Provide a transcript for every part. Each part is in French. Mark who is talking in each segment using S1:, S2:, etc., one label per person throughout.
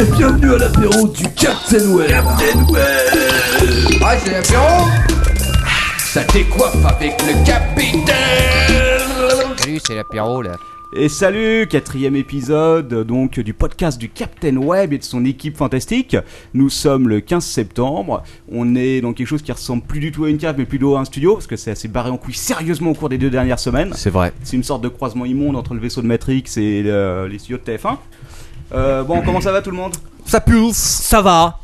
S1: Et bienvenue à l'apéro du Captain Web Captain Web
S2: Ouais, c'est l'apéro Ça décoiffe avec le capitaine Salut, c'est l'apéro, là.
S3: Et salut, quatrième épisode euh, donc du podcast du Captain Web et de son équipe fantastique. Nous sommes le 15 septembre. On est dans quelque chose qui ressemble plus du tout à une cave, mais plutôt à un studio parce que c'est assez barré en couille sérieusement au cours des deux dernières semaines.
S4: C'est vrai.
S3: C'est une sorte de croisement immonde entre le vaisseau de Matrix et euh, les studios de TF1. Euh, bon, comment ça va tout le monde
S4: Ça pulse Ça va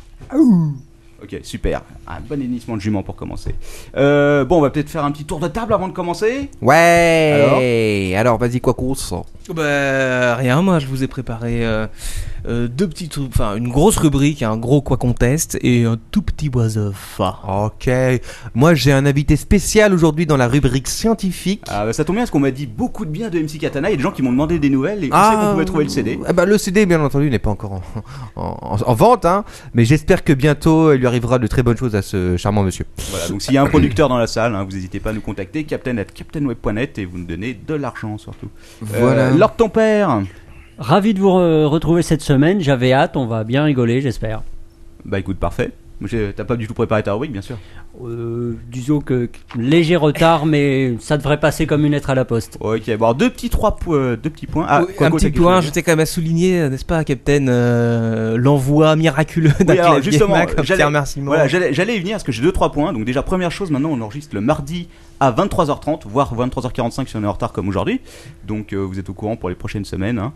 S3: Ok, super. Un bon énissement de jument pour commencer. Euh, bon, on va peut-être faire un petit tour de table avant de commencer.
S2: Ouais Alors, vas-y, quoi qu'on se sent
S4: Bah rien, moi je vous ai préparé euh, euh, deux petites... rub- Enfin une grosse rubrique, un gros quoi qu'on teste et un tout petit was of.
S5: Ok, moi j'ai un invité spécial aujourd'hui dans la rubrique scientifique.
S3: Ah, bah, ça tombe bien parce qu'on m'a dit beaucoup de bien de MC Katana. Il y a des gens qui m'ont demandé des nouvelles et on sait qu'on pouvait trouver le CD.
S5: Ah bah, le CD bien entendu n'est pas encore en, en- en vente, hein, mais j'espère que bientôt il lui arrivera de très bonnes choses à ce charmant monsieur.
S3: Voilà, donc s'il y a un producteur dans la salle, hein, vous n'hésitez pas à nous contacter, captain at captainweb.net et vous nous donnez de l'argent surtout. Euh,
S5: Voilà.
S3: Lord ton père
S6: Ravi de vous re- retrouver cette semaine, j'avais hâte, on va bien rigoler j'espère.
S3: Bah écoute, parfait. J'ai- T'as pas du tout préparé ta rubrique, bien sûr.
S6: Euh, disons que léger retard mais ça devrait passer comme une lettre à la poste.
S3: Ok, bon, alors, deux petits, trois po- euh, deux petits points. Ah,
S4: Oui,
S3: Quaco,
S4: un
S3: t'as
S4: petit
S3: quelque chose à
S4: point,
S3: dire
S4: je t'ai quand même à souligner, euh, n'est-ce pas, Captain, euh, l'envoi miraculeux d'un
S3: Oui, alors,
S4: clavier
S3: justement, euh,
S4: Mac, un petit
S3: j'allais-
S4: remerciement.
S3: Voilà, j'allais j'allais y venir parce que j'ai deux trois points. Donc déjà première chose, maintenant on enregistre le mardi à 23h30, voire 23h45 si on est en retard comme aujourd'hui. Donc euh, vous êtes au courant pour les prochaines semaines. hein.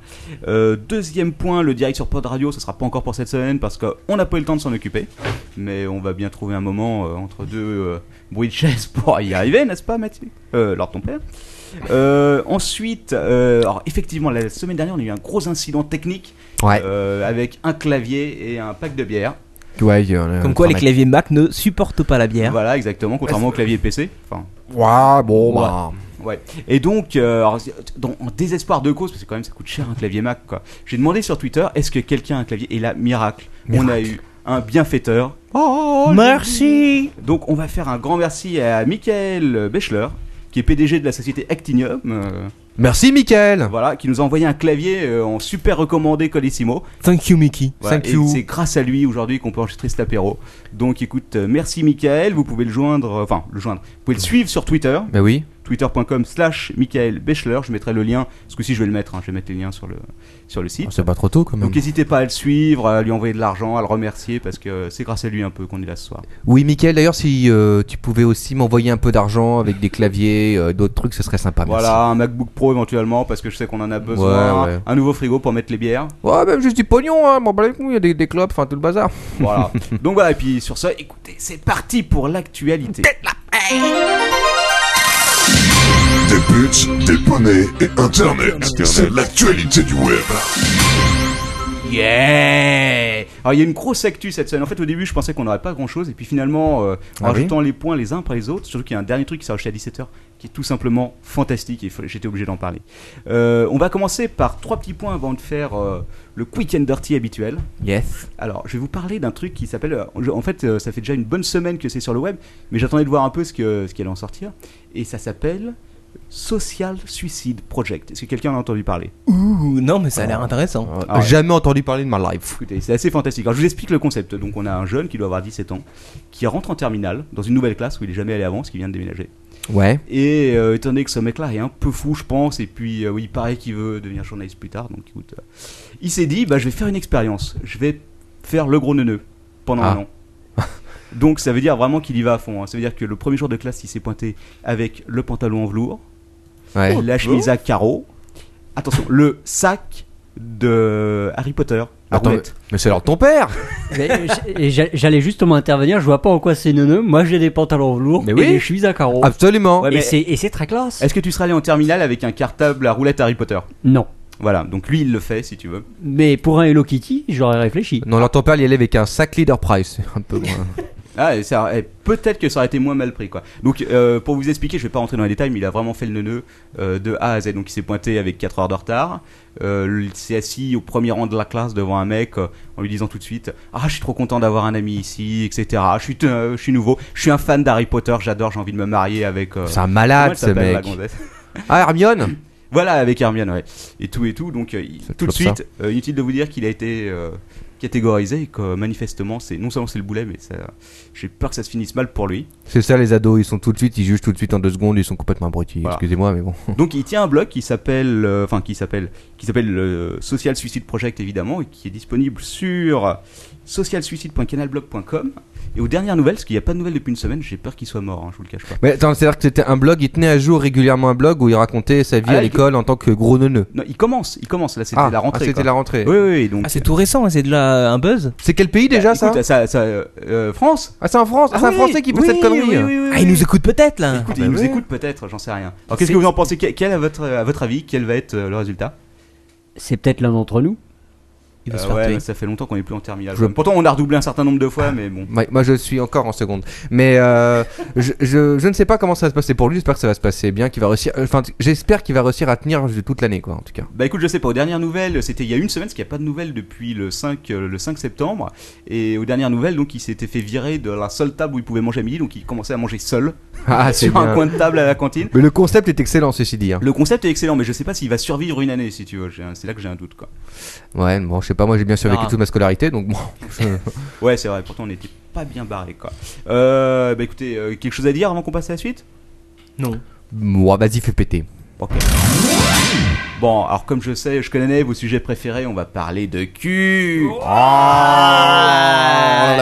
S3: Euh, deuxième point, le direct sur Pod Radio, ce sera pas encore pour cette semaine parce qu'on n'a pas eu le temps de s'en occuper. Mais on va bien trouver un moment euh, entre deux euh, bruits de chaise pour y arriver, n'est-ce pas Mathieu euh, Lord ton père. Euh, ensuite, euh, alors effectivement, la semaine dernière, on a eu un gros incident technique
S5: Ouais.
S3: euh, avec un clavier et un pack de bière.
S5: Ouais, il y en a-
S3: Euh,
S4: Comme quoi les
S5: enfin,
S4: claviers Mac ne supportent pas la bière.
S3: Voilà, exactement, contrairement au clavier PC. Enfin,
S5: Ouais, bon bah.
S3: ouais. Et donc, euh, alors, dans- en désespoir de cause, parce que quand même ça coûte cher un clavier Mac, quoi. J'ai demandé sur Twitter, est-ce que quelqu'un a un clavier Et là, miracle, on a eu un bienfaiteur. Oh,
S4: Merci
S3: Donc, on va faire un grand merci à Michael Bechler, qui est PDG de la société Actinium, euh,
S5: Merci Mickaël
S3: voilà, qui nous a envoyé un clavier euh, en super recommandé Colissimo.
S4: Thank you Mickey.
S3: Voilà,
S5: Thank
S3: et
S5: you.
S3: c'est grâce à lui aujourd'hui qu'on peut enregistrer cet apéro. Donc écoute, euh, merci Michael, vous pouvez le joindre, euh, enfin le joindre, vous pouvez le suivre sur Twitter,
S5: Bah oui.
S3: twitter.com slash Michael Bechler. Je mettrai le lien, ce que si je vais le mettre, hein, je vais mettre les liens sur le, sur le
S5: Ah,
S3: site.
S5: C'est pas trop tôt quand même.
S3: Donc n'hésitez pas à le suivre, à lui envoyer de l'argent, à le remercier, parce que c'est grâce à lui un peu qu'on est là ce soir.
S5: Oui Mickaël d'ailleurs si euh, tu pouvais aussi m'envoyer un peu d'argent avec des claviers, euh, d'autres trucs ce serait sympa. merci.
S3: voilà, un MacBook Pro éventuellement, parce que je sais qu'on en a besoin.
S5: Ouais, ouais.
S3: Un nouveau frigo pour mettre les bières.
S5: Ouais même juste du pognon hein, m'en bats les couilles, il y a des, des clopes, enfin tout le bazar.
S3: Voilà. Donc voilà, et puis sur ça, écoutez, c'est parti pour l'actualité.
S7: Des buts, des poneys et Internet. C'est l'actualité du web.
S3: Yeah Alors il y a une grosse actu cette semaine. En fait au début je pensais qu'on n'aurait pas grand chose et puis finalement euh, en
S5: Ah oui
S3: rajoutant les points les uns après les autres, surtout qu'il y a un dernier truc qui s'est rajouté à 17h qui est tout simplement fantastique et il fallait- j'étais obligé d'en parler. Euh, on va commencer par trois petits points avant de faire euh, le quick and dirty habituel.
S5: Yes.
S3: Alors je vais vous parler d'un truc qui s'appelle... euh, je- En fait euh, ça fait déjà une bonne semaine que c'est sur le web mais j'attendais de voir un peu ce, que, ce qui allait en sortir et ça s'appelle Social Suicide Project. Est-ce que quelqu'un en a entendu parler
S4: Ouh, non mais ça a l'air intéressant.
S5: Euh,
S3: Ah ouais.
S5: Jamais entendu parler de ma life.
S3: Écoutez, c'est assez fantastique. Alors, je vous explique le concept. Donc, on a un jeune qui doit avoir 17 ans, qui rentre en terminale dans une nouvelle classe où il est jamais allé avant, parce qu'il vient de déménager.
S5: Ouais.
S3: Et euh, étant donné que ce mec-là est un peu fou, je pense, et puis euh, oui, il paraît qu'il veut devenir journaliste plus tard, donc écoute, euh, il s'est dit, bah, je vais faire une expérience. Je vais faire le gros neuneu pendant
S5: Ah.
S3: un an. Donc, ça veut dire vraiment qu'il y va à fond. hein. Ça veut dire que le premier jour de classe, il s'est pointé avec le pantalon en velours,
S5: Ouais. Oh,
S3: la chemise à carreaux, attention, le sac de Harry Potter. à
S5: Attends,
S3: roulettes.
S5: mais c'est alors ton père
S6: Mais j- et j'a- J'allais justement intervenir, je vois pas en quoi c'est neuneux, moi j'ai des pantalons lourds
S5: Mais
S6: et
S5: oui.
S6: des chemises à carreaux.
S5: Absolument
S3: Oh. Ouais,
S6: Ah, et
S3: mais-
S6: c'est- et c'est très classe.
S3: Est-ce que tu serais allé en terminale avec un cartable à roulette Harry Potter
S6: Non,
S3: Voilà, donc lui il le fait si tu veux.
S6: mais pour un Hello Kitty j'aurais réfléchi.
S5: Non, alors ton père, il y allait avec un sac Leader Price. C'est un peu moins.
S3: Ah, et ça- et peut-être que ça aurait été moins mal pris quoi. Donc euh, pour vous expliquer, je vais pas rentrer dans les détails, mais il a vraiment fait le neuneu euh, de A à Z. Donc il s'est pointé avec 4 heures de retard. Euh, il s'est assis au premier rang de la classe devant un mec euh, en lui disant tout de suite Ah, je suis trop content d'avoir un ami ici, etc. Je suis, euh, je suis nouveau, je suis un fan d'Harry Potter, j'adore, j'ai envie de me marier avec. euh,
S5: C'est un
S3: comment
S5: malade,
S3: elle
S5: ce
S3: s'appelle, la
S5: mec.
S3: gonzesse
S5: Ah, Hermione
S3: Voilà, avec Hermione, ouais. Et tout et tout. Donc, euh, il-
S5: Ça te
S3: tout de
S5: chope
S3: suite, euh, inutile de vous dire qu'il a été euh, catégorisé, que manifestement, c'est non seulement c'est le boulet, mais ça, j'ai peur que ça se finisse mal pour lui.
S5: C'est ça, les ados, ils sont tout de suite, ils jugent tout de suite en deux secondes, ils sont complètement abrutis.
S3: Voilà.
S5: Excusez-moi, mais bon.
S3: Donc il tient un blog qui s'appelle, euh, enfin qui s'appelle, qui s'appelle le Social Suicide Project évidemment et qui est disponible sur socialsuicide.canalblog.com. Et aux dernières nouvelles, parce qu'il n'y a pas de nouvelles depuis une semaine, j'ai peur qu'il soit mort, hein, je vous le cache pas.
S5: Mais attends, c'est-à-dire que c'était un blog, il tenait à jour régulièrement un blog où il racontait sa vie
S3: Ah,
S5: à
S3: il-
S5: l'école en tant que gros neuneu.
S3: Non, il commence, il commence. Là, c'était la rentrée.
S5: Ah, c'était
S3: quoi.
S5: la rentrée.
S3: Oui, oui, oui, donc. bah,
S4: Ah, c'est tout récent, hein, c'est de la... un buzz
S5: C'est quel pays déjà ça
S3: Écoute, ça, ça, euh, France.
S5: Ah, c'est en France,
S3: Ah
S5: c'est un
S3: oui,
S5: Français qui fait
S3: oui,
S5: cette connerie.
S3: oui, oui, oui, oui,
S4: Ah, il
S3: oui.
S4: nous écoute peut-être là
S3: Écoute,
S5: Ah,
S3: il
S5: bah
S3: nous
S5: ouais.
S3: écoute peut-être, j'en sais rien. Alors, qu'est-ce que vous en pensez Quel quel, à votre, à votre avis, quel va être euh, le résultat
S6: C'est peut-être l'un d'entre nous.
S4: Il va se
S3: Euh,
S4: faire
S3: ouais,
S4: tuer. Ah.
S3: mais ça fait longtemps qu'on est plus en terminale.
S5: Je-
S3: Pourtant, on a redoublé un certain nombre de fois, mais bon.
S5: Ouais, moi je suis encore en seconde. Mais euh, je, je, je ne sais pas comment ça va se passer pour lui, j'espère que ça va se passer bien, qu'il va réussir. euh, Enfin, j'espère qu'il va réussir à tenir toute l'année, quoi, en tout cas.
S3: Bah écoute, je sais pas, aux dernières nouvelles, c'était il y a une semaine, parce qu'il n'y a pas de nouvelles depuis le 5, euh, le 5 septembre. Et aux dernières nouvelles, donc il s'était fait virer de la seule table où il pouvait manger à midi, donc il commençait à manger seul,
S5: Ah, c'est
S3: sur un
S5: bien.
S3: coin de table à la cantine.
S5: Mais le concept est excellent, ceci dit. hein.
S3: Le concept est excellent, mais je sais pas s'il va survivre une année, si tu veux. J'ai un- C'est là que j'ai un doute, quoi.
S5: Ouais, bon, je sais pas, moi j'ai bien survécu
S4: Ah.
S5: toute ma scolarité, donc bon. je-
S3: Ouais, c'est vrai, pourtant on était pas bien barré, quoi. Euh, bah écoutez, euh, quelque chose à dire avant qu'on passe à la suite
S4: Non.
S5: Ouais, vas-y, fais péter.
S3: Ok. Bon, alors comme je sais, je connais vos sujets préférés, on va parler de cul. Ah.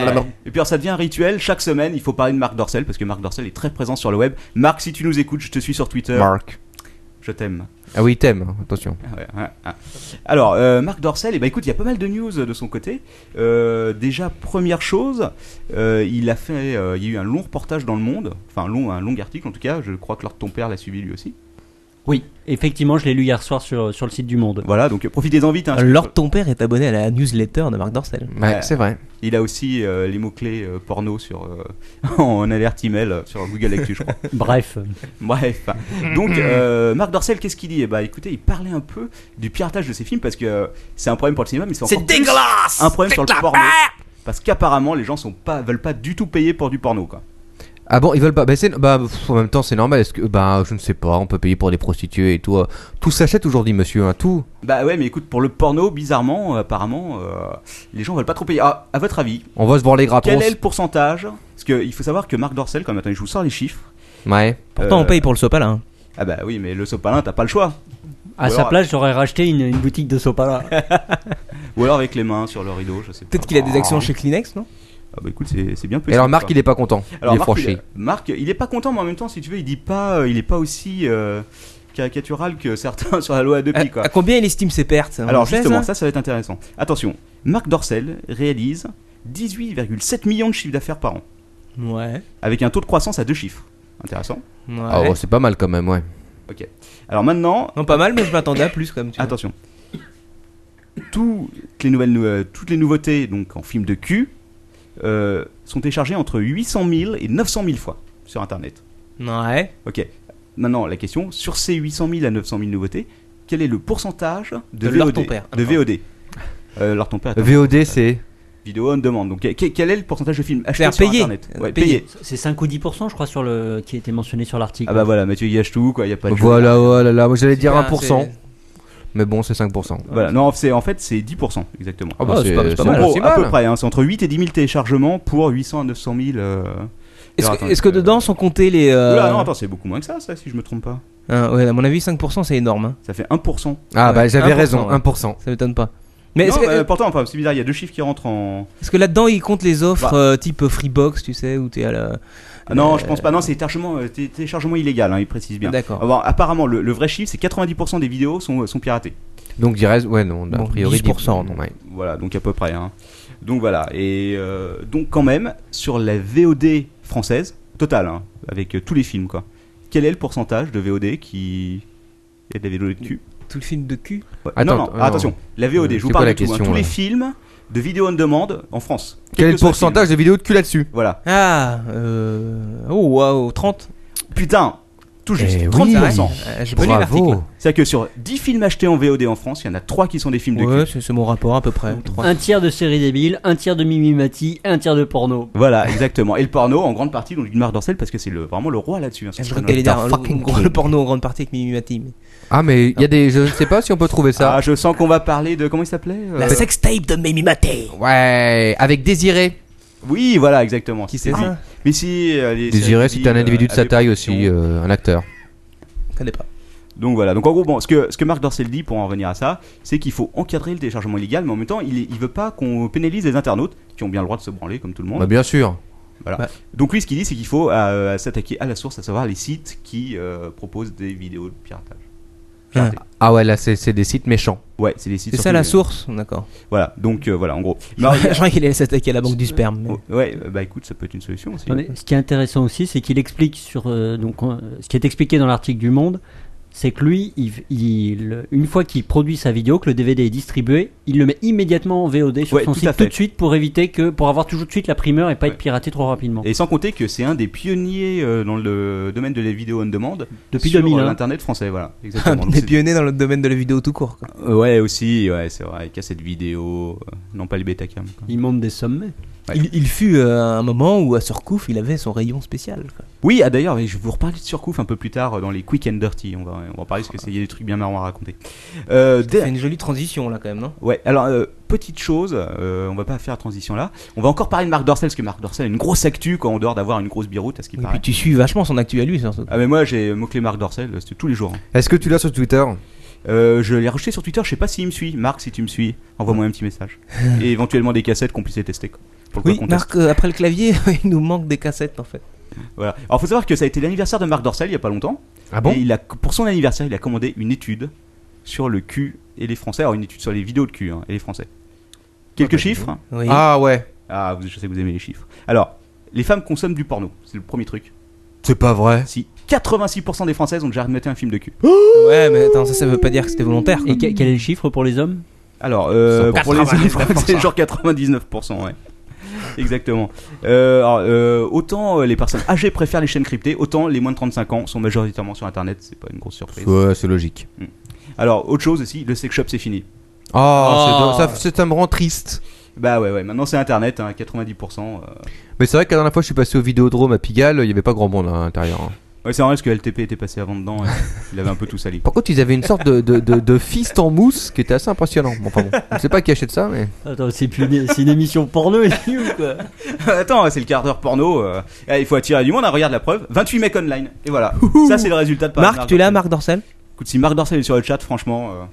S3: Et puis alors ça devient un rituel, chaque semaine il faut parler de Marc Dorcel, parce que Marc Dorcel est très présent sur le web. Marc, si tu nous écoutes, je te suis sur Twitter,
S5: Marc.
S3: je t'aime.
S5: Ah oui, t'aimes, hein, attention.
S3: Ah ouais, ouais, ouais. Alors, euh, Marc Dorcel, eh ben, écoute, il y a pas mal de news de son côté. Euh, déjà, première chose, euh, il a fait, euh, il y a eu un long reportage dans le monde, enfin un long, un long article en tout cas, je crois que Lord ton père l'a suivi lui aussi.
S6: Oui, effectivement, je l'ai lu hier soir sur, sur le site du Monde.
S3: Voilà, donc euh, profitez-en vite. hein,
S4: Lord ton père est abonné à la newsletter de Marc Dorcel.
S3: Euh,
S5: Ouais, c'est vrai.
S3: Il a aussi euh, les mots-clés euh, porno sur, euh, en alerte email euh, sur Google Actu, je crois.
S6: Bref,
S3: Bref. Donc, euh, Marc Dorcel, qu'est-ce qu'il dit Eh ben, écoutez, il parlait un peu du piratage de ses films parce que euh, c'est un problème pour le cinéma, mais c'est encore plus
S4: dégueulasse
S3: un problème sur le porno. Parce qu'apparemment, les gens sont pas, veulent pas du tout payer pour du porno, quoi.
S5: Ah bon, ils veulent pas. Bah, c'est- bah, pff, en même temps, c'est normal. Est-ce que, bah, je ne sais pas, on peut payer pour des prostituées et tout. euh. Tout s'achète aujourd'hui, monsieur, hein, tout.
S3: Bah ouais, mais écoute, pour le porno, bizarrement, euh, apparemment, euh, les gens veulent pas trop payer. Ah, à votre avis,
S5: On va se branler gratos.
S3: quel est le pourcentage Parce qu'il faut savoir que Marc Dorcel, quand même, attendez, je vous sors les chiffres.
S5: Ouais.
S4: Pourtant,
S3: Euh,
S4: on paye pour le hein. sopalin.
S3: Ah bah oui, mais le sopalin, t'as pas le choix.
S6: à
S3: Ou
S6: sa
S3: alors-
S6: place, j'aurais racheté une, une boutique de Sopala.
S3: Ou alors avec les mains sur le rideau, je sais pas.
S4: Peut-être qu'il a des actions chez Kleenex, non
S3: Ah bah écoute, c'est c'est bien possible.
S5: Et alors, Marc,
S3: quoi.
S5: il est pas content.
S3: Alors,
S5: il est
S3: Marc,
S5: fâché.
S3: il- Marc, il est pas content, mais en même temps, si tu veux, il dit pas, euh, il est pas aussi euh, caricatural que certains sur la loi de
S4: à,
S5: Eh,
S3: pi, quoi.
S4: Euh, à combien il estime ses pertes on
S3: Alors
S4: sait,
S3: justement,
S4: ça
S3: ça, ça va être intéressant. Attention, Marc Dorcel réalise 18,7 millions de chiffres d'affaires par an,
S4: Ouais.
S3: avec un taux de croissance à deux chiffres. Intéressant.
S4: ouais.
S5: Ah, ouais, c'est pas mal quand même, ouais.
S3: Alors maintenant,
S4: Non, pas mal, mais je m'attendais à plus quand même. tu vois.
S3: attention. Toutes les nouvelles, euh, toutes les nouveautés, donc en film de cul, euh, sont téléchargées entre 800 000 et 900 000 fois sur Internet.
S4: Ouais.
S3: Ok. Maintenant, la question, sur ces 800 000 à 900 000 nouveautés, quel est le pourcentage de,
S4: De
S3: VOD
S4: leur ton père.
S3: De VOD. Euh, leur ton père, attends,
S5: VOD, c'est.
S3: vidéo on demande. Donc, que- quel est le pourcentage de films achetés
S4: C'est-à-dire
S3: sur
S4: payé.
S3: Internet Ouais,
S4: Payé.
S3: payé.
S6: C'est 5 ou 10%, je crois, sur le, qui était mentionné sur l'article.
S3: Ah bah voilà, Mathieu il gâche tout, quoi, il n'y a pas de jeu.
S5: Voilà, voilà, là. Moi, j'allais dire
S4: Super,
S5: 1%.
S4: c'est-
S5: Mais bon, c'est 5%.
S3: Voilà. Bah, Non, c'est, en fait, c'est 10%, exactement.
S5: Ah
S4: bah, c'est pas- c'est pas
S3: En
S4: mal,
S3: gros, à peu près, hein, c'est entre 8 et 10 000 téléchargements pour 800 à 900 000. euh,
S4: Est-ce
S3: Attends,
S4: que, est-ce que
S3: euh,
S4: dedans sont comptés les. euh,
S3: Oula, non, attends, c'est beaucoup moins que ça, ça, si je me trompe pas.
S4: hein, ouais, à mon avis, 5% c'est énorme. hein.
S3: Ça fait 1%.
S5: Ah bah
S4: Ouais,
S5: j'avais
S4: 1%,
S5: raison,
S4: ouais.
S5: 1%.
S4: Ça m'étonne pas. Mais est-ce
S3: Non,
S4: que, euh,
S3: bah, pourtant, enfin, c'est bizarre, il y a deux chiffres qui rentrent en.
S4: est-ce que là-dedans ils comptent les offres
S3: Bah.
S4: euh, type Freebox, tu sais, où t'es à la.
S3: Ah non,
S4: Euh,
S3: je pense pas. Non, c'est téléchargement, euh, té- téléchargement illégal, hein, il précise bien.
S4: D'accord.
S3: Ah bon, apparemment, le, le vrai chiffre, c'est 90% des vidéos sont, sont piratées.
S5: Donc je reste ouais non, a
S4: Bon,
S5: priori
S4: 10%,
S5: 10%.
S4: non.
S5: ouais.
S3: Voilà, donc à peu près. hein. Donc voilà, et euh, donc quand même, sur la VOD française, totale, hein, avec euh, tous les films, quoi, quel est le pourcentage de VOD qui. Il y a de la VOD de cul
S4: Tout le film de cul
S3: Ouais.
S5: Attends,
S3: Non, non,
S5: euh,
S3: attention, la VOD, je
S5: C'est
S3: vous
S5: quoi
S3: parle
S5: la
S3: de tout, hein,
S5: question,
S3: tous
S5: là
S3: les films de vidéo on demande en France.
S5: Quel est le
S3: que soit film.
S5: pourcentage de vidéos de cul là-dessus
S3: Voilà.
S4: Ah, euh. Oh waouh, 30
S3: Putain, tout juste,
S5: Eh oui.
S3: 30%.
S4: Euh, J'ai
S3: Prenez
S4: pris
S5: Bravo.
S3: l'article. C'est-à-dire que sur 10 films achetés en VOD en France, il y en a 3 qui sont des films de
S4: Ouais,
S3: cul.
S4: c'est c'est mon rapport à peu près. Trois.
S6: Un tiers de séries débiles, un tiers de mimimati, un tiers de porno.
S3: Voilà, exactement. Et le porno, en grande partie, donc Marc Dorcel, parce que c'est le, vraiment le roi là-dessus. hein, sur
S4: Ah, Je
S3: ce
S4: crois
S3: channel.
S4: qu'elle est derrière
S5: fucking
S4: le, le porno en grande partie avec Mimimati. mais-
S5: Ah, mais il y a des. Je ne sais pas si on peut trouver ça.
S3: Ah, je sens qu'on va parler de. Comment il s'appelait euh,
S4: La sextape de Mimi Maté.
S5: Ah. Ouais, avec Désiré.
S3: Oui, voilà, exactement.
S4: Qui
S3: c'était
S4: c'est
S3: lui.
S4: ça
S3: Mais si. euh, les
S5: Désiré,
S3: séries
S5: c'est un
S3: qui, euh,
S5: individu de sa
S3: avaient
S5: taille
S3: production.
S5: aussi, euh, un acteur.
S4: Je connais pas.
S3: Donc voilà, donc en gros, bon, ce que, ce que Marc Dorcel dit, pour en revenir à ça, c'est qu'il faut encadrer le téléchargement illégal, mais en même temps, il, il veut pas qu'on pénalise les internautes, qui ont bien le droit de se branler, comme tout le monde.
S5: Bah, bien sûr.
S3: Donc lui, ce qu'il dit, c'est qu'il faut euh, s'attaquer à la source, à savoir les sites qui euh, proposent des vidéos de piratage. Pirater.
S5: Ah, ouais, là, c'est c'est des sites méchants.
S3: Ouais, c'est les sites.
S4: C'est ça
S3: surtout,
S4: la
S3: euh,
S4: source D'accord.
S3: Voilà, donc euh, voilà, en gros. Mais alors, il y
S4: Je crois qu'il allait s'attaquer à la banque du sperme. mais-
S3: a- ouais, bah écoute, ça peut être une solution aussi.
S6: Non, mais ce qui est intéressant aussi, c'est qu'il explique sur euh, donc euh, ce qui est expliqué dans l'article du Monde, c'est que lui, il, il- une fois qu'il produit sa vidéo, que le DVD est distribué, il le met immédiatement en VOD sur
S3: Ouais,
S6: son
S3: tout à
S6: site
S3: fait.
S6: tout de suite pour éviter que pour avoir toujours de suite la primeur et pas
S3: Ouais.
S6: être piraté trop rapidement.
S3: Et sans compter que c'est un des pionniers euh, dans le domaine de la vidéo on demande
S6: Depuis
S3: sur
S6: 2001.
S3: euh, l'internet français, voilà.
S4: Ah,
S3: Exactement. Donc,
S4: Des
S3: c'est-
S4: pionniers dans le domaine de la vidéo tout court. quoi.
S3: Euh, Ouais, aussi, ouais, c'est vrai, cassette vidéo, euh, non pas les Betacam. quoi.
S6: Il monte des sommets.
S3: Ouais.
S4: Il, il fut euh, un moment où à Surcouf il avait son rayon spécial. quoi.
S3: Oui, ah d'ailleurs, je vais vous reparler de Surcouf un peu plus tard euh, dans les Quick and Dirty, on va, on va parler parce que c'est- il y a des trucs bien marrants à raconter. Euh, dé-
S4: C'est une jolie transition là quand même, non
S3: Ouais, alors euh, petite chose, euh, on va pas faire la transition là. On va encore parler de Marc Dorcel parce que Marc Dorcel a une grosse actu quand en dehors d'avoir une grosse biroute à ce qu'il
S4: Et
S3: paraît.
S4: puis tu suis vachement son actu à lui surtout.
S3: Ah mais moi j'ai mot-clé Marc Dorcel, euh, c'était tous les jours. hein.
S5: Est-ce que tu l'as sur Twitter
S3: Euh, je l'ai rejeté sur Twitter, je sais pas s'il me suit. Marc, si tu me suis, envoie-moi un petit message. Et éventuellement des cassettes qu'on puisse les tester. quoi, pour le
S4: Oui,
S3: contexte.
S4: Marc, euh, après le clavier, il nous manque des cassettes en fait.
S3: Voilà. Alors faut savoir que ça a été l'anniversaire de Marc Dorcel il y a pas longtemps.
S5: Ah bon
S3: et il a, pour son anniversaire, il a commandé une étude sur le cul et les Français. Alors une étude sur les vidéos de cul hein, et les Français. Quelques chiffres hein.
S4: Oui.
S5: Ah, ouais.
S3: Ah, vous- je sais que vous aimez les chiffres. Alors, les femmes consomment du porno, c'est le premier truc.
S5: C'est pas vrai.
S3: Si 86% des Françaises ont déjà remetté un film de cul.
S4: Ouais, mais attends, ça, ça veut pas dire que c'était volontaire. quoi.
S6: Et que- quel est le chiffre pour les hommes
S3: Alors, euh, pour les hommes,
S5: 99%.
S3: c'est genre 99%, ouais. Exactement. Euh, alors, euh, autant euh, les personnes âgées préfèrent les chaînes cryptées, autant les moins de 35 ans sont majoritairement sur Internet, c'est pas une grosse surprise.
S5: Ouais, c'est logique.
S3: Alors, autre chose aussi, le sex shop c'est fini.
S5: Oh,
S4: Oh.
S5: c'est- Ça, c'est- ça me rend triste.
S3: Bah ouais, ouais, maintenant c'est Internet, hein, 90%. euh.
S5: Mais c'est vrai que la dernière fois, je suis passé au Vidéodrome à Pigalle, il y avait pas grand monde à l'intérieur. hein.
S3: Ouais, c'est vrai parce que LTP était passé avant dedans, et il avait un peu tout sali.
S5: Par contre, ils avaient une sorte de, de, de, de fist en mousse qui était assez impressionnant. Bon, enfin bon, je sais pas qui achète ça, mais.
S6: Attends, c'est plus une, c'est une émission porno ici ou quoi
S3: Attends, c'est le quart d'heure porno. euh. Eh, il faut attirer du monde. hein, regarde la preuve. 28 mecs online. Et voilà. Ça, c'est le résultat de Paris
S4: Marc, tu l'as, Marc Dorcel
S3: Écoute, si Marc Dorcel est sur le chat, franchement, euh,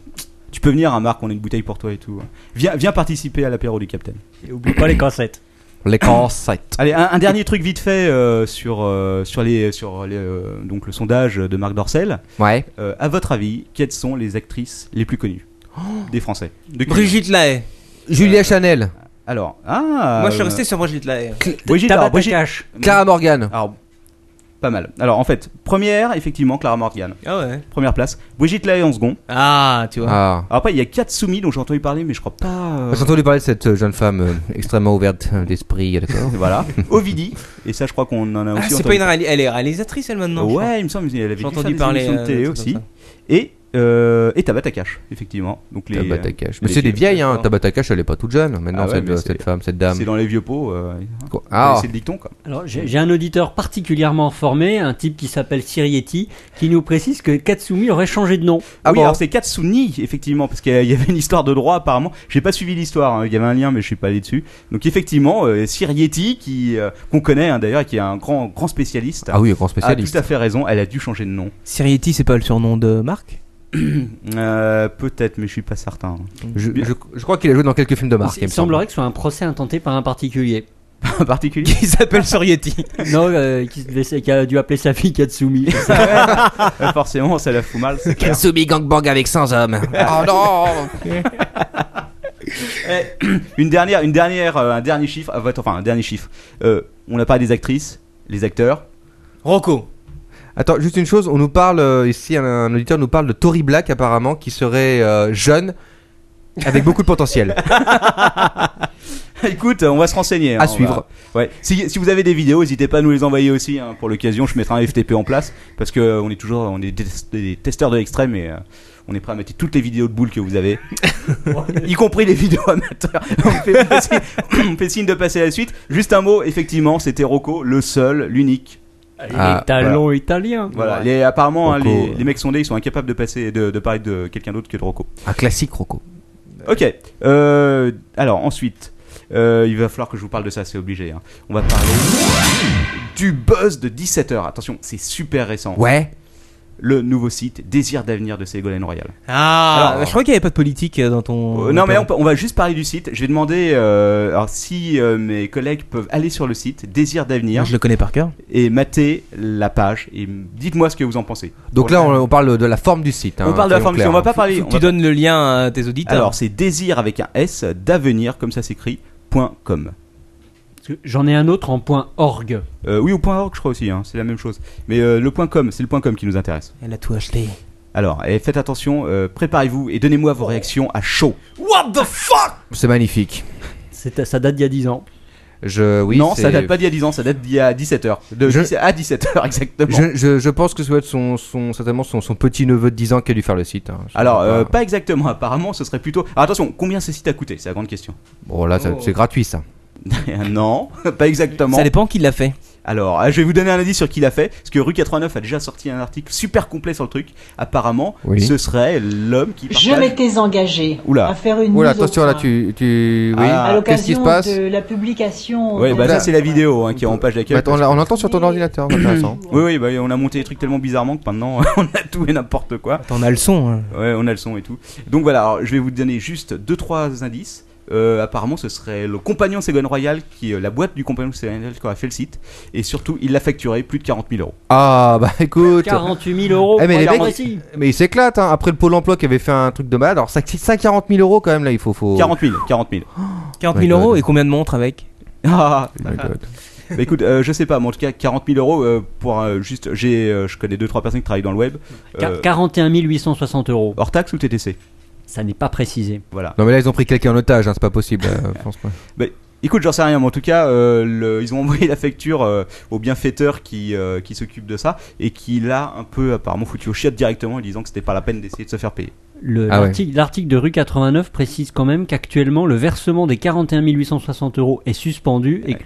S3: tu peux venir, hein, Marc. On a une bouteille pour toi et tout. Viens, viens participer à l'apéro du Capitaine.
S6: Et oublie pas les cassettes.
S5: Les concepts.
S3: Allez, un, un dernier truc vite fait euh, sur euh, sur les sur les, euh, donc le sondage de Marc Dorcel.
S5: Ouais.
S3: Euh, à votre avis, quelles sont les actrices les plus connues des Français De qui
S4: Brigitte Lahaye.
S5: Julia Chanel,
S3: Alors, ah.
S4: Moi, je suis
S3: euh,
S4: resté sur Brigitte Lahaye.
S3: Brigitte, alors,
S6: Tabata
S3: Brigitte-
S6: Cash.
S5: Clara Morgan,
S3: Alors, pas mal. Alors, en fait, première, effectivement, Clara Morgan.
S4: Ah ouais.
S3: Première place. Brigitte Lahaye en second.
S4: Ah, tu vois.
S5: Ah.
S3: Alors après, il y a Katsumi dont j'ai entendu parler, mais je crois pas. euh,
S5: J'ai entendu parler de cette euh, jeune femme euh, extrêmement ouverte euh, d'esprit, d'accord
S3: Voilà. Ovidi. Et ça, je crois qu'on en a
S4: Ah,
S3: aussi
S4: c'est
S3: entendu
S4: pas une réali- Elle est réalisatrice elle maintenant. je crois.
S3: Ouais, il me semble qu'elle avait
S4: J'ai
S3: dû
S4: entendu
S3: faire des
S4: parler,
S3: émissions
S4: euh,
S3: de télé
S4: un truc
S3: aussi.
S4: comme
S3: Et, euh, et Tabata Cash, effectivement. Donc les, euh,
S5: Tabata Cash. Mais
S3: les
S5: c'est des
S3: vieux-
S5: vieilles, hein.
S4: d'accord.
S5: Tabata Cash, elle est pas toute jeune maintenant,
S3: Ah ouais,
S5: cette,
S3: mais
S5: euh,
S3: c'est-
S5: cette femme, cette dame.
S3: C'est dans les vieux pots. euh,
S5: Quoi
S3: vous
S5: Ah,
S3: connaissez le dicton, quoi.
S6: Alors, j'ai j'ai un auditeur particulièrement formé, un type qui s'appelle Sirietti, qui nous précise que Katsumi aurait changé de nom.
S5: Ah
S3: oui,
S5: bon
S3: alors c'est Katsuni, effectivement, parce qu'il y a- il y avait une histoire de droit apparemment. J'ai pas suivi l'histoire, hein. il y avait un lien, mais je suis pas allé dessus. Donc effectivement, euh, Sirietti, qui euh, qu'on connaît hein, d'ailleurs, qui est un grand grand spécialiste,
S5: ah oui, grand
S3: a tout
S5: spécialiste.
S3: à fait raison. Elle a dû changer de nom.
S4: Sirietti, c'est pas le surnom de Marc
S3: Euh, Peut-être, mais je suis pas certain. hein.
S5: je, je- je crois qu'il a joué dans quelques films de Marc.
S6: il
S5: me
S6: semblerait que ce soit un procès intenté par un particulier.
S3: En particulier.
S4: Qui s'appelle Sirietti.
S6: non, euh, qui, se laissait- qui a dû appeler sa fille Katsumi.
S3: Ouais, forcément, ça la fout mal. c'est clair.
S5: Katsumi Gangbang avec 100 hommes.
S2: Ah
S5: oh non
S3: Une dernière, une dernière, euh, un dernier chiffre. ah, votre- Enfin, un dernier chiffre. Euh, on n'a pas des actrices, les acteurs.
S4: Rocco.
S5: Attends, juste une chose, on nous parle euh, ici, un, un auditeur nous parle de Tory Black apparemment, qui serait euh, jeune, avec beaucoup de potentiel.
S3: Écoute, on va se renseigner. hein,
S5: À
S3: on
S5: suivre.
S3: va- Ouais. Si, si vous avez des vidéos, n'hésitez pas à nous les envoyer aussi. hein, pour l'occasion, je mettrai un FTP en place parce que euh, on est toujours, on est des, des testeurs de l'extrême et euh, on est prêt à mettre toutes les vidéos de boules que vous avez, y compris les vidéos amateurs. on, fait, on fait signe- on fait signe de passer à la suite. Juste un mot, effectivement, c'était Rocco, le seul, l'unique.
S5: Ah,
S6: les talons italiens.
S3: Voilà, les, apparemment, hein,
S5: Rocco,
S3: les,
S5: euh.
S3: les mecs sondés, ils sont incapables de, passer, de, de parler de quelqu'un d'autre que de Rocco.
S5: Un classique Rocco.
S3: Ok, euh, alors ensuite, euh, il va falloir que je vous parle de ça, c'est obligé. hein. On va parler du buzz de 17h. Attention, c'est super récent.
S5: Ouais.
S3: Le nouveau site Désir d'avenir de Ségolène Royal.
S4: Ah,
S3: Alors,
S4: je crois qu'il n'y avait pas de politique euh, dans
S5: Oh,
S4: ton.
S3: Euh, non, mais on, peut- on va juste parler du site. Je vais demander euh, alors, si euh, mes collègues peuvent aller sur le site Désir d'avenir
S4: Je le connais par cœur.
S3: et mater la page. Et m- dites-moi ce que vous en pensez.
S5: Donc là, on, on parle de la forme du site.
S3: on
S5: hein,
S3: parle de la
S5: soyons
S3: forme,
S5: clairs,
S3: on va
S5: hein.
S3: pas parler.
S4: Faut
S3: on
S4: que
S3: va
S4: tu donnes le lien à tes auditeurs.
S3: Alors, c'est désir avec un S d'avenir, comme ça s'écrit, point .com.
S6: Parce que J'en ai un autre en point org.
S3: Euh, oui, ou point .org, je crois aussi, hein, c'est la même chose. Mais euh, le point .com, c'est le point .com qui nous intéresse.
S4: elle a tout acheté.
S3: Alors, et faites attention, euh, préparez-vous et donnez-moi vos réactions à chaud.
S5: hein. C'est magnifique.
S6: C'est- Ça date d'il y a 10 ans.
S5: Je, oui,
S3: non, ça
S5: c'est-
S3: date pas d'il y a 10 ans, ça date d'il y a 17h. De
S5: Je-
S3: 10 à 17h, exactement.
S5: Je, je, je pense que ça doit être son, son, certainement son, son petit neveu de 10 ans qui a dû faire le site. hein. Je
S3: Alors,
S5: sais pas.
S3: euh, pas exactement, apparemment, ce serait plutôt. Alors, attention, combien ce site a coûté C'est la grande question.
S5: Bon, là, ça- c'est gratuit ça.
S3: non, pas exactement.
S4: Ça dépend qui l'a fait.
S3: Alors, euh, je vais vous donner un indice sur qui l'a fait, parce que Rue 89 a déjà sorti un article super complet sur le truc. Apparemment,
S5: Oui.
S3: ce serait l'homme qui.
S8: Je
S3: partage-
S8: m'étais engagé
S3: Oula.
S8: à faire une
S5: Oula,
S8: mise au
S5: attention là,
S8: point
S5: tu. tu... Oui,
S3: Ah,
S8: hein. à
S5: qu'est-ce qui se
S8: l'occasion
S5: passe
S8: de la publication.
S3: Oui, bah
S5: Oula.
S3: ça c'est la vidéo hein, qui est en page d'accueil.
S5: Bah, Attends, on, on entend sur ton ordinateur, intéressant.
S3: Oui, oui, bah, on a monté des trucs tellement bizarrement que maintenant on a tout et n'importe quoi.
S4: T'en as le son. hein.
S3: Ouais, on a le son et tout. Donc voilà, alors, je vais vous donner juste deux trois indices. Euh, apparemment, ce serait le compagnon de Ségolène Royal, qui est la boîte du compagnon de Ségolène Royal qui aura fait le site. Et surtout, il l'a facturé plus de 40 000 euros.
S5: Ah, bah écoute.
S6: 48 000 euros.
S5: Eh, mais
S6: pour
S5: les
S6: être
S5: mecs-
S6: précis.
S5: Mais il s'éclate, hein. après le Pôle emploi qui avait fait un truc de malade. Alors, ça coûte 140 000 euros quand même, là, il faut. faut...
S3: 40 000, 40 000.
S4: 40
S5: My
S4: 000
S5: God.
S4: euros et combien de montres avec
S3: Ah,
S5: Oh my God.
S3: Bah, écoute, euh, je sais pas, mais en tout cas, 40 000 euros euh, pour euh, juste. J'ai, euh, je connais deux trois personnes qui travaillent dans le web.
S6: Quar-
S3: Euh,
S6: 41 860 euros.
S3: hors taxe ou TTC
S6: Ça n'est pas précisé.
S3: Voilà.
S5: Non, mais là, ils ont pris quelqu'un en otage, hein, c'est pas possible. euh, je pense pas.
S3: Écoute, j'en sais rien, mais en tout cas, euh, le- ils ont envoyé la facture euh, au bienfaiteur qui, euh, qui s'occupe de ça et qui l'a un peu apparemment foutu au chiottes directement en lui disant que c'était pas la peine d'essayer de se faire payer.
S6: Le-
S5: Ah ouais.
S6: L'article l'article de rue 89 précise quand même qu'actuellement le versement des 41 860 euros est suspendu et,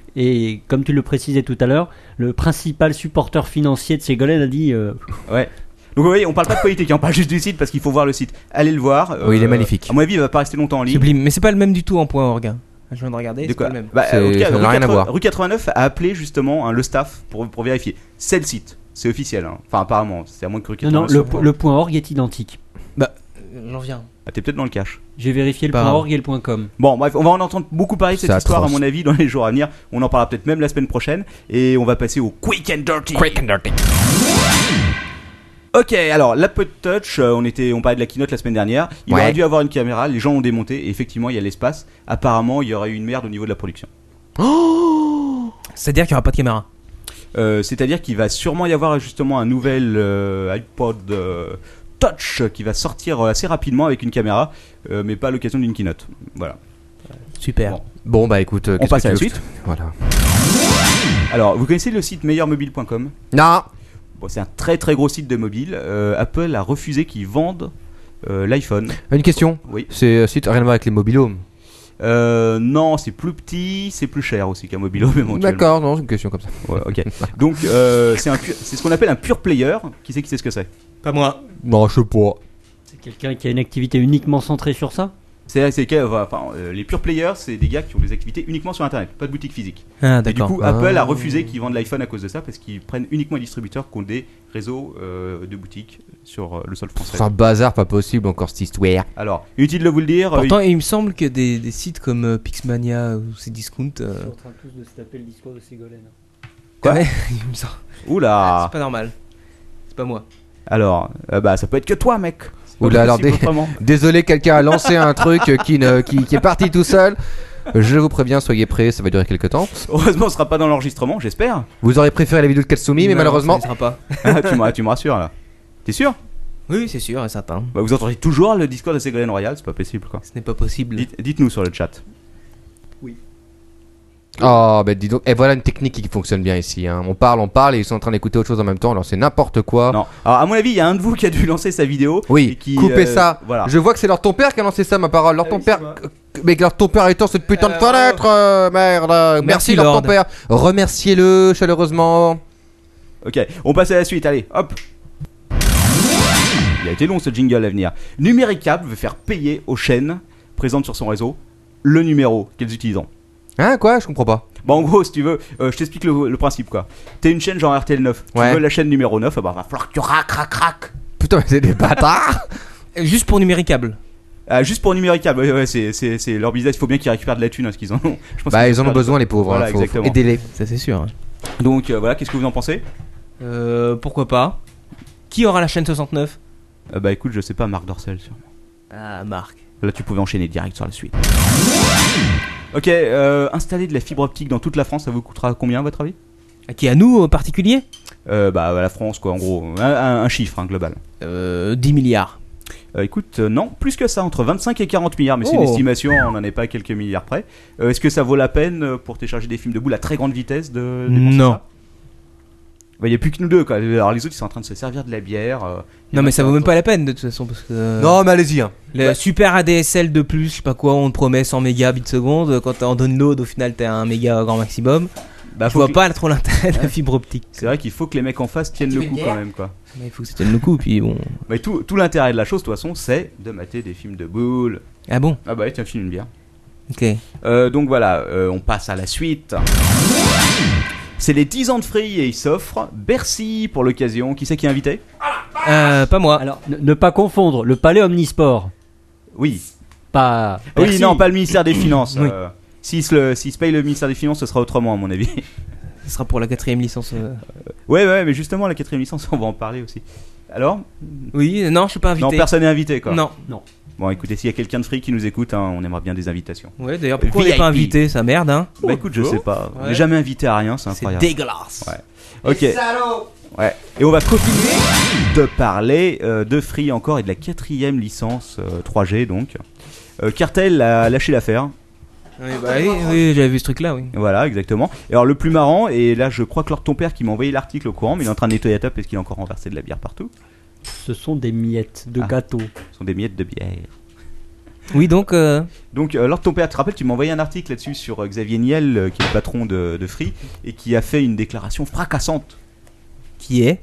S6: et comme tu le précisais tout à l'heure, le principal supporteur financier de Ségolène a dit euh,
S3: Ouais. Donc vous voyez, on parle pas de politique, hein, on parle juste du site parce qu'il faut voir le site. Allez le voir. euh,
S5: Oui, il est magnifique.
S3: À mon avis, il va pas rester longtemps en ligne.
S4: Sublime. Mais c'est pas le même du tout en point org. hein. Je viens de regarder.
S3: De
S4: C'est
S3: quoi
S4: pas le même.
S3: Bah,
S5: C'est-
S3: en tout cas,
S5: ça n'a
S3: Rue
S5: rien à
S3: 80
S5: voir.
S3: Rue 89 a appelé justement hein, le staff pour, pour vérifier. C'est le site, c'est officiel. hein. Enfin, apparemment, c'est à moins que Rue
S6: non, non,
S3: 89.
S6: le,
S3: soit-
S6: po- le point org est identique.
S4: Euh, J'en viens.
S3: Ah, t'es peut-être dans le cache.
S6: J'ai vérifié le
S4: Pas
S6: point
S4: grave.
S6: org et le point com.
S3: Bon, bref, on va en entendre beaucoup parler de cette
S5: C'est
S3: histoire, à
S5: atroce.
S3: mon avis, dans les jours à venir. On en parlera peut-être même la semaine prochaine. Et on va passer au Quick and Dirty. Ok, alors l'Apple Touch, euh, on était, on parlait de la keynote la semaine dernière. Il
S5: Ouais.
S3: aurait dû avoir une caméra, les gens l'ont démonté. Et effectivement, il y a l'espace. Apparemment, il y aurait eu une merde au niveau de la production.
S4: C'est-à-dire qu'il n'y aura pas de caméra.
S3: Euh, c'est-à-dire qu'il va sûrement y avoir justement un nouvel euh, iPod euh, Touch qui va sortir euh, assez rapidement avec une caméra, euh, mais pas à l'occasion d'une keynote. Voilà.
S4: Super.
S3: Bon.
S5: Bon, bah écoute. euh,
S3: On
S5: qu'est-ce
S3: passe
S5: que
S3: à la
S5: tu veux que
S3: suite.
S5: je- Voilà.
S3: Alors, vous connaissez le site meilleurmobile.com
S5: Non
S3: Bon, c'est un très très gros site de mobile. Euh, Apple a refusé qu'ils vendent euh, l'iPhone.
S5: Une question.
S3: Oui.
S5: C'est euh, site rien à voir avec les mobilhomes.
S3: Euh, non, c'est plus petit, c'est plus cher aussi qu'un mobile home éventuellement.
S5: D'accord, non, c'est une question comme ça.
S3: Ouais, ok. Donc euh, c'est un pu- c'est ce qu'on appelle un pure player. Qui sait qui sait ce que c'est
S4: Pas moi.
S5: Non, je sais pas.
S6: C'est quelqu'un qui a une activité uniquement centrée sur ça
S3: C'est c'est que- enfin, euh, les pure players, c'est des gars qui ont des activités uniquement sur internet, pas de boutique physique.
S4: Ah,
S3: Et du
S4: d'accord.
S3: coup,
S5: Ah.
S3: Apple a refusé qu'ils vendent l'iPhone à cause de ça parce qu'ils prennent uniquement les distributeurs qui ont des réseaux euh, de boutiques sur euh, le sol français.
S5: C'est un bazar pas possible encore cette histoire.
S3: Alors, inutile de vous le dire. euh,
S4: Pourtant, il me semble que des, des sites comme euh, Pixmania ou ces discounts.
S6: Ils
S4: euh,
S6: en train tous de se taper le discours de Ségolène.
S3: Quoi
S4: ouais, il me semble-
S3: il- Oula
S4: C'est pas normal. C'est pas moi.
S3: Alors, euh, bah ça peut être que toi, mec. C'est pas
S5: Oula, alors
S3: possible
S5: des-
S3: autrement.
S5: Désolé, quelqu'un a lancé un truc euh, qui, ne, qui, qui est parti tout seul. Je vous préviens, soyez prêts, ça va durer quelques temps.
S3: Heureusement, on sera pas dans l'enregistrement, j'espère.
S5: Vous aurez préféré la vidéo de Katsumi, mais
S4: Non,
S5: malheureusement.
S4: ça ne sera pas.
S3: Ah, tu me tu me rassures là. T'es sûr
S4: Oui, oui, c'est sûr et certain.
S3: Bah, Vous entendez toujours le discours de Ségolène Royal, c'est pas possible quoi.
S4: Ce n'est pas possible.
S3: Dites- Dites-nous sur le chat.
S5: Oh, ben dis donc. Et voilà une technique qui fonctionne bien ici. hein. On parle, on parle, et ils sont en train d'écouter autre chose en même temps. Alors c'est n'importe quoi.
S3: Non. Alors, à mon avis, il y a un de vous qui a dû lancer sa vidéo. et
S5: Oui,
S3: qui,
S5: coupez
S3: euh,
S5: ça.
S3: Voilà.
S5: Je vois que c'est leur ton père qui a lancé ça, ma parole. Leur ton père. Mais que leur ton père étant cette putain de
S4: Euh,
S5: fenêtre, euh, merde. Merci,
S4: merci,
S5: leur
S4: Lord.
S5: ton père. Remerciez-le chaleureusement.
S3: Ok, on passe à la suite, allez, hop Il a été long ce jingle à venir. Numéricable veut faire payer aux chaînes présentes sur son réseau le numéro qu'elles utilisent.
S5: Hein, quoi Je comprends pas.
S3: Bah en gros, si tu veux, euh, je t'explique le, le principe quoi. T'es une chaîne genre RTL 9, tu
S5: Ouais.
S3: veux la chaîne numéro 9, ah bah va falloir que tu rac rac rac.
S5: Putain, mais c'est des bâtards
S4: Juste pour numéricable.
S3: Ah, juste pour numéricable, ouais, ouais, c'est- c'est c'est leur business, il faut bien qu'ils récupèrent de la thune, hein, ce qu'ils en ont. Je pense
S5: Bah,
S3: qu'ils
S5: ils en ont
S3: récupèrent
S5: besoin, les pauvres.
S3: Voilà,
S5: hein, faut- faut
S3: exactement.
S5: Aidez-les.
S4: Ça, c'est sûr. hein.
S3: de- Donc euh, voilà, qu'est-ce que vous en pensez
S4: Euh, pourquoi pas Qui aura la chaîne 69
S3: Euh, Bah écoute, je sais pas, Marc Dorcel sûrement.
S4: Ah, Marc.
S3: Là, tu pouvais enchaîner direct sur la suite. Ok, euh, installer de la fibre optique dans toute la France, ça vous coûtera combien à votre avis
S4: À qui à nous, en particulier
S3: euh, Bah à la France quoi, en gros, un, un- un chiffre hein, global.
S4: euh, 10 milliards.
S3: Euh, écoute, euh, non, plus que ça, entre 25 et 40 milliards, mais c'est une
S4: Oh.
S3: estimation, on n'en est pas à quelques milliards près. Euh, Est-ce que ça vaut la peine euh, pour télécharger des films de boules à très grande vitesse de dépenser
S4: Non.
S3: ça Bah, il n'y a plus que nous deux, quoi. Alors, les autres, ils sont en train de se servir de la bière. euh,
S4: Non, mais ça vaut même pas la peine de toute façon parce que.
S5: Non, mais allez-y. hein.
S4: Le super ADSL de plus, je sais pas quoi, on te promet 100 mégas bits seconde. Quand t'es en download, au final t'es à 1 méga grand maximum.
S3: Bah,
S4: je
S3: faut
S4: vois
S3: que-
S4: pas trop l'intérêt de la fibre optique.
S3: C'est vrai qu'il faut que les mecs en face tiennent le coup quand même, quoi.
S4: Mais il faut que ça tienne le coup, puis bon.
S3: Mais tout, tout l'intérêt de la chose, de toute façon, c'est de mater des films de boules.
S4: Ah bon
S3: Ah, bah, tiens, filme une bière.
S4: Ok.
S3: Euh, donc voilà, euh, on passe à la suite. C'est les 10 ans de Free et ils s'offrent Bercy pour l'occasion. Qui c'est qui est invité
S4: Euh, pas moi.
S6: Ah. Alors, ne, ne pas confondre le palais omnisport.
S3: Oui.
S6: Pas.
S3: Oui,
S6: Merci.
S3: non, pas le ministère des Finances.
S4: Oui.
S3: euh, S'ils se, le- s'ils se payent le ministère des Finances, ce sera autrement, à mon avis.
S4: Ce sera pour la quatrième licence. euh.
S3: ouais, ouais, mais justement, la quatrième licence, on va en parler aussi. Alors
S4: Oui, euh, non, je suis pas invité.
S3: Non, personne n'est invité, quoi.
S4: Non.
S3: Bon, écoutez, s'il y a quelqu'un de Free qui nous écoute, hein, on aimerait bien des invitations.
S4: Ouais, d'ailleurs, pourquoi on
S3: VIP.
S4: n'est pas invité Ça merde, hein
S3: bah écoute, je sais pas. On
S4: Ouais.
S3: n'est jamais invité à rien, c'est
S4: C'est
S3: incroyable.
S4: dégueulasse.
S3: Ouais. Ok. Ouais. Et on va continuer de parler euh, de Free encore et de la quatrième licence euh, 3G donc. Euh, Cartel a lâché l'affaire.
S4: Oui, bah oui, oui, j'avais vu ce truc là, oui.
S3: Voilà, exactement. Et alors le plus marrant, et là je crois que Lord ton père qui m'a envoyé l'article au courant, mais il est en train de nettoyer la table parce qu'il a encore renversé de la bière partout.
S6: Ce sont des miettes de
S3: Ah.
S6: gâteau.
S3: Ce sont des miettes de bière.
S4: Oui, donc. euh,
S3: Donc euh, Lord ton père, tu te rappelles, tu m'as envoyé un article là-dessus sur euh, Xavier Niel, euh, qui est le patron de, de Free, et qui a fait une déclaration fracassante
S4: qui est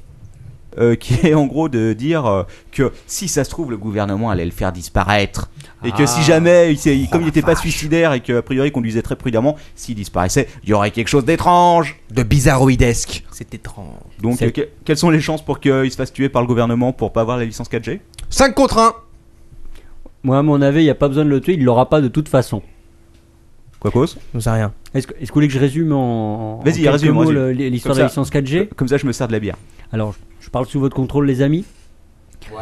S3: euh, qui est en gros de dire euh, que si ça se trouve le gouvernement allait le faire disparaître et que
S6: Ah.
S3: si jamais il, s'est- il- comme il n'était pas suicidaire et que a priori il conduisait très prudemment s'il disparaissait il y aurait quelque chose d'étrange
S5: De bizarroïdesque.
S4: C'est étrange.
S3: donc
S6: C'est-
S3: euh, que- quelles sont les chances pour qu'il se fasse tuer par le gouvernement pour pas avoir la licence 4G
S5: 5 contre 1.
S6: Moi, à mon avis, il n'y a pas besoin de le tuer, il l'aura pas de toute façon.
S3: quoi cause
S4: Je sais rien.
S6: Est-ce que, est-ce que vous voulez que je résume en, en
S3: Vas-y,
S6: quelques
S3: résume,
S6: mots
S3: résume.
S6: le- l'histoire de
S3: Comme
S6: la licence 4G
S3: comme ça je me sers de la bière
S6: Alors, je parle sous votre contrôle, les amis.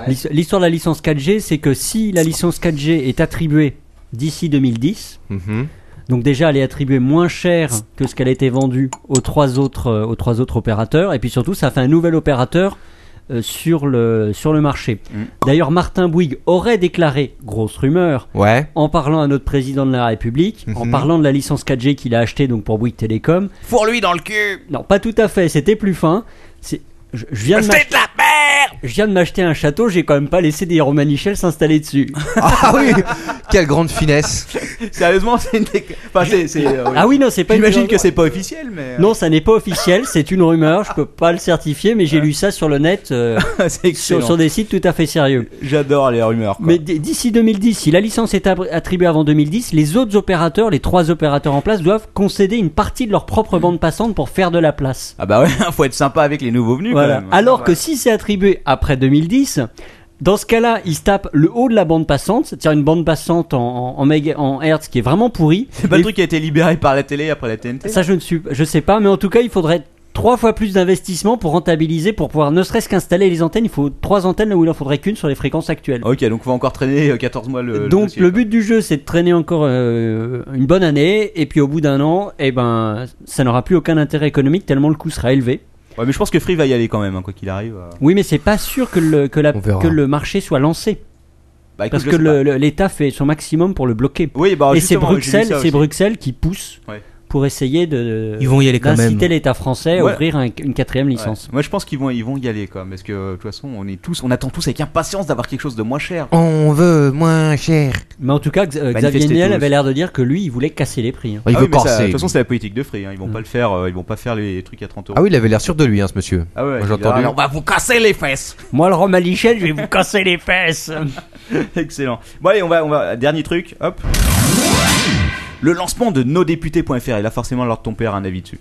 S6: L'his- L'histoire de la licence 4G, c'est que si la licence 4G est attribuée d'ici 2010,
S5: Mm-hmm.
S6: donc déjà elle est attribuée moins cher que ce qu'elle a été vendue aux trois autres, euh, aux trois autres opérateurs, et puis surtout ça fait un nouvel opérateur euh, sur, le, sur le marché.
S3: Mm.
S6: D'ailleurs, Martin Bouygues aurait déclaré, grosse rumeur,
S5: Ouais.
S6: en parlant à notre président de la République, en parlant de la licence 4G qu'il a achetée donc pour Bouygues Télécom. Pour lui dans le cul Non, pas tout à fait, c'était plus fin. C'est- Je, je viens de m'ach- Je viens de m'acheter un château, j'ai quand même pas laissé des romanichels s'installer dessus.
S5: Ah oui Quelle grande finesse.
S3: sérieusement c'est une déc- enfin c'est c'est, euh, oui.
S6: Ah oui, non, c'est pas une
S3: j'imagine
S6: rumeur.
S3: que c'est pas officiel mais euh,
S6: Non, ça n'est pas officiel, c'est une rumeur, je peux pas le certifier, mais j'ai lu ça sur le net, euh,
S3: c'est excellent
S6: sur, sur des sites tout à fait sérieux.
S3: j'adore les rumeurs quoi.
S6: Mais d- d'ici 2010, si la licence est ab- attribuée avant 2010, les autres opérateurs, les trois opérateurs en place, doivent concéder une partie de leur propre
S3: Hmm.
S6: bande passante pour faire de la place.
S3: ah bah ouais faut être sympa avec les nouveaux venus
S6: Voilà. Ah,
S3: quand même.
S6: Alors que si c'est attribué après 2010, dans ce cas-là, ils se tapent le haut de la bande passante, c'est-à-dire une bande passante en, en, en méga- en hertz qui est vraiment pourrie.
S3: c'est pas le
S6: Et
S3: truc qui a été libéré par la télé après la TNT
S6: Ça, je ne suis, je sais pas, mais en tout cas, il faudrait trois fois plus d'investissement pour rentabiliser, pour pouvoir ne serait-ce qu'installer les antennes. Il faut trois antennes là où il en faudrait qu'une sur les fréquences actuelles.
S3: Ok, donc on va encore traîner euh, 14 mois le.
S6: Donc
S3: dossier,
S6: le
S3: quoi.
S6: but du jeu c'est de traîner encore euh, une bonne année et puis au bout d'un an eh ben ça n'aura plus aucun intérêt économique tellement le coût sera élevé.
S3: Ouais, mais je pense que Free va y aller quand même, hein, quoi qu'il arrive. euh.
S6: Oui mais c'est pas sûr que le, que, la-
S5: On verra.
S6: que le marché soit lancé
S3: Bah, écoute,
S6: parce
S3: je
S6: que
S3: sais
S6: le- le- l'État fait son maximum pour le bloquer.
S3: pas. Oui, bah,
S6: et c'est
S3: justement, j'ai vu
S6: Bruxelles,
S3: ça
S6: c'est
S3: aussi.
S6: Bruxelles qui pousse
S3: Ouais.
S6: pour essayer de
S4: Ils vont y aller quand même.
S6: d'inciter l'État français à
S3: Ouais.
S6: ouvrir un- une quatrième licence.
S3: Ouais. Moi, je pense qu'ils vont, ils vont y aller, quoi. Parce que de toute façon, on est tous, on attend tous avec impatience d'avoir quelque chose de moins cher.
S5: On veut moins cher.
S6: Mais en tout cas, X- euh, Xavier
S3: Manifestez
S6: Niel
S3: tous.
S6: avait l'air de dire que lui, il voulait casser les prix. hein.
S5: Il
S3: Ah
S5: veut
S3: oui, mais ça, de
S5: corser.
S3: toute façon, c'est la politique de Free. hein. Ils
S6: Mm.
S3: vont pas le faire. euh, ils vont pas faire les trucs à 30 euros.
S5: Ah oui, il avait l'air sûr de lui, hein, ce monsieur.
S3: Ah ouais,
S5: Moi, j'ai
S3: il dira,
S5: entendu.
S3: Ah, on va vous casser les fesses.
S6: Moi, le Romain Lichel, je vais vous casser les fesses.
S3: Excellent. Bon allez, on va, on va. Dernier truc. Hop. Le lancement de nosdéputés.fr. Et là, forcément, alors ton père a un avis dessus.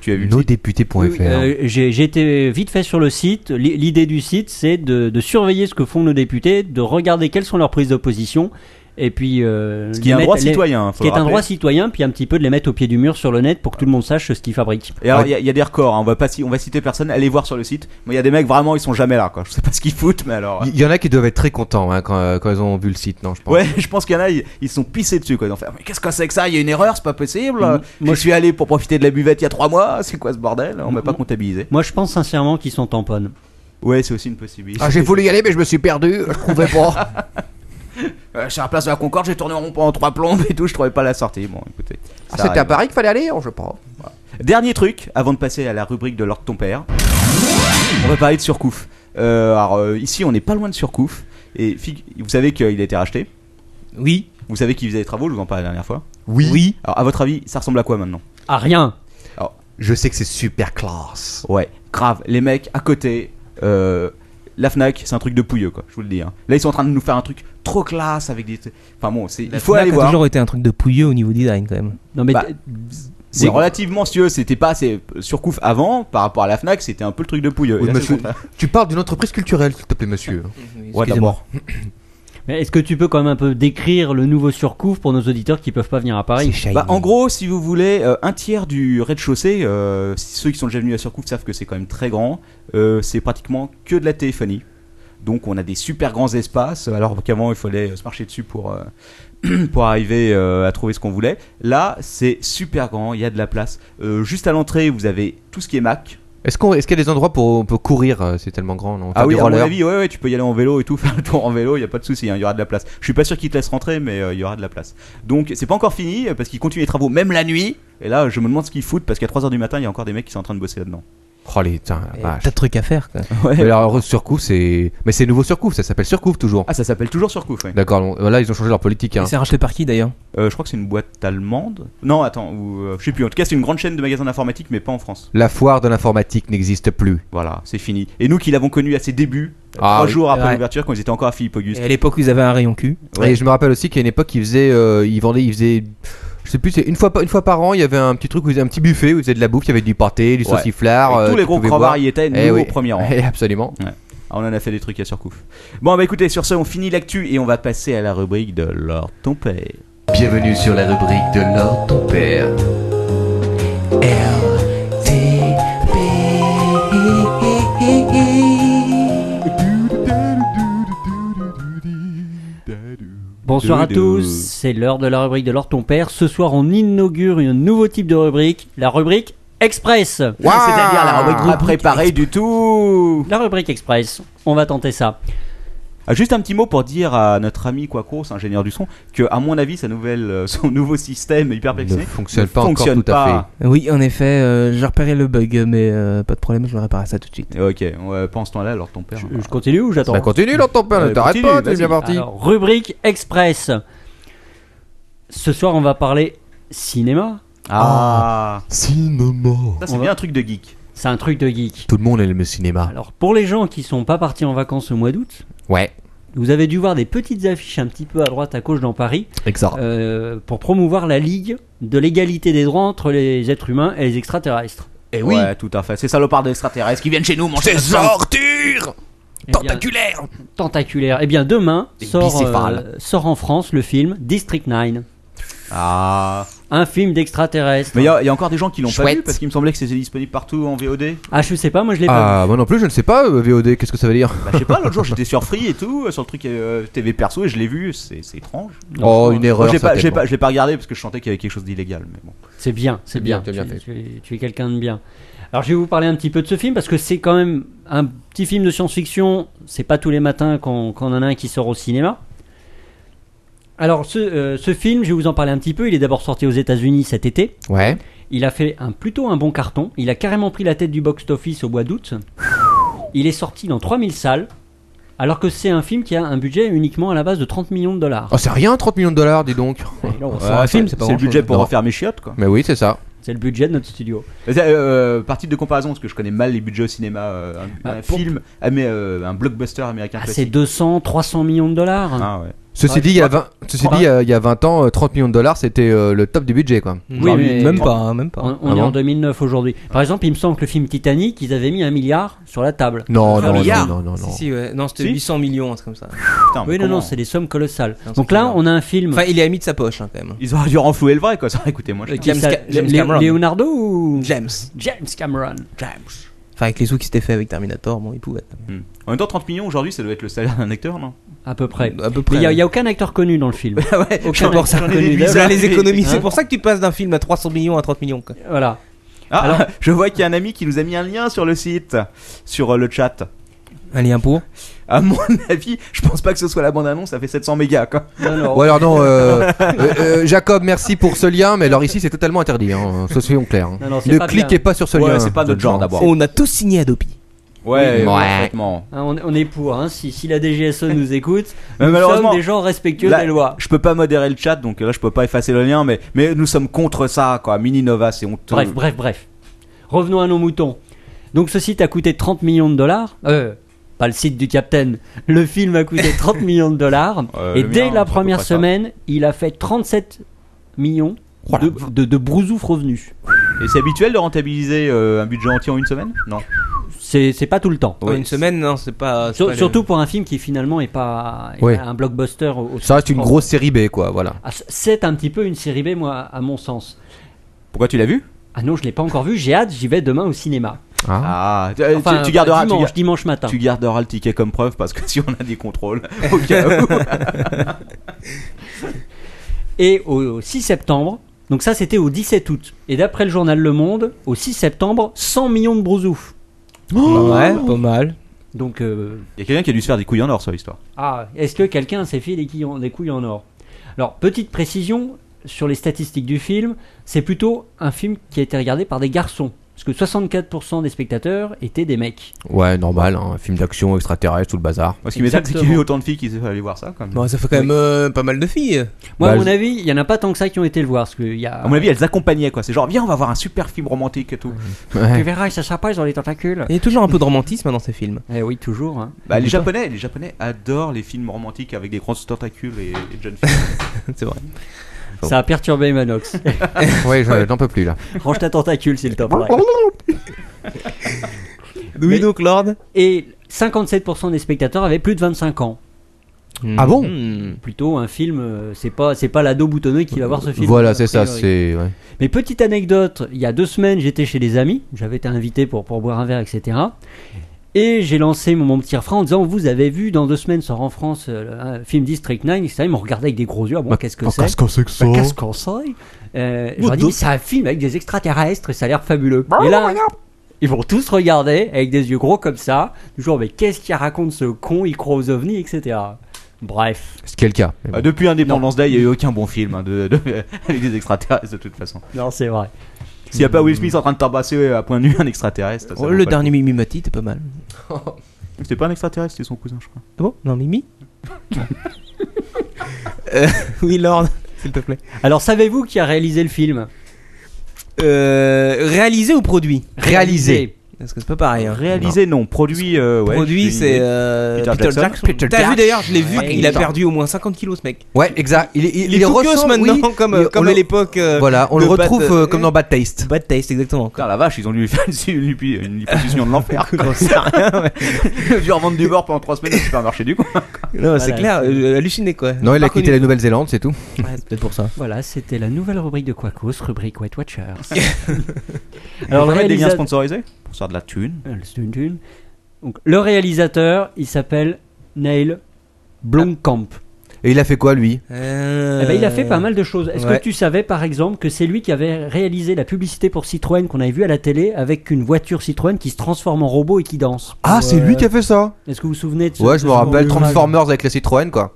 S3: Tu as vu. le site
S5: Nosdéputés.fr.
S6: Oui, oui, euh, J'ai j'ai été vite fait sur le site. L'i- L'idée du site, c'est de, de surveiller ce que font nos députés, de regarder quelles sont leurs prises d'opposition, et puis euh,
S3: Ce qui est
S6: les
S3: un
S6: mettre-
S3: droit
S6: les-
S3: citoyen. hein,
S6: ce qui est un droit citoyen, puis un petit peu de les mettre au pied du mur sur le net pour que tout le monde sache ce qu'ils fabriquent.
S3: Et alors, il y a- il y, a des records, hein. on, va pas, ci- on va citer personne, allez voir sur le site. Moi, il y a des mecs vraiment, ils sont jamais là, quoi. Je sais pas ce qu'ils foutent, mais alors. euh,
S5: Il y en a qui doivent être très contents hein, quand, euh, quand ils ont vu le site, non, je pense.
S3: Ouais, je pense qu'il y en a, ils ils se sont pissés dessus, quoi. Ils ont fait, mais qu'est-ce que c'est que ça Il y a une erreur, c'est pas possible. Moi, je suis allé pour profiter de la buvette il y a trois mois, c'est quoi ce bordel On m'a pas
S6: Mhm.
S3: comptabilisé.
S6: Moi, je pense sincèrement qu'ils sont tamponnes.
S3: Ouais, c'est aussi une possibilité.
S5: Ah, j'ai voulu y aller, mais je me suis perdu, je trouvais pas.
S3: Euh, je suis à la place de la Concorde, j'ai tourné en rond pendant trois plombes et tout, je trouvais pas la sortie. Bon, écoutez.
S5: Ah,
S3: ça
S5: C'était à
S3: arrive.
S5: Paris qu'il fallait aller, oh, je pense.
S3: Dernier truc, avant de passer à la rubrique de l'ordre de ton père, on va parler de Surcouf. Euh, alors, euh, ici, on n'est pas loin de Surcouf. Et fig- vous savez qu'il a été racheté.
S4: Oui.
S3: Vous savez qu'il faisait des travaux, je vous en parlais la dernière fois.
S5: Oui. oui.
S3: Alors, à votre avis, ça ressemble à quoi maintenant
S6: Ah rien.
S5: Je sais que c'est super classe.
S3: Ouais, grave. Les mecs, à côté, euh, la Fnac, c'est un truc de pouilleux, quoi. Je vous le dis. hein. Là, ils sont en train de nous faire un truc trop classe avec des. Enfin bon, c'est. Il faut
S4: Fnac
S3: aller
S4: a
S3: voir.
S4: toujours été un truc de pouilleux au niveau design quand même.
S6: Non mais
S3: Bah,
S6: d-
S3: C'est
S6: Oui.
S3: relativement cieux. C'était pas assez euh, surcouf avant par rapport à la Fnac. C'était un peu le truc de pouilleux. Et
S5: Oui,
S3: là, c'est
S5: monsieur,
S3: le contraire.
S5: tu parles d'une entreprise culturelle, s'il te plaît, monsieur.
S3: Ouais, d'abord.
S6: mais est-ce que tu peux quand même un peu décrire le nouveau surcouf pour nos auditeurs qui peuvent pas venir à Paris
S3: Bah, en gros, si vous voulez, euh, un tiers du rez-de-chaussée, euh, si ceux qui sont déjà venus à Surcouf savent que c'est quand même très grand, euh, c'est pratiquement que de la téléphonie. Donc on a des super grands espaces, alors qu'avant il fallait se marcher dessus pour, euh, pour arriver euh, à trouver ce qu'on voulait. Là, c'est super grand, il y a de la place. Euh, juste à l'entrée, vous avez tout ce qui est Mac.
S5: Est-ce qu'on- est-ce qu'il y a des endroits pour, on peut courir euh, C'est tellement grand, non Faire
S3: ah oui,
S5: du
S3: à mon
S5: roller.
S3: avis, ouais, ouais, tu peux y aller en vélo et tout, faire le tour en vélo, il n'y a pas de souci, hein, il y aura de la place. Je suis pas sûr qu'ils te laissent rentrer, mais euh, il y aura de la place. Donc c'est pas encore fini, euh, parce qu'ils continuent les travaux même la nuit. Et là, je me demande ce qu'ils foutent, parce qu'à 3h du matin, il y a encore des mecs qui sont en train de bosser là-dedans.
S5: Oh les putain, la
S4: Et
S5: vache.
S4: T'as de trucs à faire quoi.
S5: Mais alors, euh, surcouf, c'est. Mais c'est nouveau surcouf, ça s'appelle surcouf toujours.
S3: Ah, ça s'appelle toujours Surcouf, ouais.
S5: D'accord, bon, là ils ont changé leur politique. Hein.
S4: Et C'est racheté par qui d'ailleurs
S3: Euh, je crois que c'est une boîte allemande. Non, attends, ou, euh, je sais plus. En tout cas, c'est une grande chaîne de magasins d'informatique, mais pas en France.
S5: La foire de l'informatique n'existe plus.
S3: Voilà, c'est fini. Et nous qui l'avons connu à ses débuts, euh,
S5: Ah,
S3: trois
S5: oui.
S3: jours après
S4: Ouais.
S3: l'ouverture, quand ils étaient encore à Philippe Auguste.
S4: Et à l'époque où ils avaient un rayon cul.
S3: Ouais.
S5: Et je me rappelle aussi qu'à une époque ils faisaient, euh, ils vendaient, ils faisaient, je sais plus, c'est une fois, par- une fois par an, il y avait un petit truc, où ils faisaient un petit buffet où ils faisaient de la bouffe, il y avait du pâté, du
S3: Ouais.
S5: sauciflard.
S3: Et
S5: euh,
S3: tous les
S5: tu
S3: gros
S5: pouvais
S3: crevards
S5: boire.
S3: y étaient, nous
S5: Eh oui.
S3: au premier rang.
S5: Eh, absolument.
S3: Ah, on en a fait des trucs à Surcouf. Bon, bah écoutez, sur ce, on finit l'actu et on va passer à la rubrique de Lord ton père.
S9: Bienvenue sur la rubrique de Lord ton père.
S6: Bonsoir à
S3: Doudou.
S6: tous, c'est l'heure de la rubrique de l'or ton père. Ce soir, on inaugure un nouveau type de rubrique, la rubrique Express.
S3: C'est-à-dire la rubrique pas préparée Ah, du tout
S6: La rubrique Express, on va tenter ça.
S3: Ah, Juste un petit mot pour dire à notre ami Quacos, ingénieur du son, que à mon avis, sa nouvelle, euh, son nouveau système hyper
S5: Ne
S3: perfectionné
S5: fonctionne pas encore
S3: fonctionne
S5: tout à
S3: pas.
S5: fait.
S4: Oui, en effet, euh, j'ai repéré le bug, mais euh, pas de problème, je vais réparer ça tout de suite.
S3: Ok, ouais, pense-toi là, hein. alors ton père.
S6: Je, je continue ou j'attends
S5: Bah continue, Lord ton père,
S3: Ouais,
S5: ne t'arrête
S3: Euh, continue,
S5: pas, t'es
S3: vas-y.
S5: bien parti.
S6: Alors, rubrique Express. Ce soir, on va parler cinéma.
S3: Ah,
S5: Cinéma.
S3: Ça,
S6: On
S3: c'est
S6: va-
S3: bien un truc de geek.
S6: C'est un truc de geek.
S5: Tout le monde aime le cinéma.
S6: Alors, pour les gens qui sont pas partis en vacances au mois d'août,
S5: Ouais,
S6: vous avez dû voir des petites affiches un petit peu à droite à gauche dans Paris
S5: exact.
S6: euh, pour promouvoir la Ligue de l'égalité des droits entre les êtres humains et les extraterrestres.
S3: Et Eh oui. Ouais, tout à fait. Ces salopards d'extraterrestres qui viennent chez nous manger notre viande.
S6: Eh bien, tentaculaire. Eh bien, demain sort,
S5: bicéphales.
S6: euh, sort en France le film District 9.
S3: Ah.
S6: Un film d'extraterrestres.
S3: Mais il y, a- y a encore des gens qui l'ont pas vu
S5: Chouette.
S3: parce qu'il me semblait que c'était disponible partout en VOD.
S6: Ah, je sais pas, moi je l'ai pas
S5: Ah, moi non plus, je ne sais pas, euh, VOD, qu'est-ce que ça veut dire
S3: Bah, je sais pas, l'autre jour j'étais sur Free et tout, euh, sur le truc euh, TV perso et je l'ai vu, c'est c'est étrange.
S6: vu. Non,
S5: Oh,
S6: je-
S5: une
S3: Moi,
S5: erreur.
S3: je l'ai
S5: ça,
S3: pas, je l'ai
S5: tellement.
S3: pas- je l'ai pas regardé parce que je sentais qu'il y avait quelque chose d'illégal. Mais bon.
S6: C'est bien, c'est
S5: C'est bien,
S6: bien.
S5: t'as bien
S6: tu,
S5: fait.
S6: tu es- tu es quelqu'un de bien. Alors je vais vous parler un petit peu de ce film parce que c'est quand même un petit film de science-fiction. C'est pas tous les matins qu'on qu'on en a un qui sort au cinéma. Alors, ce, euh, ce film, je vais vous en parler un petit peu. Il est d'abord sorti aux États-Unis cet été.
S5: Ouais.
S6: Il a fait un, plutôt un bon carton. Il a carrément pris la tête du box-office au mois d'août. Il est sorti dans 3000 salles, alors que c'est un film qui a un budget uniquement à la base de 30 millions de dollars.
S5: Oh, c'est rien, 30 millions de dollars, dis donc.
S3: Ouais, Eh C'est le budget pour refaire mes chiottes, quoi.
S5: Mais oui, c'est ça.
S6: C'est le budget de notre studio.
S3: Euh, euh, partie de comparaison, parce que je connais mal les budgets au cinéma. euh, un
S6: Bah,
S3: un
S6: pour-
S3: film, ah, mais, euh, un blockbuster américain.
S6: Ah, c'est
S3: classique.
S6: 200, 300 millions de dollars.
S3: Ah, ouais.
S5: Ceci
S3: Ouais,
S5: dit, il y a 20, ceci
S3: Voilà.
S5: dit, euh, il y a 20 ans, euh, 30 millions de dollars, c'était euh, le top du budget, quoi.
S6: Oui, mais-
S4: Même pas, hein, même pas.
S6: On, on
S5: Ah
S6: est
S5: bon
S6: en 2009 aujourd'hui. Par exemple, il me semble que le film Titanic, ils avaient mis un milliard sur la table.
S5: Non,
S3: Un
S5: non, non,
S3: milliard.
S5: non, non, non.
S4: Si, si, ouais. Non, c'était
S3: Si
S4: 800 millions, un truc comme ça.
S3: Putain, mais
S6: Oui, non,
S3: comment
S6: non, c'est des sommes colossales.
S4: C'est un
S6: Donc
S4: truc
S6: là,
S4: énorme.
S6: on a un film.
S4: Enfin, il est ami de sa poche, hein, quand même.
S3: Ils auraient dû renflouer le vrai, quoi. Ça aurait coûté moins cher.
S4: James
S6: qui s'a-
S4: Ca- James
S6: Lé-
S4: Cameron.
S6: Leonardo ou
S4: James.
S6: James Cameron.
S4: Enfin, avec les sous qui s'étaient faits avec Terminator, bon, il pouvait.
S3: Hmm. En même temps, 30 millions aujourd'hui, ça doit être le salaire d'un acteur, non
S6: À peu près.
S4: À peu
S6: Mais
S4: près.
S6: il n'y a, aucun acteur connu dans le film.
S4: ouais,
S6: euh, aucun
S4: c'est pour ça
S3: acteur
S4: que
S3: connu.
S4: les-
S3: Voilà.
S4: les économies.
S6: Hein.
S4: C'est pour ça que tu passes d'un film à 300 millions à 30 millions. quoi.
S6: voilà.
S3: Ah,
S6: Alors-
S3: je vois qu'il y a un ami qui nous a mis un lien sur le site, sur euh, le chat.
S4: Un lien pour
S3: À mon avis, je pense pas que ce soit la bande-annonce, ça fait 700 mégas, quoi.
S6: Non, non.
S5: Ou alors non, euh, euh, euh, Jacob, merci pour ce lien, mais alors ici c'est totalement interdit, hein, soyons clairs.
S6: Non, non, c'est
S5: Ne
S6: pas
S5: cliquez
S6: bien.
S5: pas sur ce
S3: Ouais,
S5: lien. hein,
S3: c'est pas notre genre d'abord.
S4: On a tous signé Adobe.
S3: Ouais,
S5: Ouais.
S3: complètement.
S6: Hein, on, on est pour. hein. Si, si la DGSE nous écoute,
S3: Mais
S6: nous
S3: malheureusement,
S6: sommes des gens respectueux
S3: là-
S6: des lois.
S3: Je peux pas modérer le chat, donc euh, là je peux pas effacer le lien, mais, mais nous sommes contre ça, quoi. Mini Nova, c'est honteux.
S6: Bref, bref, bref. Revenons à nos moutons. Donc ce site a coûté 30 millions de dollars. Euh, pas le site du Capitaine. Le film a coûté 30 millions de dollars.
S3: Euh,
S6: et
S3: le
S6: dès
S3: mien, c'est à
S6: la
S3: peu
S6: première
S3: près ça.
S6: semaine, il a fait 37 millions
S5: Oh la
S6: de, de, de brousouf revenus.
S3: Et c'est habituel de rentabiliser euh, un budget entier en une semaine Non.
S6: C'est c'est pas tout le temps.
S4: En Une semaine, non, c'est pas. c'est
S6: Sur-
S4: pas le-
S6: surtout pour un film qui finalement est pas est
S5: Oui.
S6: pas un blockbuster. au- au-
S5: Ça reste une
S6: au-
S5: grosse série B, quoi, voilà.
S6: Ah, C'est un petit peu une série B, moi, à mon sens.
S3: Pourquoi tu l'as vu
S6: Ah non, je l'ai pas encore vu. J'ai hâte. J'y vais demain au cinéma.
S3: Ah, tu- euh, tu-
S6: Hein? Enfin,
S3: tu, garderas, tu,
S6: dimanche,
S3: gar-
S6: dimanche matin.
S3: tu garderas le ticket comme preuve parce que si on a des contrôles, au cas où.
S6: Et au, au 6 septembre, donc ça c'était au 17 août. Et d'après le journal Le Monde, au 6 septembre, 100 millions de brousouf.
S4: Ouais,
S6: Oh
S4: pas mal.
S6: Donc, euh,
S3: Il y a quelqu'un qui a dû se faire des couilles en or sur l'histoire.
S6: ah, est-ce que quelqu'un s'est fait des couilles, en, des couilles en or Alors, petite précision sur les statistiques du film, c'est plutôt un film qui a été regardé par des garçons. Parce que 64% des spectateurs étaient des mecs.
S5: Ouais, normal, hein, un film d'action extraterrestre, tout le bazar.
S3: Moi, ce qui m'étonne, c'est qu'il y a eu
S6: Exactement.
S3: autant de filles qui sont allées voir ça. Quand même.
S4: Bon, ça fait quand même euh, pas mal de filles.
S6: Moi, à
S5: Bah,
S6: mon
S5: je- Ah,
S6: avis, il y en a pas tant que ça qui ont été le voir. Parce que il y a...
S3: À mon avis, elles accompagnaient quoi. C'est genre, viens, on va voir un super film romantique et tout.
S6: Tu
S5: Ouais.
S6: verras, ça sera pas, ils ont les tentacules.
S4: Il y a toujours un peu de romantisme hein, dans ces films.
S6: Eh oui, toujours. hein.
S3: Bah, les japonais, les japonais adorent les films romantiques avec des grosses tentacules et, et de jeunes filles.
S4: c'est vrai. Oh.
S6: Ça a perturbé Manox.
S5: ouais, je- j'en peux plus là.
S6: Range ta tentacule, s'il te plaît.
S4: Oui,
S6: Mais-
S4: donc, Lord.
S6: Et 57% des spectateurs avaient plus de 25 ans.
S5: Ah bon
S4: Hmm.
S6: Plutôt un film, euh, c'est pas c'est pas l'ado boutonneux qui va voir ce film. euh,
S5: Voilà,
S6: a
S5: c'est ça,
S6: priori.
S5: c'est. ouais.
S6: Mais petite anecdote, il y a deux semaines, j'étais chez des amis, j'avais été invité pour, pour boire un verre, etc. Et j'ai lancé mon, mon petit refrain en disant Vous avez vu dans deux semaines sort en France euh, un film District 9, etc. Ils m'ont regardé avec des gros yeux. Ah bon, qu'est-ce que c'est Qu'est-ce que c'est que ça Qu'est-ce qu'on sait euh, Je leur ai dit Mais C'est un film avec des extraterrestres, ça a l'air fabuleux. Et là, ils vont tous regarder avec des yeux gros comme ça, du genre Mais qu'est-ce qu'il raconte ce con Il croit aux ovnis, etc. Bref.
S5: C'est quel cas mais
S3: Bah,
S5: bon.
S3: depuis Indépendance Day, il n'y a eu aucun bon film hein, de, de- avec des extraterrestres de toute façon.
S6: Non, c'est vrai.
S3: S'il n'y a pas Will Smith en train de tabasser euh, à point nu un extraterrestre. ça
S4: Oh,
S3: vaut
S4: le
S3: pas
S4: dernier Mimi Mati, t'es pas mal.
S3: coup. C'était pas un extraterrestre, c'était son cousin, je crois.
S4: Ah bon Non, Mimi Euh, Oui, Lord, s'il te plaît.
S6: Alors, savez-vous qui a réalisé le film
S4: Euh, réalisé ou produit
S5: Réalisé.
S4: Parce que c'est pas pareil. hein.
S3: Réalisé, non. Produit, euh, ouais, j'ai
S4: produit,
S3: une
S4: c'est
S3: idée.
S4: euh,
S3: Peter
S4: Peter,
S3: Jackson.
S4: Jackson.
S5: Peter
S4: T'as
S5: Jackson.
S4: vu d'ailleurs, je l'ai vu,
S6: Ouais,
S4: il a
S5: putain.
S4: perdu au moins 50 kilos ce mec.
S5: Ouais, exact. Il, il,
S4: Il, est tout
S5: ressemble-
S4: maintenant,
S5: oui,
S4: comme,
S5: il- on
S4: comme
S5: le-
S4: à l'époque. euh,
S5: Voilà, on
S4: de
S5: le
S4: Bad-
S5: retrouve euh, comme dans Bad
S4: de
S5: Taste.
S4: Bad Taste, exactement.
S3: Putain, la vache, ils ont dû lui faire une, une, une liposuction de l'enfer. quoi.
S4: J'en sais rien, ouais.
S3: Il a dû revendre du beurre pendant 3 semaines au supermarché du coup.
S4: Non, c'est
S6: Voilà.
S4: clair, euh, halluciné quoi.
S5: Non, il a
S4: Pas connu.
S5: quitté la Nouvelle-Zélande, c'est tout.
S4: Ouais, c'est peut-être pour ça.
S6: Voilà, c'était la nouvelle rubrique de Quacos, rubrique White Watchers.
S3: Alors,
S6: le,
S3: on des liens
S6: réalisa-
S3: sponsorisés pour se faire de la thune.
S6: Euh, c'est une thune. Donc, le réalisateur, il s'appelle Neil Blomkamp.
S5: Et il a fait quoi lui
S4: Euh,
S6: Eh ben, il a fait pas mal de choses. Est-ce
S4: ouais.
S6: que tu savais, par exemple, que c'est lui qui avait réalisé la publicité pour Citroën qu'on avait vue à la télé avec une voiture Citroën qui se transforme en robot et qui danse
S5: Ah, c'est lui qui a fait ça
S6: Est-ce que vous vous souvenez de ce
S5: Ouais, je
S6: de
S5: me
S6: ce
S5: rappelle
S6: court-métrage
S5: Transformers avec la Citroën quoi.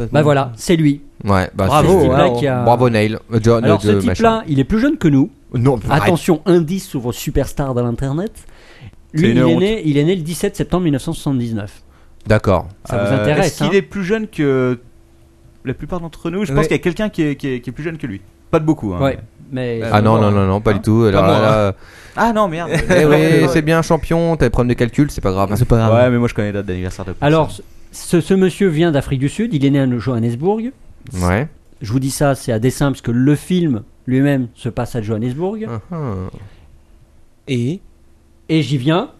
S4: Euh,
S6: Bah voilà, c'est lui.
S5: Ouais, bah,
S6: C'est ce
S5: c'est-
S6: type-là
S5: ouais.
S6: qui a-
S5: Bravo Neil. Euh, John,
S6: Alors
S5: euh,
S6: ce
S5: de- Ah,
S6: type-là, il est plus jeune que nous.
S5: machin. Non, arrête.
S6: Attention, indice sur vos superstars de l'internet.
S3: C'est
S6: Lui,
S3: une
S6: il est,
S3: honte.
S6: né, il est né le 17 septembre 1979.
S5: D'accord.
S6: Ça vous
S3: Euh,
S6: intéresse
S3: Est-ce
S6: hein
S3: qu'il est plus jeune que la plupart d'entre nous Je
S4: Ouais.
S3: pense qu'il y a quelqu'un qui est, qui, est, qui est plus jeune que lui. Pas de beaucoup. Hein.
S6: Ouais, mais
S5: Ah non, non, non, non, pas du tout. Alors
S4: moi,
S5: là, euh,
S3: Ah non, merde.
S5: eh oui, c'est bien champion, t'as des problèmes de calcul, c'est pas grave.
S4: C'est pas grave.
S3: Ouais, mais moi je connais la date d'anniversaire de
S6: Ah. Alors, ce, ce monsieur vient d'Afrique du Sud, il est né à Johannesburg.
S5: Ouais.
S6: Je vous dis ça, c'est à dessein parce que le film lui-même se passe à Johannesburg.
S5: Ah, ah.
S4: Et
S6: Et j'y viens,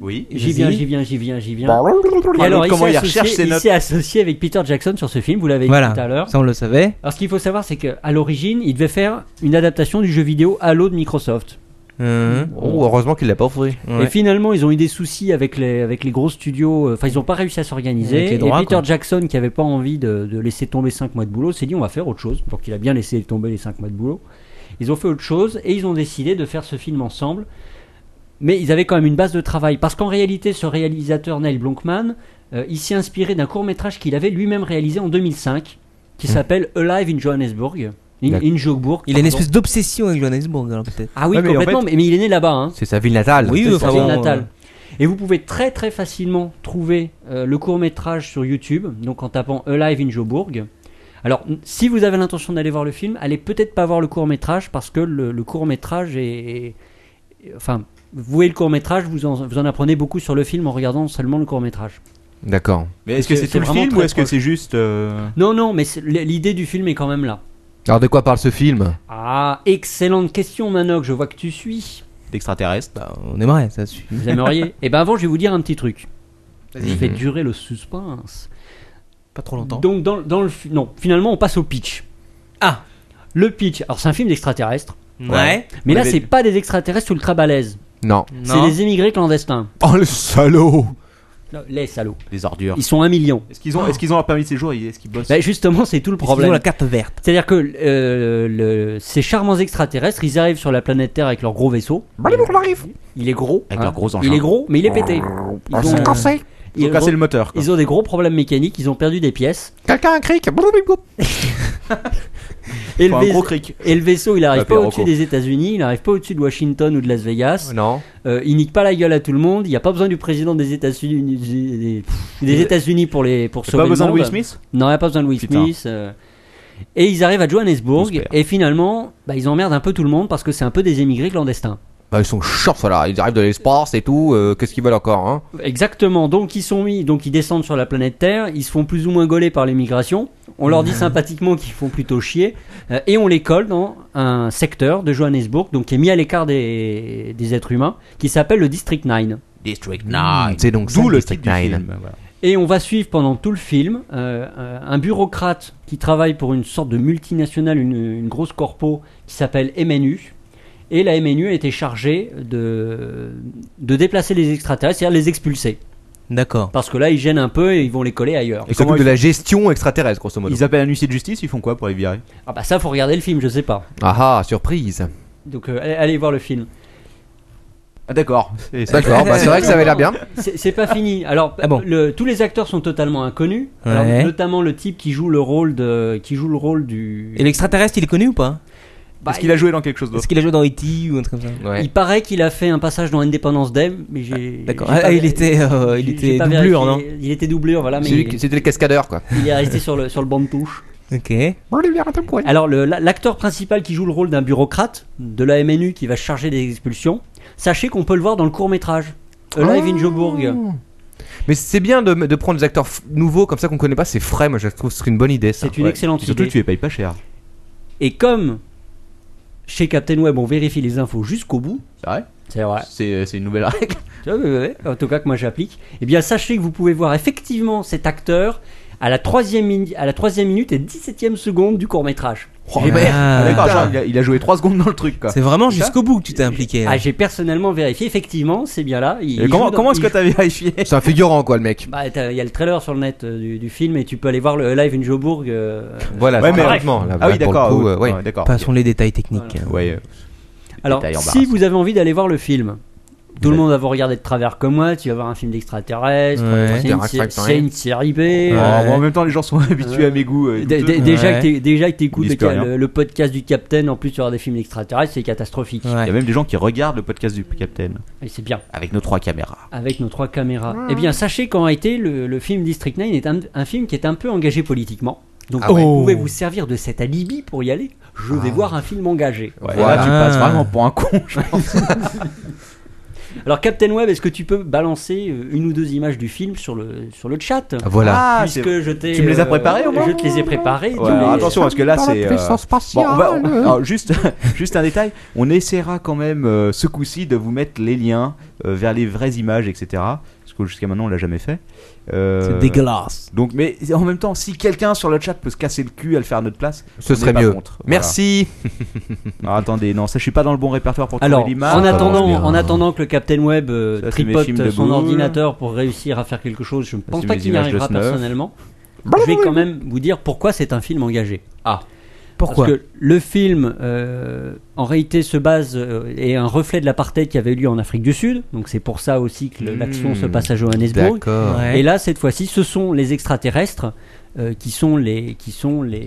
S3: Oui.
S6: j'y
S4: Vas-y.
S6: viens, j'y viens, j'y viens, j'y viens. Et alors,
S3: Bah comment
S6: s'est
S3: il
S6: associé-
S3: recherche ses
S6: il
S3: notes
S6: s'est associé avec Peter Jackson sur ce film, vous l'avez
S4: Voilà.
S6: dit tout à l'heure.
S4: ça, on le savait.
S6: Alors, ce qu'il faut savoir, c'est qu'à l'origine, il devait faire une adaptation du jeu vidéo Halo de Microsoft.
S4: Hum,
S5: Oh, heureusement qu'il l'a pas offert.
S4: ouais.
S6: Et finalement, ils ont eu des soucis avec les, avec les gros studios. euh, Enfin, ils n'ont pas réussi à
S4: Avec
S6: s'organiser.
S4: les
S6: Et
S4: droits,
S6: Peter
S4: quoi.
S6: Jackson, qui n'avait pas envie de, de laisser tomber 5 mois de boulot, s'est dit on va faire autre chose. Donc, il a bien laissé tomber les 5 mois de boulot. Ils ont fait autre chose et ils ont décidé de faire ce film ensemble. Mais ils avaient quand même une base de travail. Parce qu'en réalité, ce réalisateur Neil Blomkamp, euh, il s'est inspiré d'un court métrage qu'il avait lui-même réalisé en 2005, qui s'appelle Alive in Johannesburg. In,
S5: D'accord.
S6: in Johannesburg,
S4: Hum. Il a une
S6: pardon.
S4: espèce d'obsession avec Johannesburg, alors peut-être.
S6: Ah oui,
S3: Ouais, mais en
S6: complètement, mais, mais il est né là-bas. Hein.
S5: C'est sa ville natale.
S4: Oui,
S6: C'est
S4: enfin
S6: sa ville
S4: bon, euh,
S6: natale. Et vous pouvez très très facilement trouver euh, le court métrage sur YouTube, donc en tapant Alive in Joburg. Alors, n- si vous avez l'intention d'aller voir le film, allez peut-être pas voir le court métrage parce que le, le court métrage est, est- Enfin, vous voyez le court métrage, vous en, vous en apprenez beaucoup sur le film en regardant seulement le court métrage.
S5: D'accord.
S3: Mais est-ce que
S6: c'est-
S3: c'est
S6: c'est
S3: tout le
S6: vraiment
S3: film ou
S6: très
S3: est-ce que
S6: proche.
S3: c'est juste. euh,
S6: Non, non, mais c'est- l'idée du film est quand même là.
S5: Alors de quoi parle ce film
S6: Ah, excellente question, Manoc, je vois que tu suis.
S3: d'extraterrestres
S4: Bah, on aimerait, ça suit.
S6: Vous aimeriez Et ben avant, je vais vous dire un petit truc.
S4: Vas-y. Mhm.
S6: Je fais durer le suspense.
S4: Pas trop longtemps.
S6: Donc dans, dans le fi- non, finalement on passe au pitch.
S4: Ah.
S6: le pitch. Alors c'est un film d'extraterrestres,
S4: ouais.
S6: mais
S3: On
S6: là
S3: l'avait
S6: c'est
S3: dit.
S6: pas des extraterrestres ultra balèzes,
S5: Non.
S6: c'est
S4: Non.
S6: des émigrés clandestins.
S5: Oh le salaud
S6: Non, Les salauds,
S3: Des ordures.
S6: ils sont un million.
S3: Est-ce qu'ils ont, est-ce qu'ils ont leur permis de séjour Est-ce qu'ils bossent
S6: Bah, justement c'est tout le
S4: Problème.
S6: problème.
S4: la carte verte.
S6: C'est-à-dire que euh, le- ces charmants extraterrestres, ils arrivent sur la planète Terre avec leur gros vaisseau. Il est gros. hein.
S3: Avec leur gros engin.
S6: Ah. Il est gros, mais il est pété. Ils
S3: Ah,
S6: ont,
S3: Ils ont
S6: ils
S3: cassé
S6: ont-
S3: le moteur. quoi.
S6: ils ont des gros problèmes mécaniques, ils ont perdu des pièces.
S5: Quelqu'un a cric
S6: Et le,
S3: Enfin, un
S6: vais-
S3: gros cric.
S6: et le vaisseau, il arrive
S5: Ah,
S6: pas
S5: Pierre
S6: au-dessus
S5: Rocco.
S6: des États-Unis, il arrive pas au-dessus de Washington ou de Las Vegas.
S5: Non.
S6: Euh, il nique pas la gueule à tout le monde. Il n'y a pas besoin du président des États-Unis des, des États-Unis pour les pour
S3: T'as
S6: sauver
S3: Euh, pas besoin
S6: le
S3: de
S6: monde.
S3: Will Smith
S6: Non, il n'y a pas besoin de Will
S3: Putain.
S6: Smith. euh. Et ils arrivent à
S3: On
S6: Johannesburg
S3: se perd.
S6: et finalement, bah, ils emmerdent un peu tout le monde parce que c'est un peu des émigrés clandestins.
S5: Bah ils sont shorts là, ils arrivent de l'espace et tout, euh, qu'est-ce qu'ils veulent encore hein
S6: Exactement. Donc ils sont mis, donc ils descendent sur la planète Terre. Ils se font plus ou moins gauler par l'immigration. On leur dit sympathiquement qu'ils font plutôt chier euh, et on les colle dans un secteur de Johannesburg, donc qui est mis à l'écart des, des êtres humains, qui s'appelle le District 9.
S3: District
S5: C'est donc ça,
S3: Mmh. D'où le
S5: District
S3: titre du
S5: 9.
S3: film. voilà.
S6: Et on va suivre pendant tout le film euh, euh, un bureaucrate qui travaille pour une sorte de multinationale, une, une grosse corpo qui s'appelle MNU. Et la MNU a été chargée de, de déplacer les extraterrestres, c'est-à-dire les expulser.
S4: D'accord.
S6: Parce que là, ils gênent un peu et ils vont les coller ailleurs.
S5: Ils
S3: comment
S5: s'occupent de
S3: ils-
S5: la gestion extraterrestre grosso modo.
S3: Ils appellent un huissier de justice, ils font quoi pour les virer
S6: Ah bah ça, faut regarder le film, je sais pas.
S5: Ah ah, surprise.
S6: Donc euh, allez, allez voir le film.
S3: Ah d'accord. Et ça-
S5: D'accord, bah c'est vrai que ça avait l'air bien.
S6: C'est c'est pas fini. Alors,
S4: Ah bon.
S6: le- tous les acteurs sont totalement inconnus. Alors,
S4: Ouais.
S6: notamment le type qui joue le rôle de, qui joue le rôle du.
S4: Et l'extraterrestre, il est connu ou pas
S6: Bah,
S3: Est-ce qu'il a joué dans quelque chose d'autre
S4: Est-ce qu'il a joué dans E.T. ou un truc comme ça
S6: Il paraît qu'il a fait un passage dans Independence Day, mais j'ai.
S4: D'accord.
S6: j'ai
S4: Ah,
S6: pas-
S4: il était, euh, il
S6: j'ai-
S4: était
S6: j'ai pas
S4: doublure, non
S6: vérifié. Il était doublure, voilà, Ah, mais
S5: Celui
S6: il,
S5: qui- C'était le cascadeur quoi.
S6: il est resté sur le, sur le banc de touche.
S4: Ok.
S6: Alors, le- la- l'acteur principal qui joue le rôle d'un bureaucrate de la MNU qui va se charger des expulsions, sachez qu'on peut le voir dans le court-métrage. Alive in Joburg.
S4: Ah.
S5: Mais c'est bien de, de prendre des acteurs f- nouveaux comme ça qu'on connaît pas, c'est frais, moi je trouve que c'est une bonne idée ça.
S6: C'est une
S3: Ouais.
S6: excellente
S3: Surtout,
S6: idée.
S3: tu les payes pas cher.
S6: Et comme chez Captain Web, on vérifie les infos jusqu'au bout,
S3: C'est vrai
S6: c'est vrai.
S3: C'est c'est une nouvelle règle.
S6: Ouais, ouais, ouais. En tout cas, que moi j'applique. Eh bien, sachez que vous pouvez voir effectivement cet acteur à la troisième, mini- à la troisième minute et 17 e seconde du court-métrage.
S3: Eh ben,
S4: Ah,
S3: ah, d'accord,
S5: putain.
S3: genre, il a- il a joué 3 secondes dans le truc quoi.
S4: C'est vraiment
S3: C'est ça
S4: jusqu'au bout que tu t'es impliqué. là.
S6: Ah, j'ai personnellement vérifié, effectivement, c'est bien là. Il-
S3: Et
S6: il
S3: comment
S6: joue dans-
S3: comment est-ce
S6: il
S3: que
S6: joue-
S3: t'as vérifié
S5: C'est un figurant quoi le mec.
S6: Bah, t'as- il y a le trailer sur le net euh, du, du film et tu peux aller voir le live in Joburg. euh,
S5: Voilà,
S3: Ouais,
S5: c'est
S3: mais-
S5: parfaitement, là,
S3: Ah oui,
S5: là, pour le
S3: d'accord.
S5: coup,
S3: oui.
S5: euh, ouais.
S3: Ouais, d'accord.
S4: Passons les détails techniques.
S3: Ouais. euh,
S6: Alors,
S3: détail
S6: si
S3: embarrassant.
S6: vous avez envie d'aller voir le film, Tout le monde va vous regarder de travers comme moi. Tu vas voir un film d'extraterrestre.
S4: Ouais.
S6: C'est une, sé- c'est une série B.
S3: Oh,
S6: euh,
S3: bon, en même temps, les gens sont habitués à mes goûts. euh,
S6: Dé-
S3: douteux.
S6: dé- Déjà
S4: Ouais.
S6: que t'é- déjà que t'écoutes
S3: Ils disent
S6: le,
S3: plus rien.
S6: le- le podcast du Captain, en plus tu auras des films extraterrestres, c'est catastrophique.
S3: Il y a
S4: Ouais.
S3: même des gens qui regardent le podcast du Captain
S6: Et c'est bien,
S3: avec nos trois caméras.
S6: avec nos trois caméras. Eh bien, sachez qu'en réalité, le, le film District 9 est un, un film qui est un peu engagé politiquement. Donc
S5: Ah ouais.
S6: vous
S3: Oh.
S6: pouvez vous servir de cet alibi pour y aller. Je vais voir un film engagé.
S3: Ah Ouais,
S5: Voilà.
S3: et Là, tu passes vraiment pour un con. je pense.
S6: Alors Captain Web, est-ce que tu peux balancer euh, une ou deux images du film sur le, sur le chat
S5: Voilà.
S3: Ah, c'est-
S6: Puisque je t'ai, euh,
S3: Tu me les as préparées, au moins
S6: Je te les ai préparées. tu
S3: Ouais, alors
S6: les-
S3: attention parce que là c'est euh, bon, on va- on- alors, juste juste un détail on essaiera quand même euh, ce coup-ci de vous mettre les liens euh, vers les vraies images etc parce que jusqu'à maintenant on l'a jamais fait Euh,
S4: C'est dégueulasse.
S3: donc mais en même temps si quelqu'un sur le chat peut se casser le cul à le faire à notre place
S5: Ce
S3: on n'est
S5: serait
S3: pas
S5: mieux.
S3: contre. Voilà.
S5: Merci.
S3: Alors, attendez non ça je suis pas dans le bon répertoire pour
S6: Alors,
S3: trouver l'image
S6: en attendant,
S5: commence bien.
S6: en attendant que le Captain Web euh,
S3: Ça, c'est mes films de
S6: tripote son
S3: boule.
S6: ordinateur pour réussir à faire quelque chose, je ne pense
S3: c'est
S6: pas
S3: mes
S6: qu'il y
S3: images de
S6: arrivera
S3: Snuff.
S6: personnellement. Je vais quand même vous dire pourquoi c'est un film engagé. Ah,
S4: Pourquoi
S6: Parce que le film, euh, en réalité, se base euh, est un reflet de l'apartheid qui avait eu lieu en Afrique du Sud. Donc c'est pour ça aussi que le-
S5: Mmh.
S6: l'action
S3: Hmm.
S6: se passe à Johannesburg.
S5: D'accord.
S4: Ouais.
S6: Et là, cette fois-ci, ce sont les extraterrestres euh, qui sont les qui sont les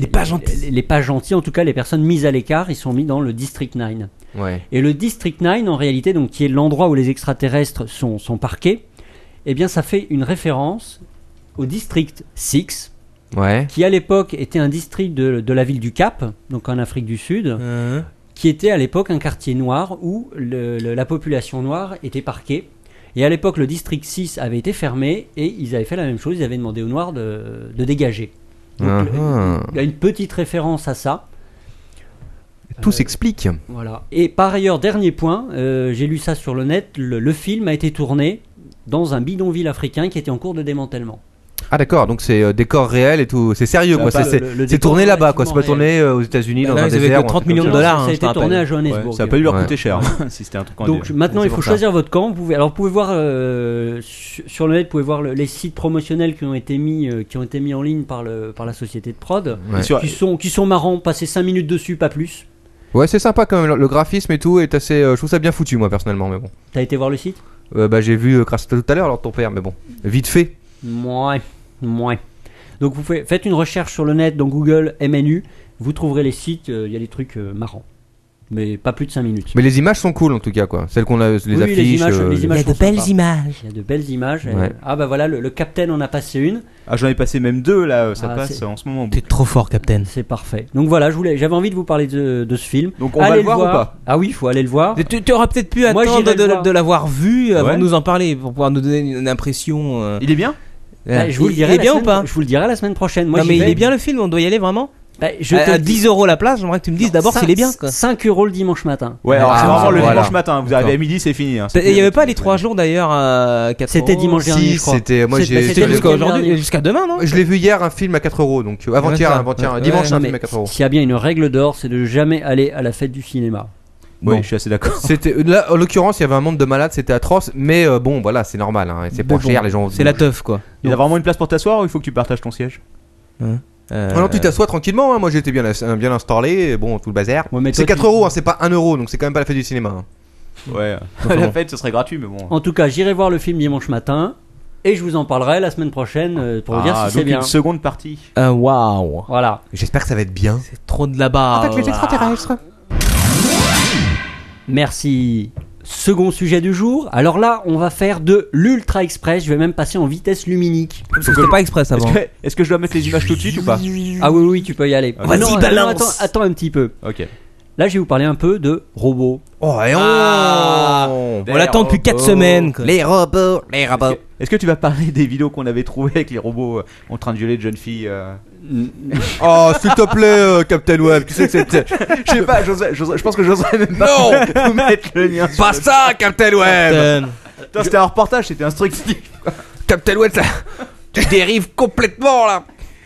S6: les,
S4: pas gentils.
S6: les- les pas gentils, en tout cas les personnes mises à l'écart. Ils sont mis dans le District 9.
S5: Ouais.
S6: Et le District 9, en réalité, donc, qui est l'endroit où les extraterrestres sont, sont parqués, eh bien, ça fait une référence au District 6,
S5: Ouais.
S6: qui à l'époque était un district de, de la ville du Cap, donc en Afrique du Sud,
S4: Hein
S6: qui était à l'époque un quartier noir où le- le- la population noire était parquée. Et à l'époque, le District 6 avait été fermé et ils avaient fait la même chose, ils avaient demandé aux noirs de, de dégager. Donc,
S5: Ah,
S6: le-
S5: Uhum.
S6: il y a une petite référence à ça.
S5: ah. Tout
S6: Euh,
S5: s'explique.
S6: Voilà. Et par ailleurs, dernier point, euh, j'ai lu ça sur le net, le, le film a été tourné dans un bidonville africain qui était en cours de démantèlement.
S5: Ah d'accord, donc c'est euh, décor réel et tout. C'est sérieux
S6: Ça
S5: quoi.
S6: va
S5: C'est
S6: pas,
S5: c'est-
S6: le- le
S5: c'est
S6: décor
S5: tourné
S6: est
S5: là-bas quoi. C'est pas
S6: relativement
S5: tourné euh, aux États-Unis
S4: Bah
S5: dans
S4: là,
S5: un
S4: ils avaient
S5: désert.
S4: que
S5: ou un
S4: 30
S5: truc
S4: millions
S5: comme
S4: de
S5: ça.
S4: dollars, hein,
S6: ça a
S4: je te
S6: été tourné
S4: rappelle.
S6: à Johannesburg.
S3: ça a pas dû leur
S5: Ouais.
S3: coûter cher hein, si c'était un truc en
S6: Donc
S3: direct.
S6: maintenant,
S5: C'est
S6: il faut
S5: pour ça.
S6: choisir votre camp. Vous pouvez, alors, vous pouvez voir euh, su- sur le net, vous pouvez voir le- les sites promotionnels qui ont été mis, euh, qui ont été mis en ligne par, le, par la société de prod,
S5: Ouais.
S3: Sur-
S6: qui sont, qui sont marrants. Passez 5 minutes dessus, pas plus.
S5: Ouais, c'est sympa quand même. Le- Le graphisme et tout est assez. euh, je trouve ça bien foutu moi personnellement, mais bon.
S6: T'as été voir le site
S5: Euh, bah j'ai vu euh, grâce à toi tout à l'heure alors ton père, mais bon. Vite fait.
S6: Mouais, mouais. Donc vous faites faites une recherche sur le net, dans Google, MNU, vous trouverez les sites, euh, il y a des trucs euh, marrants. Mais pas plus de 5 minutes.
S5: Mais les images sont cool en tout cas quoi. Celles qu'on a, les
S6: Oui, oui,
S5: affiches.
S6: les images,
S5: euh,
S6: les
S5: les-
S6: images sont sympas.
S4: images.
S6: Il y a de belles images.
S5: Ouais.
S6: Euh, Ah bah voilà, le, le Captain en a passé une,
S3: ah j'en ai passé même deux là ça
S6: Ah,
S3: passe
S6: c'est-
S3: en ce moment
S4: T'es trop fort, Captain.
S6: c'est parfait. Donc voilà, je voulais- j'avais envie de vous parler de, de ce film.
S3: donc on va le voir ou pas
S6: Ah oui, il faut aller le voir.
S4: Mais Tu, tu auras peut-être pu
S6: Moi,
S4: attendre
S6: j'irai le
S4: de,
S6: voir.
S4: de l'avoir vu avant
S3: Ouais.
S4: de nous en parler pour pouvoir nous donner une, une impression. euh,
S3: il est bien
S6: Bah, je vous
S4: il-
S6: le
S4: il
S6: dirai
S4: est
S6: la
S4: bien
S6: semaine-
S4: ou pas
S6: Je vous le dirai la semaine prochaine. Moi,
S4: Non
S6: j'y
S4: mais il
S6: vais.
S4: est bien le film, on doit y aller vraiment.
S6: Bah, je
S4: à,
S6: te
S4: à 10 euros la place, j'aimerais que tu me dises d'abord s'il est bien. quoi.
S6: 5 euros le dimanche matin.
S3: ouais alors
S5: Ah,
S3: c'est vraiment le
S5: voilà.
S3: dimanche matin vous arrivez à midi c'est fini hein.
S4: Et Il n'y avait pas les 3 jours d'ailleurs à 4
S6: C'était dimanche
S5: Si,
S6: dernier, je crois.
S5: c'était- moi,
S6: C'est-
S5: j'ai-
S6: bah,
S5: c'était
S6: le
S4: jusqu'à
S6: week-end
S4: aujourd'hui,
S6: dernier.
S4: jusqu'à demain, non
S5: Je l'ai vu hier un film à 4 euros donc euh, avant-hier,
S4: Ouais, ça.
S5: avant-hier,
S4: Ouais,
S5: dimanche
S4: ouais,
S3: hein,
S5: un
S6: mais
S5: film à 4 euros.
S6: S'il y a bien une règle d'or, c'est de jamais aller à la fête du cinéma.
S3: oui
S5: Bon.
S3: je suis assez d'accord
S5: C'était là en l'occurrence il y avait un monde de malades, c'était atroce, mais euh, bon voilà c'est normal, hein, c'est
S6: Mais
S5: pas
S6: bon,
S5: cher les gens.
S4: C'est la teuf quoi.
S3: il y a vraiment une place pour t'asseoir ou il faut que tu partages ton siège
S4: Euh,
S5: Alors tu t'assois tranquillement, hein, moi j'étais bien, ass- euh, bien installé, et bon tout le bazar.
S6: Ouais, mais toi,
S5: c'est 4
S6: tu-
S5: euros, hein, c'est pas 1 euro, donc c'est quand même pas la fête du cinéma. hein.
S3: ouais
S5: Enfin,
S3: la
S5: bon.
S3: fête ce serait gratuit mais bon
S6: En tout cas, j'irai voir le film dimanche matin et je vous en parlerai la semaine prochaine euh, pour vous dire
S3: Ah,
S6: si c'est
S3: donc
S6: bien.
S3: une seconde partie.
S4: euh, Waouh.
S6: Voilà.
S5: J'espère que ça va être bien.
S4: C'est trop de là-bas.
S6: Merci. Second sujet du jour. Alors là, on va faire de l'ultra express. Je vais même passer en vitesse luminique.
S4: C'était pas express
S3: Est-ce
S4: avant.
S3: que, est-ce que je dois mettre les images tout de suite ou pas
S6: Ah oui, oui, tu peux y aller.
S3: Ah, vas-y,
S6: Non, non,
S4: balance.
S6: attends, attends un petit peu.
S3: Ok.
S6: Là, je vais vous parler un peu de robots.
S5: Oh et on
S4: Ah. On l'attend depuis 4 semaines. quoi.
S5: Les robots, les robots.
S3: Est-ce que tu vas parler des vidéos qu'on avait trouvées avec les robots euh, en train de violer de jeunes filles euh
S5: Oh s'il te plaît euh, Captain Web, qu'est-ce que c'est que
S3: Je sais pas, j'oserais- j'oserais- je pense que j'oserais même pas vous mettre le lien.
S5: Pas ça Captain Web
S4: Euh,
S3: Putain, c'était un reportage, c'était instructif.
S5: Captain Web ça... Tu dérives complètement là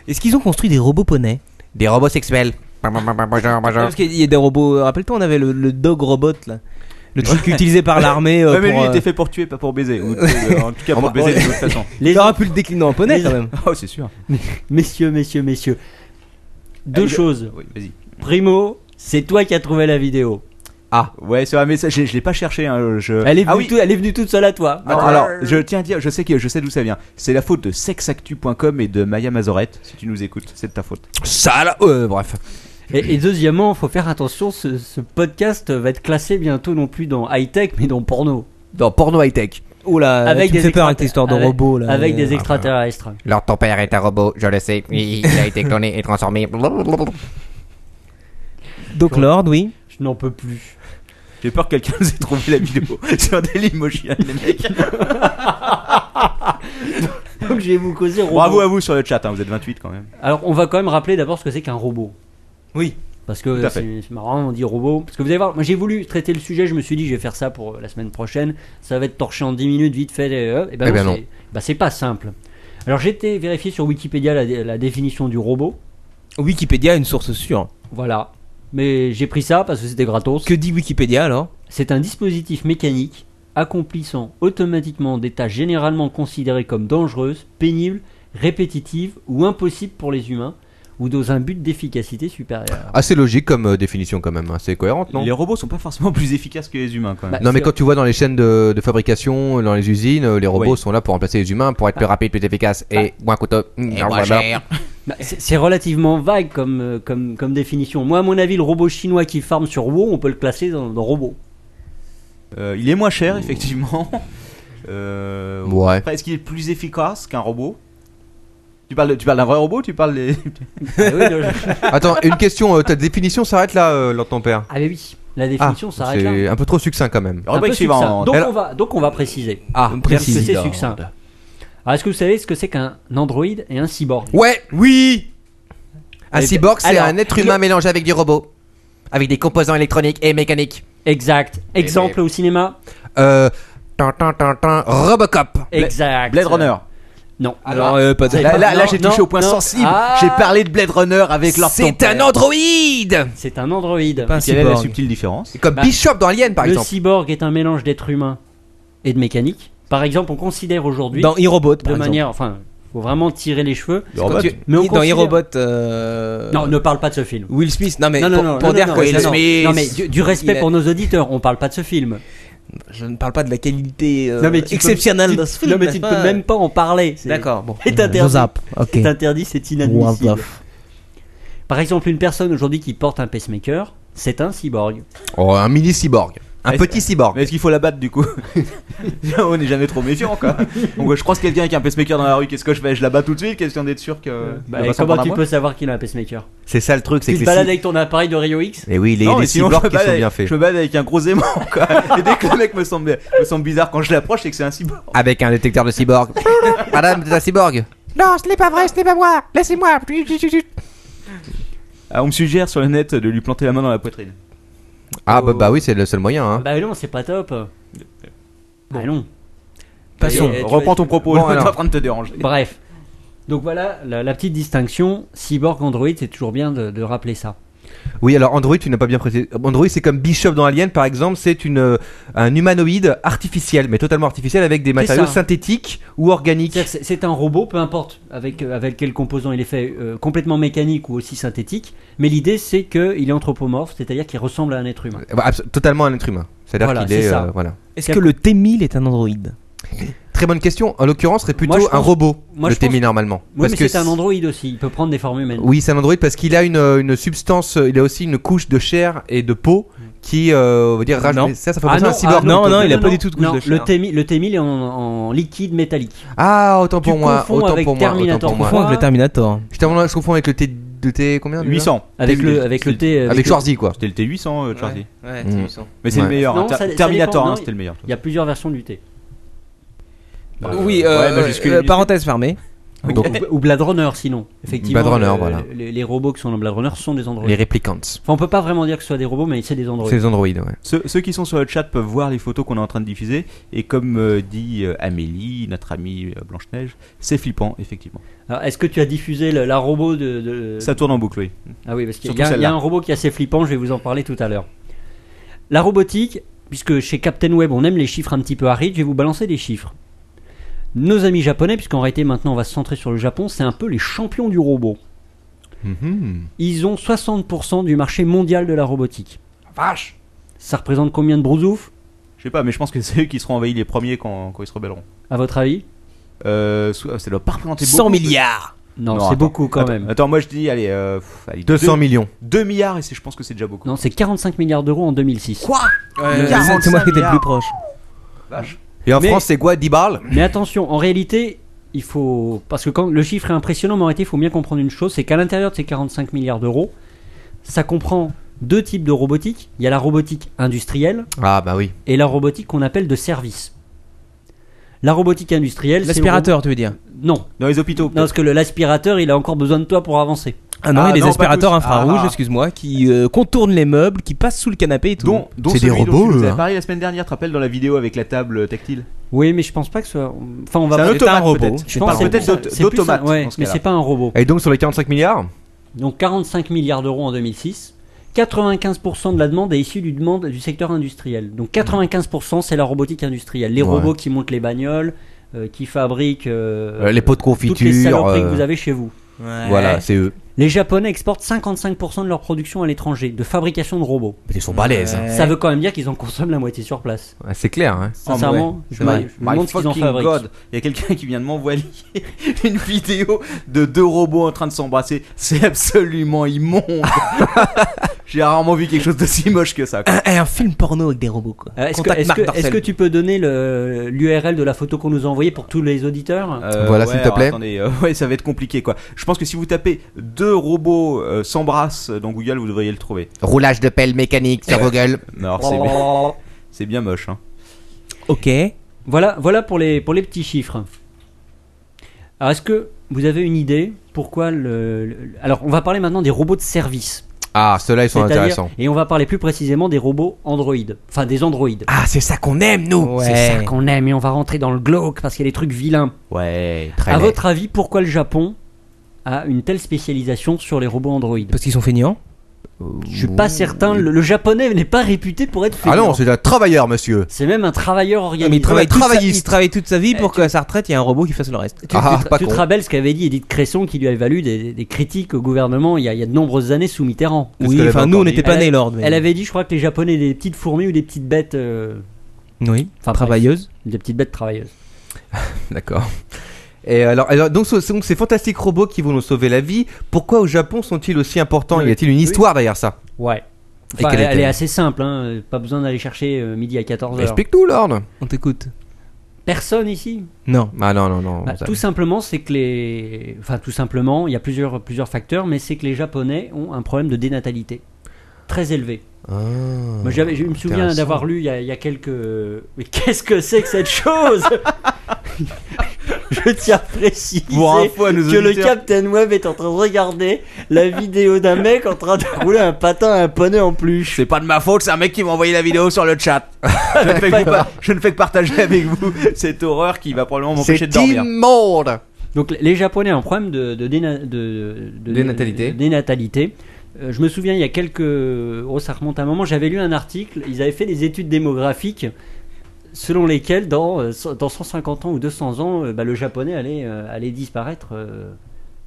S4: Est-ce qu'ils ont construit des robots poneys
S5: Des robots sexuels. Ah,
S4: Parce qu'il y a des robots. euh, Rappelle-toi, on avait le, le dog robot là. Le truc utilisé par l'armée. euh,
S3: ouais, mais lui,
S4: pour,
S3: il
S4: euh,
S3: était fait pour tuer, pas pour baiser. Ou, euh, en tout cas, pour
S5: bah,
S3: baiser de
S5: ouais.
S3: toute façon.
S6: Les
S4: Il aurait pu le décliner en poney
S6: Les-
S4: quand même.
S3: Oh, c'est sûr.
S6: messieurs, messieurs, messieurs. Deux
S3: Ah, il-
S6: choses.
S3: Oui, vas-y.
S6: Primo, c'est toi qui as trouvé la vidéo.
S5: Ah.
S3: Ouais, c'est vrai, mais ça, je, je l'ai pas cherché. hein, je...
S6: Elle est, venue
S3: ah oui.
S6: tout- elle est venue toute seule à toi.
S3: Non, alors, je tiens à dire, je sais que je sais d'où ça vient. C'est la faute de sexactu.com et de Maya Mazorette. Si tu nous écoutes, c'est de ta faute.
S5: Sale euh, Bref.
S6: Et, et deuxièmement, faut faire attention, ce, ce podcast va être classé bientôt non plus dans high-tech, mais dans porno.
S5: Dans porno high-tech.
S4: Oula,
S6: Avec
S4: tu me
S6: des
S4: fais peur
S6: extra-
S4: avec tes histoires de
S6: avec-
S4: robots là.
S6: Avec des
S4: Euh,
S6: extraterrestres.
S5: Alors ton père est un robot, je le sais. Il a été cloné et transformé.
S4: Donc Lord, oui.
S6: Je n'en peux plus.
S3: J'ai peur que quelqu'un nous ait trouvé la vidéo sur Dailymotion, les mecs.
S6: Donc je vais vous causer robot.
S3: Bravo à vous sur le chat, hein, vous êtes 28 quand même.
S6: Alors on va quand même rappeler d'abord ce que c'est qu'un robot.
S4: Oui.
S6: Parce
S3: Tout
S6: que
S3: à fait.
S6: c'est c'est marrant, on dit robot. Parce que vous allez voir, moi j'ai voulu traiter le sujet, je me suis dit je vais faire ça pour euh, la semaine prochaine, ça va être torché en 10 minutes, vite fait. Et, euh, et ben
S5: Eh
S6: non,
S5: ben non.
S6: c'est- bah, c'est pas simple. Alors j'ai été vérifié sur Wikipédia la, dé- la définition du robot.
S4: Wikipédia, une source sûre.
S6: Voilà. Mais j'ai pris ça parce que c'était gratos.
S4: Que dit Wikipédia alors
S6: C'est un dispositif mécanique accomplissant automatiquement des tâches généralement considérées comme dangereuses, pénibles, répétitives ou impossibles pour les humains, ou dans un but d'efficacité supérieure.
S5: Assez logique comme euh, définition quand même. hein. C'est cohérente, non
S3: Les robots sont pas forcément plus efficaces que les humains quand même.
S6: Bah,
S5: Non mais
S6: c'est-
S5: quand tu vois dans les chaînes de, de fabrication, dans les usines, euh, les robots
S3: Oui.
S5: sont là pour remplacer les humains, pour être plus rapides, plus efficaces Ah. et moins coûteux.
S2: Eh,
S6: Bah, c'est c'est relativement vague comme, euh, comme, comme définition. Moi, à mon avis, le robot chinois qui farme sur WoW, on peut le classer dans, dans robot.
S3: Euh, il est moins cher, effectivement. Euh,
S5: Ouais.
S3: Après, est-ce qu'il est plus efficace qu'un robot tu parles, de- tu parles d'un vrai robot Tu parles des.
S6: Ah oui, le-
S5: Attends, une question, euh, ta définition s'arrête là, euh, Lord ton père Ah,
S6: ah, mais oui, la définition s'arrête là.
S5: C'est un peu trop succinct quand même.
S6: Un peu
S3: Rubrique
S6: succinct.
S3: suivante.
S6: Donc,
S5: Elle-
S6: on va, donc on va préciser.
S5: Ah,
S6: Parce que c'est succinct. Alors, est-ce que vous savez ce que c'est qu'un androïde et un cyborg
S5: Ouais, oui. Un
S6: Eh
S5: cyborg,
S6: bien,
S5: c'est
S6: alors,
S5: un être humain mélangé avec du robot, avec des composants électroniques et mécaniques.
S6: Exact. Exemple au cinéma
S5: Euh, tin, tin, tin, tin, Robocop.
S6: Exact.
S3: Blade Runner.
S6: Non.
S4: Alors, euh, pas de-
S3: Là, là,
S6: non,
S3: là, j'ai touché
S6: non,
S3: au point
S6: non.
S3: sensible.
S6: Ah.
S3: J'ai parlé de Blade Runner avec leur
S5: C'est un androïde.
S6: C'est hein. un androïde.
S4: Pas un
S3: Quelle est la
S4: cyborg.
S3: subtile différence
S5: C'est comme
S6: Bah,
S5: Bishop dans Alien par
S6: le
S5: exemple.
S6: cyborg est un mélange d'être humain et de mécanique. Par exemple, on considère aujourd'hui
S4: Dans e-robot,
S6: de
S4: par exemple.
S6: manière, enfin, faut vraiment tirer les cheveux.
S3: Le robot.
S4: Tu-
S6: Mais on
S4: dans
S6: considère-
S4: e-robot. euh,
S6: Non, ne parle pas de ce film.
S4: Will Smith, non mais
S6: Non, non,
S4: pour,
S6: non,
S4: pour
S6: non,
S4: dire
S6: non,
S4: que
S6: non,
S4: non,
S6: non,
S4: mais-
S6: Non mais du, du respect
S4: Il a- Euh,
S6: pour nos auditeurs, on parle pas de ce film.
S4: je ne parle pas de la qualité euh,
S6: Non, mais tu
S4: exceptionnelle
S6: peux-
S4: de
S6: tu-
S4: ce film.
S6: Non mais
S4: n'est-ce
S6: tu ne
S4: pas
S6: peux même pas en parler. C'est-
S4: D'accord, bon.
S6: C'est interdit.
S4: ok.
S6: C'est interdit, c'est inadmissible. Par exemple, une personne aujourd'hui qui porte un pacemaker, c'est un cyborg.
S5: Oh, un mini cyborg, un
S3: Mais-
S5: petit cyborg.
S3: Mais est-ce qu'il faut la battre du coup On n'est jamais trop méfiant quoi. Donc, je croise quelqu'un avec un pacemaker dans la rue, qu'est-ce que je fais Je la bats tout de suite, question d'être sûr que. il
S6: Bah,
S3: va
S6: et
S3: pas s'en
S6: comment
S3: prendre à
S6: tu
S3: moi.
S6: peux savoir qu'il a un pacemaker
S5: C'est ça le truc,
S6: Tu te balades avec ton appareil de Rio X
S5: Et Eh oui, les,
S3: Non,
S5: les
S3: mais sinon, je
S5: cyborgs
S3: me
S5: qui
S3: balade
S6: bah,
S5: sont bien
S3: avec-
S5: faits.
S3: Je me balade avec un gros aimant quoi. Et dès que le mec me semble, me semble bizarre quand je l'approche, c'est que c'est un cyborg.
S5: Avec un détecteur de cyborg. Madame, c'est un cyborg.
S10: Non, ce n'est pas vrai, ce n'est pas moi. Laissez-moi.
S3: Ah, on me suggère sur le net de lui planter la main dans la poitrine.
S5: Ah bah, bah oui, c'est le seul moyen. Hein.
S6: Bah non, c'est pas top. Bah non.
S4: Passons.
S6: Et- et tu
S3: Reprends
S6: vas-
S3: ton propos,
S5: Bon,
S3: je suis
S5: alors.
S3: pas en train de te déranger.
S6: Bref. Donc voilà la, la petite distinction cyborg Android, c'est toujours bien de, de rappeler ça.
S5: Oui, alors Android, tu n'as pas bien précisé. Android, c'est comme Bishop dans Alien, par exemple, c'est une euh, un humanoïde artificiel, mais totalement artificiel, avec des matériaux
S6: ça.
S5: synthétiques ou organiques.
S6: C'est-à-dire que C'est c'est un robot, peu importe avec, euh, avec quel composant il est fait, euh, complètement mécanique ou aussi synthétique, mais l'idée c'est qu'il est anthropomorphe, c'est-à-dire qu'il ressemble à un être humain.
S5: Bah, abso- Totalement un être humain. C'est-à-dire
S6: Voilà,
S5: qu'il est,
S6: c'est ça.
S5: euh, voilà.
S4: Est-ce que le T1000 est un androïde
S5: Très bonne question. En l'occurrence, c'est plutôt
S6: Moi, je
S5: un
S6: pense-
S5: robot.
S6: moi,
S5: le
S6: je pense-
S5: Témi normalement.
S6: Oui, mais
S5: que
S6: c'est un androïde aussi, il peut prendre des formes humaines.
S5: Oui, c'est un androïde parce qu'il a une, euh, une substance, euh, il a aussi une couche de chair et de peau qui, euh, on va dire, rajoute-
S4: Non.
S5: ça, ça fait
S6: Ah
S5: penser à
S6: non,
S5: un cyborg.
S6: ah
S4: non, non, il a pas du tout de couche
S6: non,
S4: de chair.
S6: Le T1000 le T1000 est en, en liquide métallique.
S5: Ah, autant
S6: Tu
S5: pour moi,
S6: confonds
S5: autant
S6: avec
S5: pour moi, autant
S6: Terminator.
S5: pour
S4: On
S5: moi.
S4: confond avec le Terminator.
S5: Je t'avoue, je confonds avec le T de T combien déjà
S3: 800.
S6: Avec
S3: T800.
S6: le, avec le T. euh,
S5: Avec Schwarzy quoi.
S3: C'était le T800, euh, Charlie.
S4: Ouais,
S6: Hmm.
S5: Mm.
S3: Mais c'est
S5: Ouais.
S3: le meilleur.
S6: Non,
S3: hein. Ter-
S6: ça- ça
S3: Terminator,
S6: dépend,
S3: hein,
S6: non,
S3: c'était le meilleur.
S6: Il y a plusieurs versions du T.
S4: Oui,
S3: Ouais,
S4: euh,
S3: majuscule,
S4: euh,
S3: minuscule.
S4: parenthèse fermée.
S6: Ou,
S5: Donc,
S6: eh, ou- ou Blade Runner sinon. Effectivement,
S5: Ah Blade Runner,
S6: le-
S5: voilà.
S6: les, les robots qui sont dans Blade Runner sont des androïdes.
S5: les réplicants.
S6: Enfin, on peut pas vraiment dire que ce soit des robots, mais c'est des
S5: C'est
S6: androïdes.
S5: les androïdes, ouais.
S3: Ceux, ceux qui sont sur le chat peuvent voir les photos qu'on est en train de diffuser. Et comme euh, dit euh, Amélie, notre amie euh, Blanche-Neige, c'est flippant, effectivement.
S6: Alors, est-ce que tu as diffusé le- la robot de, de-
S3: Ça tourne en boucle, oui.
S6: Ah oui, parce qu'il y,
S3: surtout
S6: a- il y
S3: celle-là.
S6: a un robot qui est assez flippant, je vais vous en parler tout à l'heure. La robotique, puisque chez Captain Web on aime les chiffres un petit peu arides, je vais vous balancer des chiffres. Nos amis japonais, puisqu'en réalité maintenant on va se centrer sur le Japon, c'est un peu les champions du robot.
S3: Mhm.
S6: Ils ont 60% du marché mondial de la robotique. Vache Ça représente combien de brousouf
S3: Je sais pas, mais je pense que c'est eux qui seront envahis les premiers quand, quand ils se rebelleront.
S6: à votre avis
S3: Euh, sou- ah, ça doit pas représenter
S4: 100
S3: beaucoup.
S4: milliards
S6: Non,
S3: Non,
S6: c'est
S3: attends,
S6: beaucoup quand
S3: Attends,
S6: même.
S3: Attends, moi je dis, allez, euh, pff, allez,
S5: 200
S3: deux-
S5: millions.
S3: 2 milliards et c'est- je pense que c'est déjà beaucoup.
S6: Non, c'est 45 milliards d'euros en 2006.
S3: Quoi
S4: Ouais,
S3: Quarante-cinq
S4: C'est moi qui étais le
S3: milliards.
S4: plus proche.
S3: Vache.
S5: Et en
S6: Mais-
S5: France, c'est quoi 10 balles
S6: Mais attention, en réalité, il faut. Parce que quand le chiffre est impressionnant, mais en réalité, il faut bien comprendre une chose c'est qu'à l'intérieur de ces 45 milliards d'euros, ça comprend deux types de robotique. Il y a la robotique industrielle
S5: Ah bah oui.
S6: et la robotique qu'on appelle de service. La robotique industrielle, c'est le
S4: L'aspirateur, tu veux dire
S6: robot- Non,
S3: Dans les hôpitaux.
S6: non, parce que le- l'aspirateur, il a encore besoin de toi pour avancer.
S4: Ah non,
S3: Ah
S4: il y a des
S3: non, pas
S4: aspirateurs
S3: tous.
S4: infrarouges,
S3: Ah.
S4: excuse-moi, qui euh, contournent les meubles, qui passent sous le canapé et tout.
S3: Dont, dont
S5: C'est des
S3: celui dont tu
S5: robots,
S3: nous
S5: eux,
S3: avais
S5: hein.
S3: parlé la semaine dernière, tu te rappelles dans la vidéo avec la table tactile
S6: Oui, mais je pense pas que ce soit. Enfin, on va.
S3: C'est un
S4: c'est
S3: automate,
S4: un robot.
S3: peut-être.
S4: Je
S3: Je
S6: pense
S3: parle
S6: que c'est
S3: peut-être
S6: plus un-
S3: d'auto-
S6: c'est plus un-
S3: d'automate.
S6: ouais,
S3: dans ce
S6: mais
S3: cas-là.
S6: c'est pas un robot.
S5: Et donc sur les 45 milliards
S6: Donc 45 milliards d'euros en 2006. 95% de la demande est issue du, demande, du secteur industriel. Donc 95% c'est la robotique industrielle. Les
S5: Ouais.
S6: robots qui montent les bagnoles, euh, qui fabriquent euh,
S5: Euh, Les pots de
S6: toutes les
S5: confiture.
S6: saloperies
S5: euh,
S6: que vous avez chez vous.
S4: Ouais.
S5: Voilà, c'est eux.
S6: Les Japonais exportent 55% de leur production à l'étranger, de fabrication de robots.
S5: Mais ils sont balèzes. hein.
S4: Ouais.
S6: Ça veut quand même dire qu'ils en consomment la moitié sur place.
S5: Ah, C'est clair. hein.
S6: Sincèrement, je
S5: c'est
S6: me
S5: vrai.
S6: je me
S3: My
S6: demande ce qu'ils en
S3: fucking
S6: fabriquent.
S3: god, il y a quelqu'un qui vient de m'envoyer une vidéo de deux robots en train de s'embrasser. C'est absolument immonde. J'ai rarement vu quelque chose d'aussi moche que ça. quoi.
S4: Un, un film porno avec des robots, quoi.
S6: Euh, Est-ce que,
S4: Contact
S6: est-ce
S4: Marc
S6: que-
S4: Dorcel.
S6: est-ce que tu peux donner le- l'URL de la photo qu'on nous a envoyée pour tous les auditeurs
S3: Euh,
S5: Voilà,
S3: ouais,
S5: s'il te
S3: alors,
S5: plaît.
S3: Attendez, euh, ouais, ça va être compliqué quoi. Je pense que si vous tapez deux robots euh, s'embrassent dans Google, vous devriez le trouver.
S5: Roulage de pelle mécanique sur Google.
S3: Non, c'est bien, c'est bien moche. Hein.
S4: Ok.
S6: Voilà, voilà pour les, pour les petits chiffres. Alors, est-ce que vous avez une idée pourquoi le, le- Alors, on va parler maintenant des robots de service.
S5: Ah, ceux-là, ils sont
S6: C'est-à-dire-
S5: intéressants.
S6: Et on va parler plus précisément des robots Android. Enfin, des androïdes.
S4: Ah, c'est ça qu'on aime, nous
S6: C'est ça qu'on aime et on va rentrer dans le glauque parce qu'il y a des trucs vilains.
S3: Ouais.
S5: Très
S6: à
S5: laid.
S6: votre avis, pourquoi le Japon a une telle spécialisation sur les robots Android
S4: Parce qu'ils sont feignants.
S6: Je suis pas certain. Le, le japonais n'est pas réputé pour être
S5: Ah
S6: fainéant.
S5: non, c'est un travailleur, monsieur.
S6: c'est même un travailleur organisé.
S4: Mais il travaille, toute sa,
S5: travailliste.
S4: il travaille toute sa vie pour qu'à sa retraite, il y ait un robot qui fasse le reste.
S6: Tu,
S5: Ah,
S6: tu te-
S5: pas
S6: tu te
S5: con.
S6: rappelles ce qu'avait dit Edith Cresson qui lui avait valu des, des critiques au gouvernement il y, a, il y a de nombreuses années sous Mitterrand
S5: Parce
S4: oui,
S5: qu'elle
S4: enfin,
S5: avait
S4: nous, on
S5: encore
S4: n'était
S5: dit-
S4: pas
S6: Elle
S4: nés
S6: a-
S4: lord. mais-
S6: Elle avait dit, je crois, que les Japonais étaient des petites fourmis ou des petites bêtes, euh,
S4: Oui,
S6: Enfin,
S4: travailleuse.
S6: des petites bêtes travailleuses.
S5: D'accord. Et alors, alors, donc, ce sont ces fantastiques robots qui vont nous sauver la vie. Pourquoi au Japon sont-ils aussi importants
S6: Oui.
S5: Y a-t-il une
S6: Oui.
S5: histoire derrière ça
S6: Ouais.
S5: Et
S6: Enfin,
S5: quelle
S6: elle,
S5: est-elle
S6: est assez simple, hein, euh, pas besoin d'aller chercher euh, midi à 14h.
S5: Explique-nous, Lord.
S4: On t'écoute.
S6: Personne ici.
S4: Non.
S5: Ah non, non, non.
S6: Bah,
S5: ça-
S6: tout simplement, c'est que les. Enfin, tout simplement, il y a plusieurs, plusieurs facteurs, mais c'est que les Japonais ont un problème de dénatalité très élevé.
S5: Ah.
S6: Moi, j'avais, je me souviens
S5: intéressant.
S6: d'avoir lu il y, a, il y a quelques. Mais qu'est-ce que c'est que cette chose Je tiens à préciser
S3: Pour info à nos
S6: que le
S3: auditeurs.
S6: Captain Web est en train de regarder la vidéo d'un mec en train de rouler un patin à un poney en peluche.
S3: C'est pas de ma faute, c'est un mec qui m'a envoyé la vidéo sur le chat. je, ne fais que pas- je ne fais que partager avec vous cette horreur qui va probablement m'empêcher
S5: C'est
S3: de dormir.
S5: immonde.
S6: Donc les Japonais ont un problème de, de, déna- de- de-
S5: Dénatalité.
S6: de dénatalité. Euh, je me souviens, il y a quelques... Oh, ça remonte à un moment, j'avais lu un article, ils avaient fait des études démographiques selon lesquelles dans, euh, so- dans 150 ans ou 200 ans, euh, bah, le japonais allait, euh, allait disparaître. euh,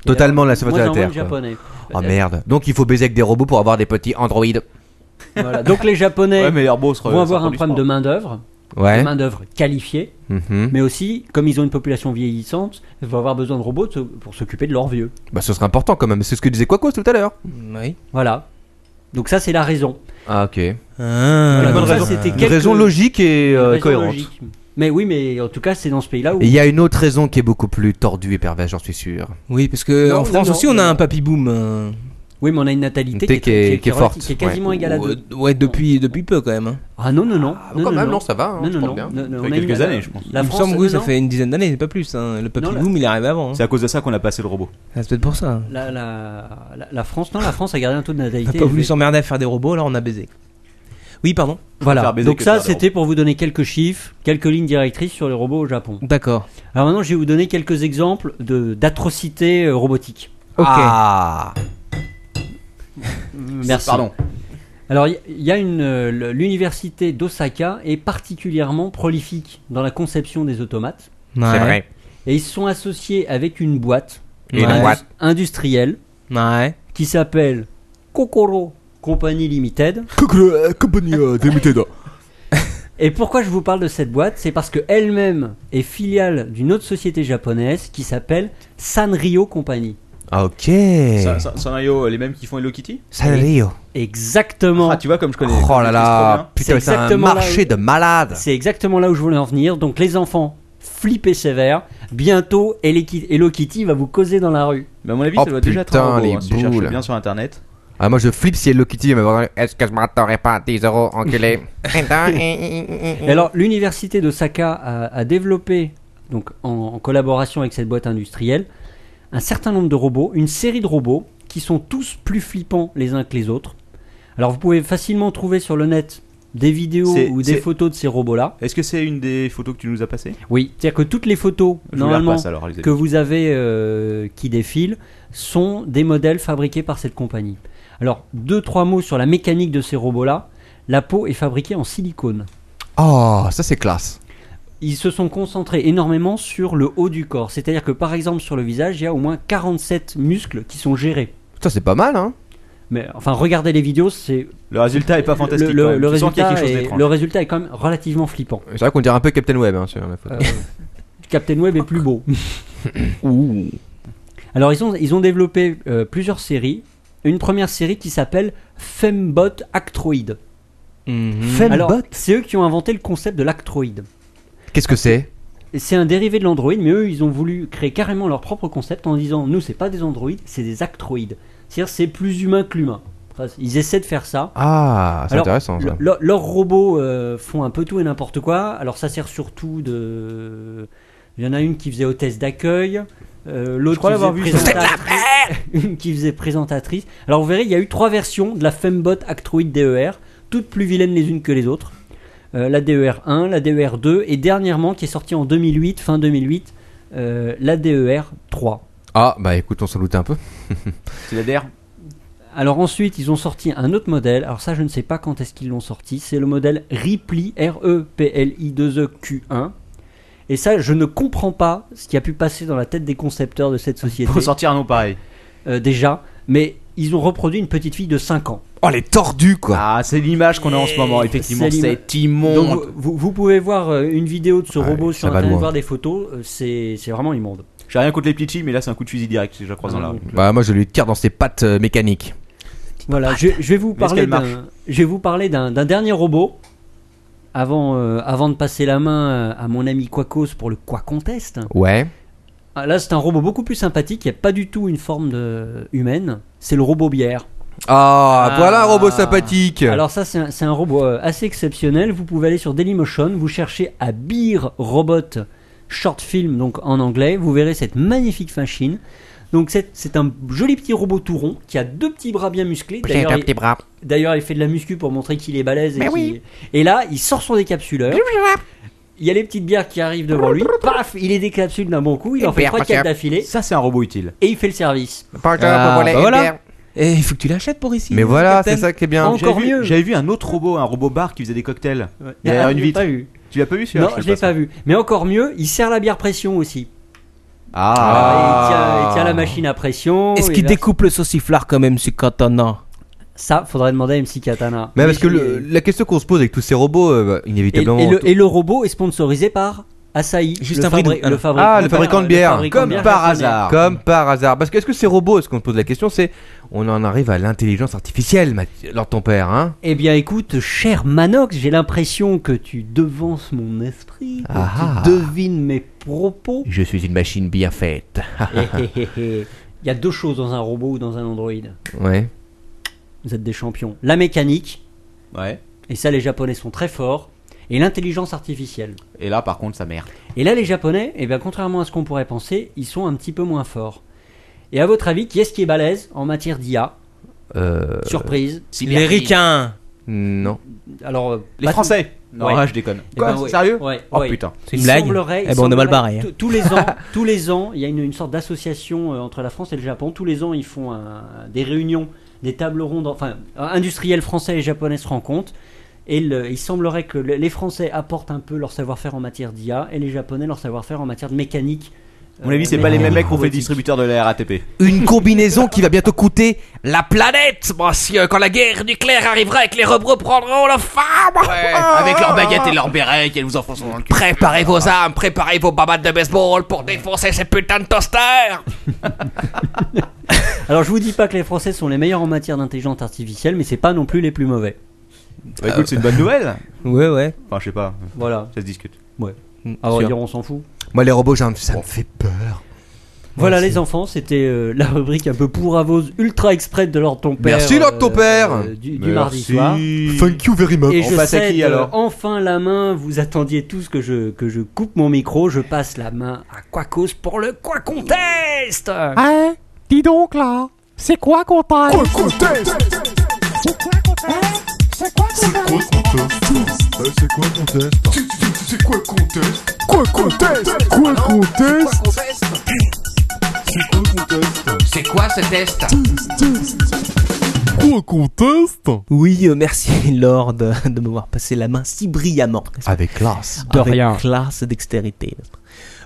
S6: et
S5: Totalement de la
S6: avoir
S5: surface
S6: moins
S5: de la
S6: en moins
S5: Terre,
S6: de
S5: quoi.
S6: japonais.
S5: Oh merde. Donc, il faut baiser avec des robots pour avoir des petits androïdes.
S6: Euh, Voilà. Donc les japonais
S3: Ouais, mais les robots se
S5: euh,
S3: re-
S6: vont avoir
S3: se
S6: un problème de
S3: reproduisent
S6: main-d'œuvre,
S5: Ouais.
S6: main-d'œuvre qualifiée,
S5: Mhm.
S6: mais aussi, comme ils ont une population vieillissante, ils vont avoir besoin de robots de- pour s'occuper de leurs vieux.
S5: Bah, ce serait important quand même. C'est ce que disait Quacos tout à l'heure.
S4: Oui.
S6: Voilà. Donc ça, c'est la raison.
S5: Ah, ok. Une
S4: Ah.
S6: Voilà, donc Euh, ça,
S3: raison.
S6: c'était quelques-
S5: raison logique et
S6: une
S5: euh,
S6: raison
S5: cohérente.
S6: logique. Mais oui, mais en tout cas, c'est dans ce pays-là où.
S5: Et Il y a une autre raison qui est beaucoup plus tordue et perverse, j'en suis sûr.
S4: Oui, parce que
S6: Non,
S4: en France
S6: non,
S4: aussi,
S6: non,
S4: on a
S6: non.
S4: un papy boom. euh,
S6: Oui, mais on a une natalité
S5: Qui est- qui est
S6: relative-
S5: forte,
S6: qui est quasiment égale à
S4: ou- euh,
S6: deux.
S4: Ouais, depuis, depuis peu quand même. hein.
S6: Ah non, non, non.
S5: quand
S6: non, non,
S5: même,
S6: non,
S5: non, ça va, hein,
S6: non,
S5: je
S6: non,
S5: pense
S6: non,
S5: bien.
S6: non, non,
S3: Ça fait
S6: on a une-
S3: quelques années, je pense.
S6: La
S4: Il me
S6: France,
S4: semble que
S6: non,
S4: ça
S6: non.
S4: fait une dizaine d'années, c'est pas plus. hein. Le papy
S6: Non, la-
S4: boom, il arrive avant. hein.
S3: C'est à cause de ça qu'on a passé le robot.
S4: Ah, C'est peut-être pour ça.
S6: La, la, la, la France, non, la France a gardé un taux de
S4: On a
S6: natalité.
S4: pas voulu
S6: élevé.
S4: s'emmerder à faire des robots, alors on a baisé. Oui, pardon.
S6: Voilà.
S3: Faire baiser
S6: Donc
S3: que
S6: ça,
S3: faire des
S6: c'était pour vous donner quelques chiffres, quelques lignes directrices sur les robots au Japon.
S4: D'accord.
S6: Alors maintenant, je vais vous donner quelques exemples de d'atrocités euh, robotiques.
S4: Ok.
S5: Ah.
S6: Merci.
S3: Pardon.
S6: Alors, il y y a une. euh, le- L'université d'Osaka est particulièrement prolifique dans la conception des automates.
S5: C'est vrai.
S6: Et ils se sont associés avec une boîte
S5: Une
S4: Ouais.
S5: boîte.
S6: industrielle
S4: Ouais.
S6: qui s'appelle Kokoro Compagnie Limited.
S5: Compagnie Limited.
S6: Et pourquoi je vous parle de cette boîte C'est parce qu'elle-même est filiale d'une autre société japonaise qui s'appelle Sanrio Company.
S5: Ah, ok.
S3: Sa- Sa- Sanrio, les mêmes qui font Hello Kitty
S5: Sanrio.
S6: Exactement.
S3: Ah, tu vois, comme je connais.
S5: Oh là là,
S6: C'est
S5: putain, c'est un
S6: exactement là
S5: marché
S6: où-
S5: de malades.
S6: C'est exactement là où je voulais en venir. Donc les enfants, flippez sévère. Bientôt, Hello Kitty- Hello Kitty va vous causer dans la rue.
S3: Mais à mon avis,
S5: Oh,
S3: ça doit déjà être
S5: putain,
S3: un robot,
S5: les
S3: hein, si tu cherches
S5: boules.
S3: bien sur internet.
S5: Ah, moi je flippe si Hello Kitty mais est-ce que je m'attendrais pas à 10 euros, enculé
S3: Mm-hmm.
S6: Et alors, l'université d'Osaka a, a développé, donc en, en collaboration avec cette boîte industrielle, un certain nombre de robots, une série de robots qui sont tous plus flippants les uns que les autres. Alors, vous pouvez facilement trouver sur le net des vidéos
S3: C'est-
S6: ou des
S3: c'est-
S6: photos de ces robots-là.
S3: Est-ce que c'est une des photos que tu nous as passées
S6: Oui, c'est-à-dire que toutes les photos,
S3: Je vous la
S6: normalement,
S3: repasse, alors, les amis.
S6: que vous avez euh, qui défilent sont des modèles fabriqués par cette compagnie. Alors, deux, trois mots sur la mécanique de ces robots-là. La peau est fabriquée en silicone.
S5: Oh, ça c'est classe.
S6: ils se sont concentrés énormément sur le haut du corps. C'est-à-dire que par exemple sur le visage, il y a au moins 47 muscles qui sont gérés.
S5: Ça c'est pas mal, hein
S6: Mais enfin, regardez les vidéos, c'est
S3: Le résultat est pas fantastique.
S6: le, le-
S3: quand même.
S6: le
S3: Tu sens qu'il y a
S6: résultat
S3: quelque chose
S6: est,
S3: d'étrange.
S6: le résultat est quand même relativement flippant.
S5: C'est vrai qu'on dirait un peu Captain Web hein, sur la photo.
S6: Captain Web est plus beau. Alors ils ont, ils ont développé euh, plusieurs séries. Une première série qui s'appelle Fembot Actroid.
S4: Mhm.
S6: Alors, c'est eux qui ont inventé le concept de l'actroid.
S5: Qu'est-ce que c'est
S6: Et C'est un dérivé de l'Android, mais eux, ils ont voulu créer carrément leur propre concept en disant nous, c'est pas des androïdes, c'est des actroïdes. C'est-à-dire, c'est plus humain que l'humain. Ils essaient de faire ça.
S5: Ah, c'est
S6: Alors,
S5: intéressant ça.
S6: Le- le- leurs robots euh, font un peu tout et n'importe quoi. Alors, ça sert surtout de. Il y en a une qui faisait hôtesse d'accueil. euh, L'autre qui,
S3: crois l'avoir vu,
S6: faisait
S3: ça.
S6: présentatrice- une qui faisait présentatrice. Alors vous verrez, il y a eu trois versions de la Fembot Actroid DER, toutes plus vilaines les unes que les autres. Euh, la DER1, la DER2 et dernièrement qui est sortie en 2008, fin 2008, euh, la DER3.
S5: Ah, bah écoute, on s'en doutait un peu.
S3: C'est la DR.
S6: Alors ensuite, ils ont sorti un autre modèle. Alors ça, je ne sais pas quand est-ce qu'ils l'ont sorti. C'est le modèle Ripley E R-E-P-L-I-2-E-Q1. Et ça, je ne comprends pas ce qui a pu passer dans la tête des concepteurs de cette société
S3: Faut sortir un nom pareil.
S6: euh, déjà. Mais ils ont reproduit une petite fille de 5 ans.
S5: Oh, les tordus quoi
S3: Ah, c'est l'image qu'on a en ce moment, effectivement.
S6: c'est l'ima-
S3: C'est immonde.
S6: Donc vous, vous- vous pouvez voir euh, une vidéo de ce
S5: Ouais,
S6: robot
S5: ça
S6: sur
S5: va
S6: internet,
S5: loin.
S6: voir des photos, euh, c'est c'est vraiment immonde. Hein,
S3: J'ai rien contre les Pitchy, mais là, c'est un coup de fusil direct si je la croise dans la rue.
S6: Ah,
S5: Bah moi je lui tire dans ses pattes euh, mécaniques.
S6: Voilà, je, je vais vous
S3: Mais est-ce
S6: parler
S3: qu'elle marche
S6: d'un, je vais vous parler d'un, d'un dernier robot avant, euh, avant de passer la main euh, à mon ami Quacos pour le Quack Contest.
S5: Ouais.
S6: Ah, là, c'est un robot beaucoup plus sympathique, il n'y a pas du tout une forme de, euh, humaine, c'est le robot bière.
S5: Ah,
S6: Ah.
S5: voilà un robot sympathique
S6: Alors ça, c'est un, c'est un robot euh, assez exceptionnel, vous pouvez aller sur Dailymotion, vous cherchez à Beer Robot Short Film, donc en anglais, vous verrez cette magnifique machine. Donc c'est, c'est un joli petit robot tout rond qui a deux petits bras bien musclés.
S5: J'ai
S6: D'ailleurs,
S5: un
S6: il-
S5: petit bras.
S6: D'ailleurs, il fait de la muscu pour montrer qu'il est balèze. Et,
S10: Mais
S6: qu'il-
S10: oui.
S6: et là, il sort son décapsuleur. Il y a les petites bières qui arrivent devant lui. Paf, il les décapsule d'un bon coup. Il en fait
S10: bière,
S6: 3
S10: monsieur.
S6: 4 d'affilée.
S3: Ça, c'est un robot utile.
S6: Et il fait le service.
S4: Ah, bah voilà. Et il faut que tu l'achètes pour ici.
S5: Mais voilà,
S4: Captain.
S5: c'est ça qui est bien.
S6: En-
S3: J'avais
S6: Encore
S3: vu-
S6: mieux.
S3: J'avais vu un autre robot, un robot bar qui faisait des cocktails. Il y a
S6: Ah,
S3: une
S6: je l'ai
S3: vitre.
S6: pas vu.
S3: Tu l'as pas vu celui-là
S6: Non, je l'ai pas vu. Mais encore mieux, il sert la bière pression aussi.
S5: Ah,
S6: Il, tient, il tient la machine à pression.
S4: Est-ce
S6: il
S4: qu'il
S6: va-
S4: découpe le sauciflard quand même, ce non
S6: Ça, faudrait demander à MC Katana.
S5: Mais
S6: Oui,
S5: parce que
S6: je-
S5: le- la question qu'on se pose avec tous ces robots, euh, bah,
S6: et, et
S5: inévitablement.
S6: le, et le robot est sponsorisé par Asahi.
S4: Juste
S6: le
S4: un bridou.
S6: le fabricant
S5: Ah, le fabricant de bière.
S6: fabricant de
S5: Comme
S6: bière
S5: par
S6: japonais.
S3: hasard.
S5: Comme par hasard. Parce que est-ce que ces robots, ce qu'on se pose la question, c'est on en arrive à l'intelligence artificielle, Mathieu- alors ton père, hein
S6: Eh bien écoute, cher Manox, j'ai l'impression que tu devances mon esprit, que
S5: Ah.
S6: tu devines mes propos.
S5: Je suis une machine bien faite.
S6: Hé, hé, hé, hé. Il y a deux choses dans un robot ou dans un androïde.
S5: Ouais.
S6: Vous êtes des champions. La mécanique,
S3: Ouais.
S6: et ça les Japonais sont très forts, et l'intelligence artificielle.
S3: Et là, par contre, ça merde.
S6: Et là les Japonais, eh bien contrairement à ce qu'on pourrait penser, ils sont un petit peu moins forts. Et à votre avis, qui est-ce qui est balèze en matière d'IA
S5: Euh.
S6: Surprise.
S4: Les ricains
S5: Non.
S6: Alors, euh,
S3: Les
S6: pas
S3: Français Non,
S6: Ouais.
S3: ah, je déconne.
S6: Eh
S3: Quoi
S6: ben ouais.
S3: Sérieux
S6: Ouais,
S3: Oh
S6: ouais.
S3: putain.
S4: C'est une
S6: Il
S4: blague
S6: semblerait-
S4: Eh
S6: il
S4: ben, on est mal
S6: semblerait-
S4: barré. hein.
S6: Tous- Tous les ans, tous les ans, il y a une, une sorte d'association euh, entre la France et le Japon. Tous les ans, ils font un- des réunions, des tables rondes. Enfin, industriels français et japonais se rencontrent. Et le- il semblerait que le- les Français apportent un peu leur savoir-faire en matière d'IA et les Japonais leur savoir-faire en matière de mécanique
S3: À mon avis, c'est pas les mêmes mecs qu'on fait distributeur de la RATP.
S11: Une combinaison qui va bientôt coûter la planète, monsieur, quand la guerre nucléaire arrivera et que les robots prendront la femme
S2: Avec leurs baguettes et leurs bérets qu'elles vous enfonceront dans le cul.
S11: Préparez vos armes, préparez vos babattes de baseball pour défoncer ces putains de toasters
S6: Alors je vous dis pas que les Français sont les meilleurs en matière d'intelligence artificielle, mais c'est pas non plus les plus mauvais.
S3: Bah écoute, c'est une bonne nouvelle.
S4: Ouais, ouais.
S3: Enfin, je sais pas.
S6: Voilà.
S3: Ça se discute.
S6: Ouais.
S4: Ah,
S6: À vrai dire, on s'en fout.
S5: Moi, les robots, j'en- ça me fait peur.
S6: Voilà
S5: Merci.
S6: les enfants, c'était euh, la rubrique un peu pourravose ultra express de l'ordre de ton père. euh,
S5: Merci, Lord ton père.
S6: du, du
S5: Merci.
S6: mardi soir.
S5: Thank you very much.
S6: Et
S5: On
S6: je
S5: passe à
S6: cède,
S5: qui, alors
S6: euh, enfin la main. Vous attendiez tous que je que je coupe mon micro. Je passe la main à Quacos pour le quoi conteste.
S5: Ah,
S10: Hein Dis donc là, c'est quoi qu'on parle
S7: C'est quoi qu'on teste C'est quoi qu'on teste Quoi qu'on teste Quoi qu'on teste C'est quoi qu'on teste
S11: C'est quoi ce test
S4: Quoi conteste Oui, euh, merci Lord de m'avoir passé la main si brillamment. n'est-ce pas
S5: Avec classe.
S6: De rien.
S4: Avec classe et dextérité. n'est-ce pas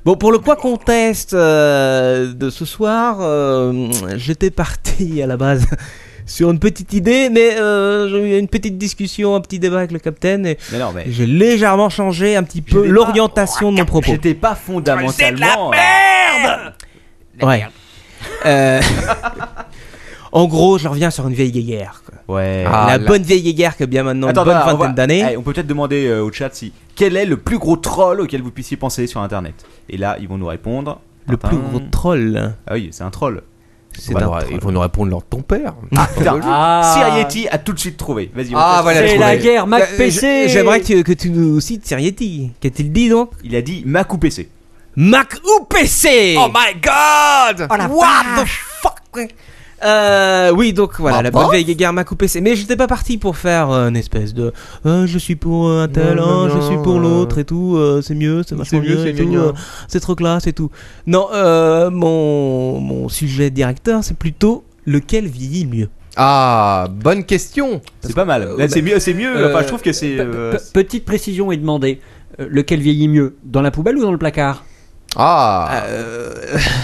S4: Bon, pour le quoi conteste de ce soir, euh, j'étais parti à la base sur une petite idée, mais euh, j'ai eu une petite discussion, un petit débat avec le capitaine et
S3: Mais non, mais.
S4: j'ai légèrement changé un petit peu
S3: J'étais pas-
S4: l'orientation de mon propos.
S3: J'étais pas fondamentalement. euh,
S4: C'est de
S3: la
S4: Ouais. Euh, en gros, je reviens sur une vieille guéguerre. quoi.
S3: Ouais.
S4: la bonne vieille guéguerre que bien maintenant
S3: Ah Attends,
S4: Ah, une bonne
S3: attends, on va-
S4: vingtaine d'années.
S3: Allez, on peut peut-être demander euh, au chat si quel est le plus gros troll auquel vous puissiez penser sur internet. Et là, ils vont nous répondre.
S4: Le plus gros troll.
S3: Ah oui, c'est un troll.
S4: C'est
S5: Bah,
S4: un
S5: non,
S4: troll.
S5: Ils vont nous répondre leur ton père.
S3: Putain,
S6: Ah.
S3: Sir Yeti a tout de suite trouvé. Vas-y. on
S5: Ah,
S3: passe.
S5: voilà, je
S6: C'est la
S5: trouvais.
S6: guerre Mac
S4: Euh,
S6: PC.
S4: je- J'aimerais que, que tu nous cites Sirietti. Qu'a-t-il dit donc
S3: Il a dit Mac ou PC.
S4: Mac ou PC
S11: Oh my god
S6: Oh
S4: What the fuck euh, oui, donc voilà, la bonne vieille guerre Mac ou PC. Mais j'étais pas parti pour faire euh, une espèce de euh, je suis pour un tel,
S5: Non,
S4: euh,
S5: non,
S4: je suis pour
S5: euh,
S4: l'autre et tout, euh, c'est mieux, c'est vachement
S5: mieux,
S4: mieux,
S5: c'est
S4: et tout,
S5: mieux.
S4: euh, c'est trop classe et tout. Non, euh, mon, mon sujet directeur, c'est plutôt lequel vieillit mieux.
S5: Ah, bonne question.
S3: C'est pas mal.
S4: euh,
S3: Là, c'est mieux, c'est mieux.
S4: euh,
S3: enfin, je trouve que c'est. euh,
S6: Pe- Petite précision est demandée. Euh, Lequel vieillit mieux Dans la poubelle ou dans le placard
S5: Ah,
S4: Euh,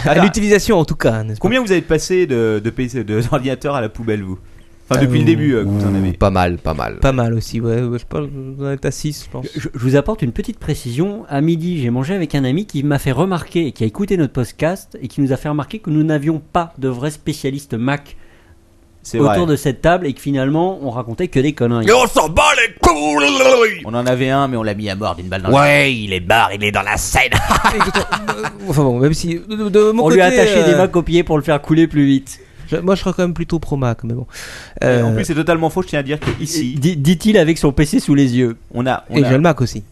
S4: à
S3: Attends.
S4: l'utilisation en tout cas. n'est-ce pas
S3: Ah, Combien vous avez passé de de PC de d'ordinateur à la poubelle vous Enfin, depuis le début, euh, que vous en avez.
S5: pas mal, pas mal.
S4: Pas mal aussi, ouais. ouais, Je parle, on est à 6, je pense.
S6: Je, je vous apporte une petite précision. À midi, j'ai mangé avec un ami qui m'a fait remarquer et qui a écouté notre podcast et qui nous a fait remarquer que nous n'avions pas de vrais spécialistes Mac
S3: C'est
S6: autour
S3: vrai.
S6: de cette table et que finalement, on racontait que des conneries.
S11: Et on s'en bat les couilles
S3: On en avait un, mais on l'a mis à mort d'une balle dans
S11: Ouais, il est barre, il est dans la scène
S4: enfin bon, même si. De, de- de mon
S6: on
S4: côté,
S6: lui a attaché
S4: euh,
S6: des Mac au pied pour le faire couler plus vite.
S4: je- moi, je serais quand même plutôt pro Mac, mais bon.
S3: la
S4: Euh,
S3: En plus, c'est totalement faux. Je tiens à dire que
S6: Di-
S3: ici,
S6: Dit-il avec son PC sous les yeux.
S3: on a. on
S4: et
S3: a-
S4: j'ai le Mac aussi.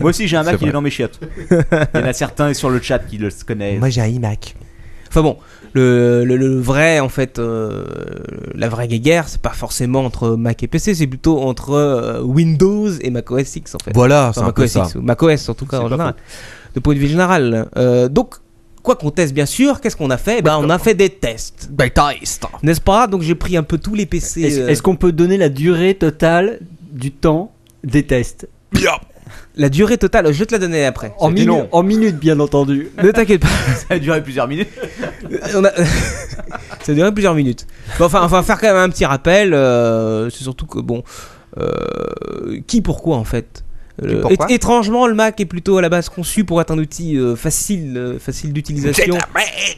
S3: Moi aussi, j'ai un Mac,
S5: C'est
S3: il est
S5: vrai.
S3: dans mes chiottes. Il y en a certains sur le chat qui le connaissent.
S4: j'ai un iMac. Enfin bon, le, le- le vrai, en fait, euh, la vraie guerre, c'est pas forcément entre Mac et PC, c'est plutôt entre euh, Windows et Mac OS X, en fait.
S5: Voilà, c'est
S4: Enfin,
S5: un
S4: Mac
S5: peu
S4: OS
S5: ça.
S4: X, ou Mac OS en tout cas, en général. De point de vue général. Euh, donc, quoi qu'on teste, bien sûr, qu'est-ce qu'on a fait Eh ben, on a fait des tests. N'est-ce pas Donc j'ai pris un peu tous les PC.
S6: Est-ce
S4: euh,
S6: est-ce qu'on peut donner la durée totale du temps des tests
S4: euh, la durée totale, je vais te la donner après.
S6: en, minu-
S3: long.
S6: en minutes, bien entendu.
S4: Ne t'inquiète pas,
S3: Ça a duré plusieurs minutes.
S4: on a- ça a duré plusieurs minutes. Bon, enfin, enfin, faire quand même un petit rappel. euh, c'est surtout que bon, euh, qui pourquoi en fait. Euh,
S5: Qui, pourquoi
S4: é- étrangement, le Mac est plutôt à la base conçu pour être un outil euh, facile, euh, facile d'utilisation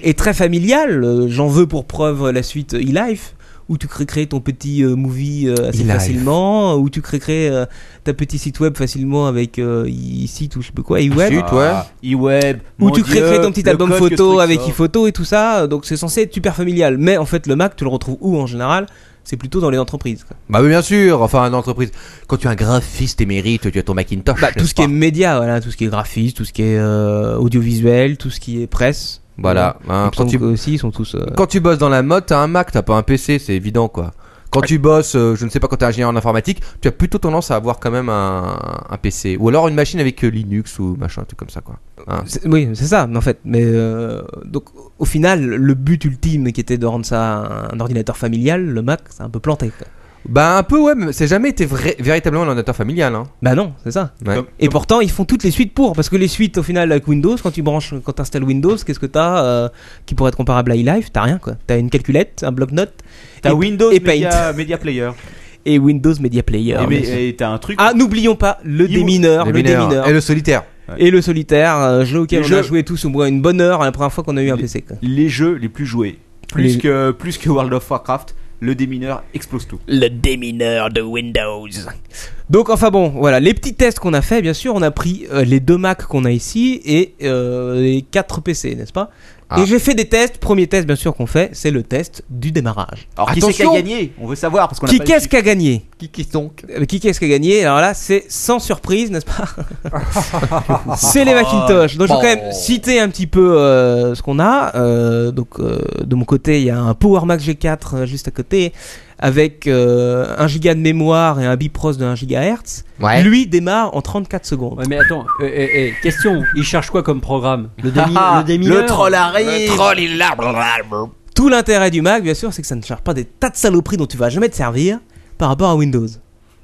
S4: et très familial. Euh, J'en veux pour preuve euh, la suite euh, eLife où tu crées créer ton petit euh, movie euh, assez
S5: eLife.
S4: facilement, où tu crées créer euh, ta petite site web facilement avec euh, e-site ou je sais pas quoi, e-web.
S5: Chut, ouais.
S3: Ah, E-Web.
S4: Où
S3: mon
S4: tu crées
S3: Dieu,
S4: crées ton petit
S3: le
S4: album
S3: code que ce
S4: photo
S3: truc
S4: avec
S3: sort.
S4: iPhoto et tout ça, donc c'est censé être super familial. Mais en fait, le Mac, tu le retrouves où en général C'est plutôt dans les entreprises. quoi.
S5: Bah oui, bien sûr. Enfin, une entreprise. Quand tu es un graphiste émérite, tu as ton Macintosh.
S4: Bah, tout
S5: n'est-ce
S4: ce qui
S5: pas
S4: est média, voilà, tout ce qui est graphisme, tout ce qui est euh, audiovisuel, tout ce qui est presse.
S5: Voilà. hein,
S4: Voilà.
S5: quand, tu...
S4: aussi, ils sont tous. euh,
S5: quand tu bosses dans la mode, t'as un Mac, t'as pas un PC, c'est évident quoi. Quand tu bosses, euh, je ne sais pas, quand t'es ingénieur en informatique, tu as plutôt tendance à avoir quand même un, un PC. Ou alors une machine avec euh, Linux ou machin, un truc comme ça quoi. Hein.
S4: C'est- Oui, c'est ça, mais en fait, mais euh, donc au final, le but ultime qui était de rendre ça un ordinateur familial, le Mac, c'est un peu planté. quoi.
S5: Bah un peu ouais, mais c'est jamais été vrai- véritablement un ordinateur familial. Hein.
S4: Bah non, c'est ça.
S5: Ouais.
S4: Et pourtant, ils font toutes les suites pour. Parce que les suites, au final, avec Windows, quand tu branches, quand tu installes Windows, qu'est-ce que t'as euh, qui pourrait être comparable à eLife T'as rien, quoi. T'as une calculette, un bloc-notes.
S3: T'as
S4: et-
S3: Windows
S4: et Paint.
S3: Media, Media Player.
S4: Et Windows Media Player.
S3: Et mais-
S4: bien sûr.
S3: et t'as un truc.
S4: Ah, n'oublions pas le
S3: Imo-
S4: démineur,
S5: Les
S4: le
S5: mineurs.
S4: démineur.
S5: Et le solitaire.
S4: Et le solitaire, euh, jeu auquel
S3: Les
S4: on a
S3: jeux-
S4: joué tous au moins une bonne heure la première fois qu'on a eu un PC. quoi.
S3: Les jeux les plus joués. Plus,
S4: Les-
S3: que, plus que World of Warcraft, le démineur explose tout.
S4: Le démineur de Windows. Donc enfin bon, voilà, les petits tests qu'on a fait, bien sûr, on a pris euh, les deux Macs qu'on a ici et euh, les quatre PC, n'est-ce pas
S5: Ah.
S4: Et j'ai fait des tests, premier test bien sûr qu'on fait, c'est le test du démarrage.
S3: Alors, qui c'est qui a gagné On veut savoir parce qu'on a
S4: Qui
S3: pas les
S4: qu'est-ce qui a gagné
S5: Qui qui donc
S4: Euh, Qui qu'est-ce qui a gagné Alors là, c'est sans surprise, n'est-ce pas C'est les Macintosh. Donc je vais quand même citer un petit peu euh, ce qu'on a. Euh, donc euh, de mon côté, il y a un Power Mac G4 euh, juste à côté avec euh, 1 giga de mémoire et un bipros de 1 gigahertz.
S5: Ouais.
S4: Lui démarre en 34 secondes.
S6: Ouais, mais attends, euh, euh, euh, question, il cherche quoi comme programme Le démi,
S3: Ah,
S6: le démineur
S3: le troll arrive.
S11: Le troll, il l'a.
S4: Tout l'intérêt du Mac, bien sûr, c'est que ça ne charge pas des tas de saloperies dont tu vas jamais te servir par rapport à Windows.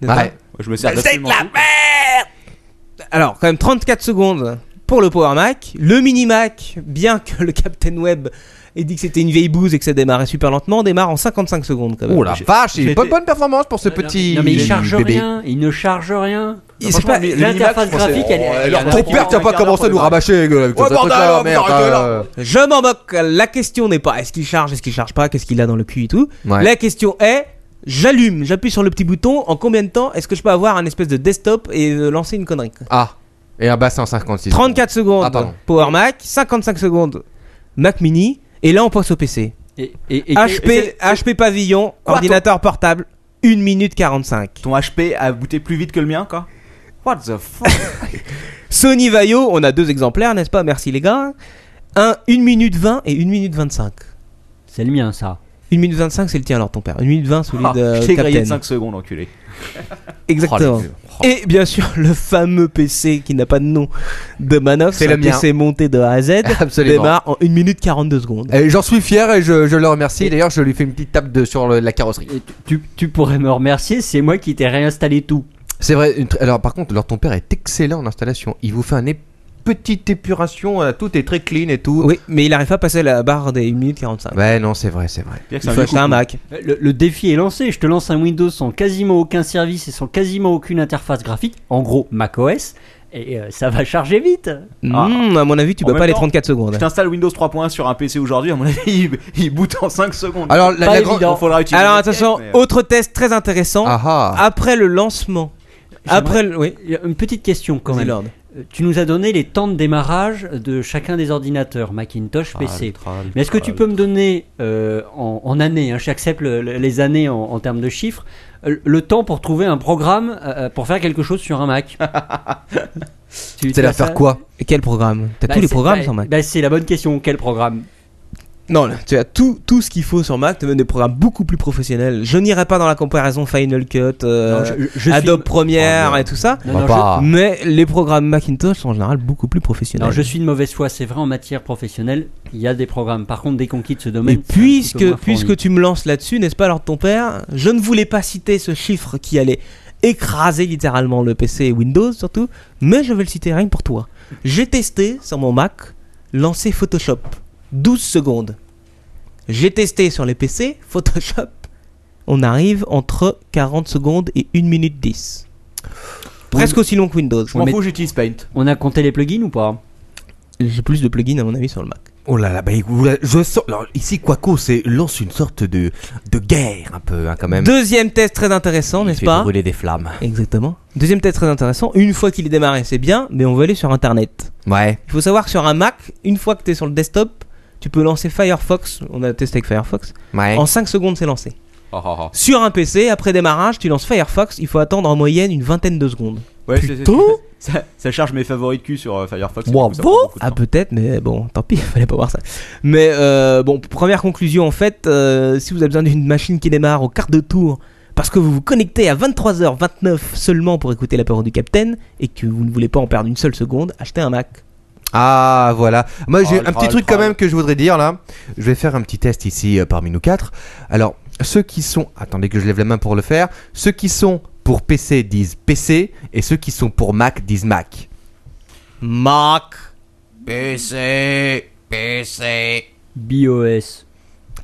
S4: N'est-ce pas
S5: Ouais.
S3: Je me sers
S11: C'est de
S3: d'absolument
S11: la
S3: tout.
S11: merde
S4: Alors, quand même 34 secondes pour le Power Mac. Le Mini Mac, bien que le Captain Web ait dit que c'était une vieille bouse et que ça démarrait super lentement, démarre en 55 secondes quand même.
S5: Oh la
S3: J'ai-
S5: vache, il
S3: j'ai
S5: est pas
S3: été-
S5: bonne performance pour ce
S6: Non, non,
S5: petit.
S6: Non, mais il charge
S5: bébé.
S6: rien, il ne charge rien.
S4: Il-
S6: Franchement,
S4: c'est pas-
S6: L'interface graphique, elle est.
S5: Alors ton père, t'as pas commencé à nous rabâcher, gueule, avec
S11: Ouais,
S5: ton
S11: bordel,
S5: truc là,
S11: oh,
S5: merde.
S11: putain, arrête,
S5: euh,
S4: Je m'en moque. La question n'est pas est-ce qu'il charge, est-ce qu'il charge pas, qu'est-ce qu'il a dans le cul et tout.
S5: Ouais.
S4: La question est j'allume, j'appuie sur le petit bouton, en combien de temps est-ce que je peux avoir un espèce de desktop et euh, lancer une connerie quoi
S5: Ah, et un bassin 56.
S4: 34 secondes
S5: Ah, pardon.
S4: Power Mac, 55 secondes Mac Mini, et là on passe au PC.
S6: Et, et- et-
S4: HP, HP Pavillon,
S3: Quoi,
S4: ordinateur portable, 1 minute 45.
S3: Ton HP a booté plus vite que le mien, quoi What the fuck
S4: Ah, Sony Vaio, on a deux exemplaires, n'est-ce pas Merci les gars. Un, 1 minute 20 et 1 minute 25.
S6: C'est le mien, ça.
S4: 1 minute 25, c'est le tien alors, ton père. 1 minute 20, celui
S3: Ah,
S4: de
S3: Je t'ai grillé de
S4: Captain.
S3: 5 secondes, enculé.
S4: Exactement.
S5: Oh, les-
S4: Et bien sûr, le fameux PC qui n'a pas de nom de Manox,
S5: C'est le
S4: un
S5: mien.
S4: PC monté de A à Z,
S5: Absolument.
S4: démarre en 1 minute 42 secondes.
S5: Et J'en suis fier et je, je le remercie. D'ailleurs, je lui fais une petite tape de, sur le- la carrosserie.
S6: Et tu- tu, tu pourrais me remercier, c'est moi qui t'ai réinstallé tout.
S5: C'est vrai. une tr- Alors, par contre, alors, ton père est excellent en installation. Il vous fait un é- petite épuration. euh, tout est très clean et tout.
S4: Oui, mais il n'arrive pas à passer la barre des 1 minute 45.
S5: Ouais, non, c'est vrai, c'est vrai.
S3: C'est-à-dire que
S4: Il
S3: c'est
S4: faut
S3: un vieux
S4: acheter un
S3: couple.
S4: Mac.
S6: Le, le défi est lancé, je te lance un Windows sans quasiment aucun service et sans quasiment aucune interface graphique, en gros macOS, et euh, ça va charger vite. Euh,
S3: Ah.
S4: Mmh, à mon avis, tu
S3: En
S4: bats
S3: même
S4: pas les
S3: temps,
S4: 34 secondes.
S3: Je t'installe Windows 3.1 sur un PC aujourd'hui, à mon avis, il, il boot en 5 secondes.
S5: Alors, la,
S6: Pas
S5: la
S6: évident.
S5: grande.
S3: il faudra utiliser.
S4: Alors
S3: le
S4: attention, oh,
S3: test, mais, euh,
S4: autre test très intéressant.
S5: Ah ah.
S4: Après le lancement.
S6: J'aimerais-
S4: Après le. Oui,
S6: Il y a Une petite question quand
S4: vas-y,
S6: même.
S4: Lord.
S6: Euh, Tu nous as donné les temps de démarrage de chacun des ordinateurs, Macintosh,
S4: Ah,
S6: PC. Mais est-ce que tu peux me donner euh, en, en années, hein, j'accepte le- le- les années en, en termes de chiffres, euh, le temps pour trouver un programme euh, pour faire quelque chose sur un Mac Tu- tu
S5: C'est la
S6: as ça
S5: faire quoi
S4: Et Quel programme T'as
S6: Bah,
S4: tous les
S6: c'est-
S4: programmes
S6: bah,
S4: sur Mac
S6: bah, C'est la bonne question, quel programme
S4: Non, là, tu as tout, tout ce qu'il faut sur Mac, tu as même des programmes beaucoup plus professionnels. Je n'irai pas dans la comparaison Final Cut, euh,
S6: Non, je- je- je
S4: Adobe
S6: suis-
S4: Premiere
S5: Oh, Ah.
S4: et tout ça.
S6: Non,
S5: On va
S6: non, je-
S5: pas.
S4: Mais les programmes Macintosh sont en général beaucoup plus
S6: Non,
S4: professionnels.
S6: je suis de mauvaise foi, c'est vrai en matière professionnelle, il y a des programmes. Par contre, dès qu'on quitte ce domaine,
S4: Et
S6: c'est un petit peu
S4: puisque,
S6: moins
S4: puisque
S6: fourni.
S4: tu me lances là-dessus, n'est-ce pas, alors ton père, je ne voulais pas citer ce chiffre qui allait écraser littéralement le PC et Windows surtout, mais je vais le citer rien que pour toi. J'ai testé sur mon Mac, lancer Photoshop, 12 secondes. J'ai testé sur les PC, Photoshop, on arrive entre 40 secondes et 1 minute 10. Presque aussi long que Windows.
S3: Je m'en
S6: mais-
S3: fous, j'utilise Paint.
S6: On a compté les plugins ou pas
S4: J'ai plus de plugins à mon avis sur le Mac.
S5: Oh là là, bah, écoute, là, je sens. Alors, ici, Quaco c'est lance une sorte de, de guerre un peu, hein, quand même.
S4: Deuxième test très intéressant,
S5: Il
S4: n'est-ce
S5: fait
S4: pas
S5: brûler des flammes.
S4: Exactement. Deuxième test très intéressant, une fois qu'il est démarré, c'est bien, mais on va aller sur Internet.
S5: Ouais.
S4: Il faut savoir que sur un Mac, une fois que tu es sur le desktop, tu peux lancer Firefox, on a testé avec Firefox,
S5: Ouais.
S4: en 5 secondes c'est lancé. oh, Sur un PC, après démarrage, tu lances Firefox, il faut attendre en moyenne une vingtaine de secondes.
S3: Ouais, c'est-
S4: Putain
S3: c'est- ça, ça charge mes favoris de cul sur euh, Firefox.
S5: Wow.
S3: ça prend beaucoup de
S4: Ah
S3: temps.
S4: peut-être, mais bon, tant pis, fallait pas voir ça. Mais euh, bon, première conclusion en fait, euh, si vous avez besoin d'une machine qui démarre au quart de tour, parce que vous vous connectez à 23h29 seulement pour écouter l'apéro du Capitaine, et que vous ne voulez pas en perdre une seule seconde, achetez un Mac.
S5: Ah voilà. Moi j'ai
S3: Oh, le
S5: un petit
S3: troll,
S5: truc
S3: le
S5: quand
S3: troll.
S5: même que je voudrais dire là. Je vais faire un petit test ici euh, parmi nous quatre. Alors Ceux qui sont, attendez que je lève la main pour le faire, ceux qui sont pour PC disent PC et ceux qui sont pour Mac disent Mac.
S4: Mac.
S11: PC, PC.
S6: BOS.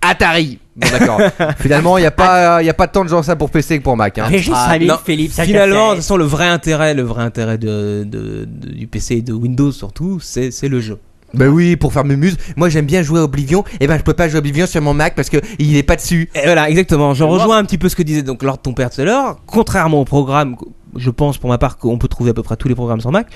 S5: Atari. Bon, d'accord. Finalement, il n'y a, pas- euh, il y a pas tant de gens ça pour PC que pour Mac. Hein.
S4: Ah, non.
S6: Philippe Saccassès.
S4: Finalement, de toute façon, le vrai intérêt, le vrai intérêt de, de- de- du PC et de Windows surtout, c'est c'est le jeu.
S5: Bah oui, pour faire mumuse. Moi, j'aime bien jouer à Oblivion. Et ben, je peux pas jouer à Oblivion sur mon Mac parce que il est pas dessus.
S4: Et voilà, exactement. Je rejoins un petit peu ce que disait donc Lord ton père tout à l'heure. Contrairement au programme, je pense pour ma part qu'on peut trouver à peu près tous les programmes sur Mac.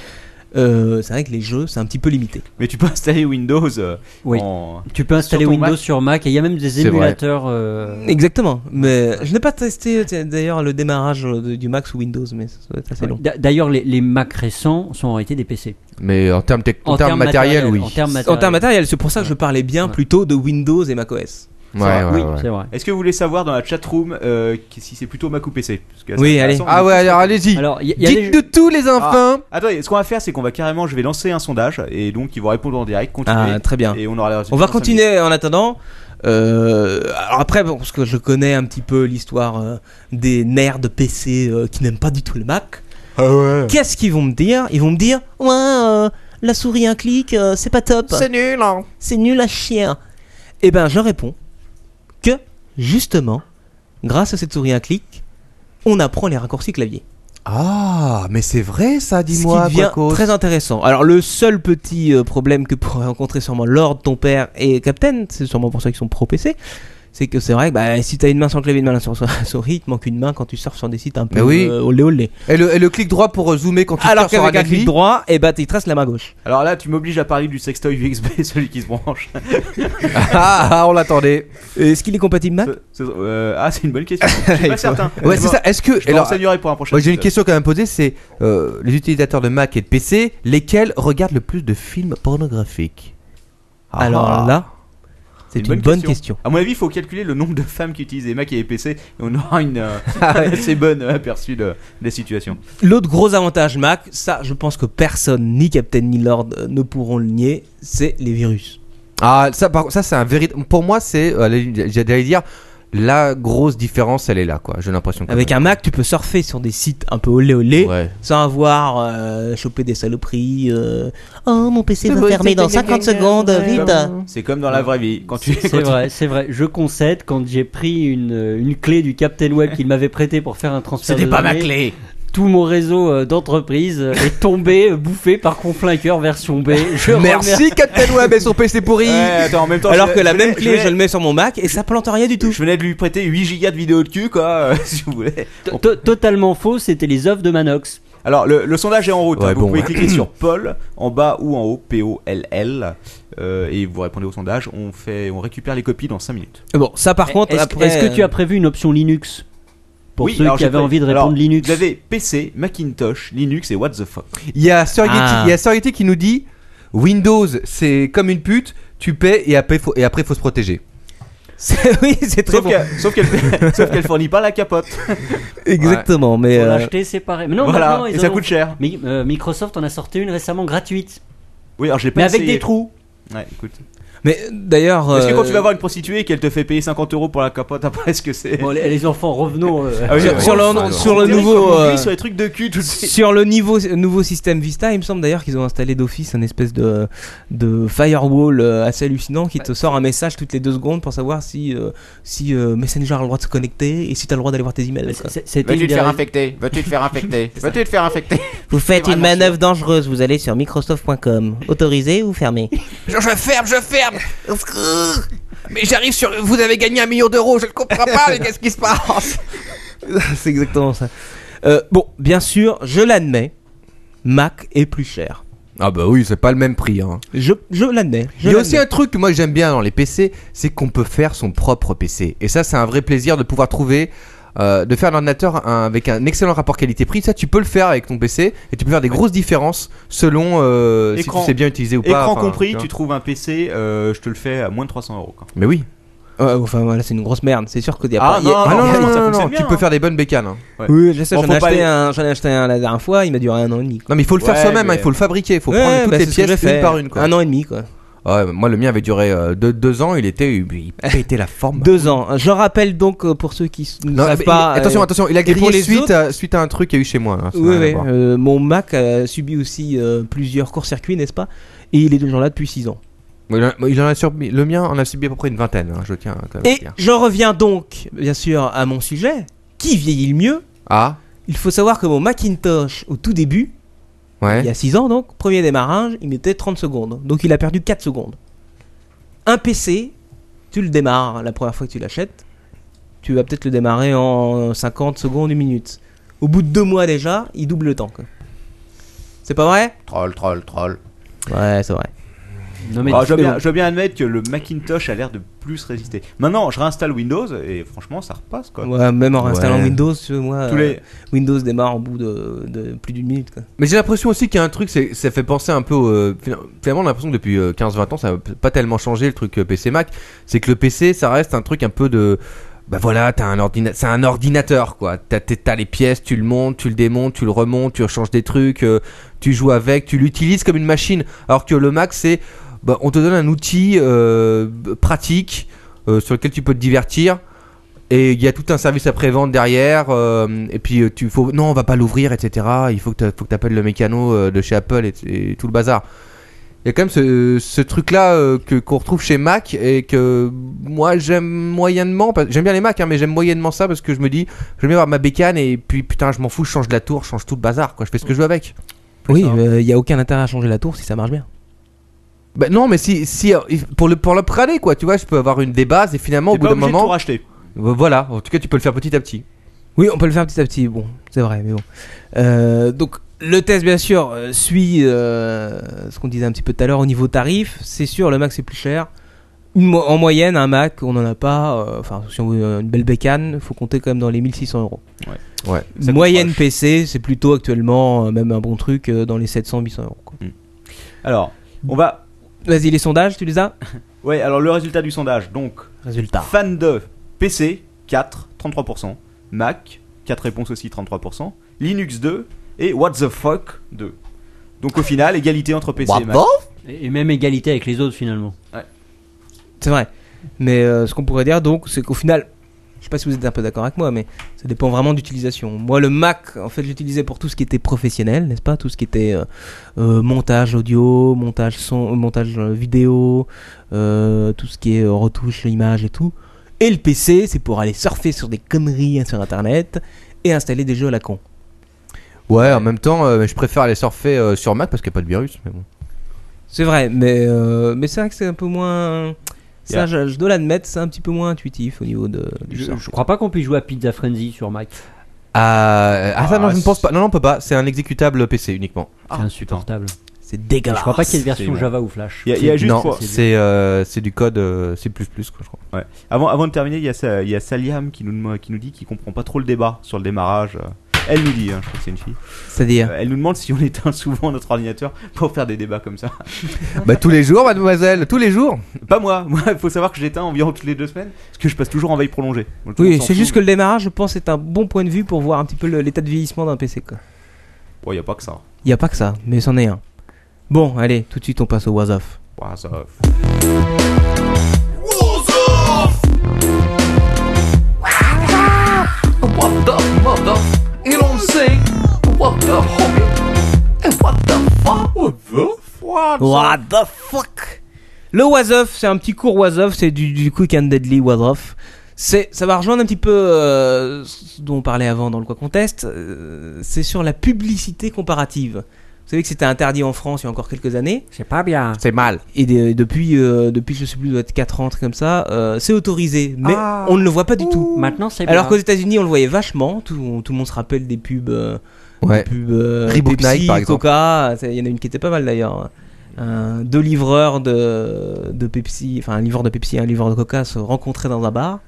S4: euh, c'est vrai que les jeux, c'est un petit peu limité.
S3: Mais tu peux installer Windows. euh,
S6: Oui.
S3: en-
S6: Tu peux installer
S3: sur ton
S6: Windows
S3: Mac.
S6: sur Mac et il y a même des
S3: C'est vrai.
S6: émulateurs. euh,
S4: Exactement. Mais je n'ai pas testé euh, tiens, d'ailleurs le démarrage euh, de- du Mac sous Windows, mais ça doit être assez long.
S6: D'a- D'ailleurs, les, les Mac récents sont en réalité des PC.
S5: Mais en termes tec- en
S6: En
S5: termes
S6: termes
S5: matériels,
S6: matériels,
S5: oui.
S6: en termes
S4: En termes matériels, c'est pour ça que je parlais bien plutôt de Windows et macOS.
S5: Ouais, ouais,
S3: Oui,
S5: ouais.
S6: c'est vrai.
S3: Est-ce que vous voulez savoir dans la chatroom euh, qui- si c'est plutôt Mac ou PC Parce que là,
S4: Oui,
S3: c'est
S4: allez.
S3: intéressant.
S5: Ah ouais, alors allez-y.
S6: Alors, il y, a- il y a des
S5: Dites-nous tous les enfants.
S3: Ah, attendez, ce qu'on va faire, c'est qu'on va carrément, je vais lancer un sondage et donc ils vont répondre en direct. Continuer,
S4: Ah, très bien.
S3: Et on aura les
S4: On
S3: résultats
S4: va
S3: dans cinq
S4: continuer en attendant. Euh, alors après, bon, parce que je connais un petit peu l'histoire euh, des nerds de PC euh, qui n'aiment pas du tout le Mac.
S5: Ah ouais.
S4: Qu'est-ce qu'ils vont me dire Ils vont me dire Ouais, euh, la souris un clic, euh, c'est pas top.
S11: C'est nul, hein.
S4: C'est nul à chier. Eh ben, je réponds que, justement, grâce à cette souris un clic, on apprend les raccourcis clavier.
S5: Ah, mais c'est vrai ça,
S4: Ce
S5: dis-moi.
S4: qui devient
S5: Quacos.
S4: très intéressant. Alors le seul petit euh, problème que pourrait rencontrer sûrement Lord, ton père et Captain, c'est sûrement pour ça qu'ils sont pro PC, c'est que c'est vrai que bah, si t'as une main sur le clavier, une main sur la souris, il te manque une main quand tu surfes sur des sites un peu
S5: Mais oui.
S4: euh, olé olé.
S5: Et le, et le clic droit pour euh, zoomer quand tu
S4: Alors
S5: tires sur
S4: qu'avec un
S5: un
S4: clic droit, et bah tu traces la main gauche.
S3: Alors là, tu m'obliges à parler du sextoy VXB, celui qui se branche.
S5: Ah, ah, on l'attendait.
S4: Et Est-ce qu'il est compatible Mac
S3: Ce- ce- euh, ah, c'est une bonne question. Je suis pas certain.
S5: Ouais, c'est ça. Est-ce que
S3: Je me
S5: alors,
S3: renseignerai pour un prochain.
S5: moi, j'ai une
S3: épisode.
S5: question quand même posée, c'est euh, les utilisateurs de Mac et de PC, lesquels regardent le plus de films pornographiques Ah,
S4: Alors
S5: ah.
S4: là, c'est une, bonne question.
S3: À mon avis, il faut calculer le nombre de femmes qui utilisent les Mac et les PC et on aura une euh,
S5: Ah ouais.
S3: assez bonne aperçu de, des situations.
S4: L'autre gros avantage Mac, ça je pense que personne, ni Captain ni Lord, euh, ne pourront le nier, c'est les virus.
S5: Ah, ça, par contre, ça c'est un véritable. Pour moi, c'est, euh, allez, j'allais dire, la grosse différence, elle est là, quoi. J'ai l'impression. quand
S4: Avec
S5: même.
S4: un Mac, tu peux surfer sur des sites un peu olé olé.
S5: Ouais.
S4: sans avoir euh, chopé des saloperies. euh, Oh, mon PC
S11: Le
S4: va fermer dans
S11: boss était
S4: 50
S11: quelqu'un,
S4: secondes,
S11: ouais.
S4: vite.
S3: C'est comme dans la vraie vie. Quand tu
S6: C'est vrai, c'est vrai. Je concède quand j'ai pris une, euh, une clé du Captain Web qu'il m'avait prêté pour faire un transfert. de données,
S11: clé.
S6: Tout mon réseau euh, d'entreprise euh, est tombé, euh, bouffé par Conflinker version B. Je
S5: Merci Captain Web et son PC pourri.
S3: Ouais, attends, en même temps,
S4: Alors
S3: je-
S4: que la
S3: je
S4: même
S3: venais-
S4: clé,
S3: je
S4: je,
S3: venais-
S4: le mets sur mon Mac et ça plante rien du tout.
S3: Je venais de lui prêter 8 gigas de vidéos de cul, quoi, euh, si vous voulez.
S6: To- to- Totalement faux, c'était les œuvres de Manox.
S3: Alors, le, le sondage est en route.
S5: Ouais,
S3: hein. Vous
S5: bon,
S3: pouvez
S5: ouais.
S3: cliquer sur Paul en bas ou en haut, P-O-L-L, euh, et vous répondez au sondage. On, fait, on récupère les copies dans 5 minutes.
S4: Bon, ça par contre,
S6: Eh, Est-ce
S4: après,
S6: est-ce que tu as prévu une option Linux Pour
S3: euh, Oui,
S6: ceux
S3: alors
S6: qui
S3: j'ai
S6: avaient
S3: pas-
S6: envie de répondre
S3: alors,
S6: Linux.
S3: Vous avez PC, Macintosh, Linux et What the fuck.
S5: Il y a Sir
S4: Ah.
S5: il y a Sir Yeti qui nous dit Windows, c'est comme une pute, tu paies et après faut, et après faut se protéger.
S4: C'est- oui, c'est très
S3: Sauf
S4: bon.
S3: qu'elle- sauf qu'elle sauf qu'elle fournit pas la capote.
S4: Exactement, mais
S6: Pour
S4: euh,
S6: l'acheter, c'est pareil. Mais non, maintenant,
S3: voilà,
S6: ils
S3: et
S6: en
S3: ça
S6: ont-
S3: coûte cher.
S6: Mi- euh, Microsoft en a sorti une récemment gratuite,
S3: Oui, alors j'ai pas
S6: mais avec
S3: essayé.
S6: des trous.
S3: Ouais, écoute.
S4: mais d'ailleurs,
S3: Est-ce que quand
S4: euh,
S3: tu vas voir une prostituée et qu'elle te fait payer 50 euros pour la capote, après, est-ce que c'est.
S6: Bon, les, les enfants, revenons. euh,
S3: Ah oui,
S4: sur,
S3: ouais.
S4: sur
S5: Ouais,
S4: le
S5: ouais.
S4: sur le
S3: On dirait
S4: nouveau
S3: qu'on oublie
S4: euh,
S3: sur les trucs de cul tout de suite.
S4: sur le niveau nouveau système Vista, il me semble d'ailleurs qu'ils ont installé d'office un espèce de de firewall euh, assez hallucinant qui te sort un message toutes les deux secondes pour savoir si euh, si euh, Messenger a le droit de se connecter et si t'as le droit d'aller voir tes emails. quoi.
S6: c'est- C'était
S11: Veux-tu
S6: une
S11: te
S6: des
S11: faire
S6: raisons-
S11: infecter Veux-tu te faire infecter Veux-tu te faire infecter
S4: Vous faites
S11: C'est
S4: une
S11: vraiment
S4: manœuvre dangereuse, vous allez sur microsoft.com. Autorisé ou fermé
S11: je, je ferme, je ferme. Au secours. Mais j'arrive sur. Vous avez gagné un million d'euros. Je ne comprends pas. Mais qu'est-ce qui se passe
S4: C'est exactement ça. Euh, bon, bien sûr, je l'admets, Mac est plus cher.
S5: Ah bah oui, c'est pas le même prix. hein.
S4: Je, je l'admets. je
S5: Il y a aussi
S4: l'admets.
S5: un truc que moi j'aime bien dans les PC, c'est qu'on peut faire son propre PC. Et ça, c'est un vrai plaisir de pouvoir trouver. euh, de faire un ordinateur un- avec un excellent rapport qualité-prix, ça tu peux le faire avec ton PC et tu peux faire des grosses différences selon euh, si
S3: Écran-
S5: tu sais bien utiliser ou pas.
S3: Écran
S5: enfin,
S3: compris,
S5: vois.
S3: tu trouves un PC, euh, je te le fais à moins de 300 euros. quoi.
S5: Mais oui.
S4: Ouais, enfin, voilà, c'est une grosse merde. C'est sûr qu'il y a
S3: Ah,
S4: pas. il y a-
S3: non,
S5: Ah non, non,
S3: franchement,
S5: non,
S3: ça
S5: non,
S3: fonctionne
S5: non,
S3: bien,
S5: tu peux
S3: hein.
S5: faire des bonnes bécanes. hein.
S4: Oui, je sais,
S3: Bon,
S4: j'en
S3: faut
S4: ai,
S3: pas
S4: acheté
S3: les-
S4: un- j'en ai acheté un la dernière fois, il m'a duré un an et demi.
S5: Non mais il faut le faire
S3: Ouais,
S5: soi-même, hein,
S3: mais-
S5: il faut le fabriquer, il faut
S4: Ouais,
S5: prendre toutes
S4: bah,
S5: les
S4: c'est ce que
S5: pièces
S4: j'ai fait.
S5: une par une quoi.
S4: Un an et demi, quoi.
S5: Ouais, moi, le mien avait duré euh, deux, deux ans. Il était, il pétait la forme.
S4: Deux ans. Je rappelle donc euh, pour ceux qui s- ne
S5: Non,
S4: savent
S5: mais-
S4: pas.
S5: mais attention,
S4: euh,
S5: attention, il a
S4: et pour
S5: grillé
S4: les
S5: suite,
S4: autres-
S5: à, suite à un truc qu'il y a eu chez moi. hein, ça n'a
S4: Oui,
S5: rien à
S4: oui,
S5: voir.
S4: euh, mon Mac a subi aussi euh, plusieurs courts-circuits, n'est-ce pas Et il est toujours là depuis 6 ans.
S5: Il en- il en a subi- le mien en a subi à peu près une vingtaine, hein, je tiens quand même à
S4: Et
S5: le dire.
S4: j'en reviens donc, bien sûr, à mon sujet. Qui vieillit le mieux
S5: Ah,
S4: Il faut savoir que mon Macintosh, au tout début,
S5: ouais.
S4: il y a 6 ans donc, premier démarrage, il mettait 30 secondes. Donc il a perdu 4 secondes. Un PC, tu le démarres la première fois que tu l'achètes, tu vas peut-être le démarrer en 50 secondes, une minute. Au bout de 2 mois déjà, il double le temps. quoi. C'est pas vrai
S5: Troll, troll, troll.
S4: Ouais, c'est vrai.
S6: Non,
S3: Ah, je, veux bien, je veux bien admettre que le Macintosh a l'air de plus résister. Maintenant, je réinstalle Windows et franchement, ça repasse quoi.
S4: Ouais, même en installant
S5: Ouais.
S4: Windows, tu vois, moi,
S3: Tous
S4: euh,
S3: les-
S4: Windows démarre au bout de, de plus d'une minute. Quoi.
S5: Mais j'ai l'impression aussi qu'il y a un truc, c'est- ça fait penser un peu. au- euh, finalement, on a l'impression que depuis euh, 15-20 ans, ça n'a pas tellement changé le truc euh, PC Mac. C'est que le PC, ça reste un truc un peu de. Bah voilà, t'as un ordinateur, c'est un ordinateur quoi. T'as, t'es- t'as les pièces, tu le montes, tu le démontes, tu le remontes, tu rechanges des trucs, euh, tu joues avec, tu l'utilises comme une machine. Alors que le Mac, c'est, bah, on te donne un outil euh, pratique euh, sur lequel tu peux te divertir. Et il y a tout un service après-vente derrière. euh, et puis euh, tu faut non, on va pas l'ouvrir, etc. Il faut que t'a- faut que t'appelles le mécano euh, de chez Apple et, et tout le bazar. Il y a quand même ce, ce truc-là euh, que qu'on retrouve chez Mac et que moi j'aime moyennement. parce- J'aime bien les Mac, hein, mais j'aime moyennement ça parce que je me dis, j'aime bien avoir ma bécane et puis putain, je m'en fous, je change de la tour, je change tout le bazar, quoi. Je fais ce que je veux avec.
S4: Oui, il n'y a aucun intérêt à changer la tour si ça marche bien.
S5: Bah non, mais si, si euh, pour le pour l'upgrader, quoi, tu vois, je peux avoir une des bases et finalement au
S3: T'es
S5: bout
S3: pas
S5: d'un
S3: obligé de tout
S5: moment,
S3: racheter.
S5: voilà. En tout cas, tu peux le faire petit à petit.
S4: Oui, on peut le faire petit à petit, bon, c'est vrai, mais bon. Euh, donc, le test, bien sûr, euh, suit euh, ce qu'on disait un petit peu tout à l'heure au niveau tarif. C'est sûr, le Mac, c'est plus cher. Une mo- en moyenne, un Mac, on n'en a pas. euh, Enfin, si on veut une belle bécane, il faut compter quand même dans les 1600 euros.
S5: Ouais.
S3: Ça coûte
S4: Moyenne
S3: proche.
S4: PC, c'est plutôt actuellement, euh, même un bon truc, euh, dans les 700-800 euros. quoi.
S3: Alors, on va.
S4: Vas-y, les sondages, tu les as
S3: Ouais, alors le résultat du sondage. Donc,
S4: Résultat.
S3: fan de PC 4, 33%. Mac, 4 réponses aussi, 33%. Linux 2 et What the fuck 2. Donc au final, égalité entre PC et Mac.
S6: Et et même égalité avec les autres finalement.
S4: C'est vrai. Mais euh, ce qu'on pourrait dire donc, c'est qu'au final, je sais pas si vous êtes un peu d'accord avec moi, mais ça dépend vraiment d'utilisation. Moi, le Mac, en fait, j'utilisais pour tout ce qui était professionnel, n'est-ce pas Tout ce qui était euh, euh, montage audio, montage son, euh, montage euh, vidéo, euh, tout ce qui est euh, retouche image et tout. Et le PC, c'est pour aller surfer sur des conneries hein, sur Internet et installer des jeux à la con.
S5: Ouais, en même temps, euh, je préfère aller surfer euh, sur Mac parce qu'il n'y a pas de virus. Mais bon.
S4: C'est vrai, mais, euh, mais c'est vrai que c'est un peu moins. Ça, je, je dois l'admettre, c'est un petit peu moins intuitif au niveau de, du
S6: Je,
S4: surf.
S6: je crois pas qu'on puisse jouer à Pizza Frenzy sur Mac.
S5: Ah, ah, ça, non, je ne pense pas. Non, non, on peut pas. C'est un exécutable PC uniquement.
S3: Ah,
S6: C'est insupportable.
S4: C'est
S6: Et
S4: dégueulasse.
S6: je crois pas qu'il y ait une version
S3: Absolument.
S6: Java ou Flash.
S3: Ah, Il y a- il y a juste
S5: non,
S3: pour-
S5: c'est euh, c'est du code euh, C++, quoi, je crois.
S3: Ouais. Avant, avant de terminer, il y, a Sa- il y a Saliam qui nous, dem- qui nous dit qu'il comprend pas trop le débat sur le démarrage. euh. Elle nous dit, hein, je crois que c'est une fille.
S4: C'est-à-dire.
S3: Euh, Elle nous demande si on éteint souvent notre ordinateur pour faire des débats comme ça.
S5: bah, tous les jours, mademoiselle, tous les jours.
S3: Pas moi, moi il faut savoir que je l'éteins environ toutes les deux semaines parce que je passe toujours en veille prolongée. Donc, tout le
S4: Oui,
S3: monde s'en
S4: c'est juste que
S3: fout.
S4: le démarrage, je pense, est un bon point de vue pour voir un petit peu le- l'état de vieillissement d'un PC. Quoi.
S3: Bon, il n'y a pas que ça.
S4: Il n'y a pas que ça, mais c'en est un. Bon, allez, tout de suite, on passe au was off.
S3: Ouah, ça-
S9: What the mother? You don't say what the homie? And what the fuck? What the fuck?
S4: What the fuck Le was off, c'est un petit court was off, c'est du, du quick and deadly was off. C'est, ça va rejoindre un petit peu euh, ce dont on parlait avant dans le quoi conteste. c'est sur la publicité comparative. Vous savez que c'était interdit en France il y a encore quelques années.
S6: C'est pas bien.
S5: C'est mal.
S4: Et des- depuis, euh, depuis, je sais plus, doit être 4 ans, truc comme ça, euh, c'est autorisé. Mais
S5: Ah.
S4: on ne le voit pas du tout.
S6: Maintenant, c'est
S4: Alors qu'aux
S6: Eh bien.
S4: États-Unis, on le voyait vachement. Tout, tout le monde se rappelle des pubs, euh,
S5: Ouais.
S4: des pubs euh,
S5: Reboot
S4: Pepsi,
S5: Night, par exemple.
S4: Coca. c'est- Il y en a une qui était pas mal d'ailleurs. Un- deux livreurs de, de Pepsi, enfin un livreur de Pepsi et un livreur de Coca se rencontraient dans un bar.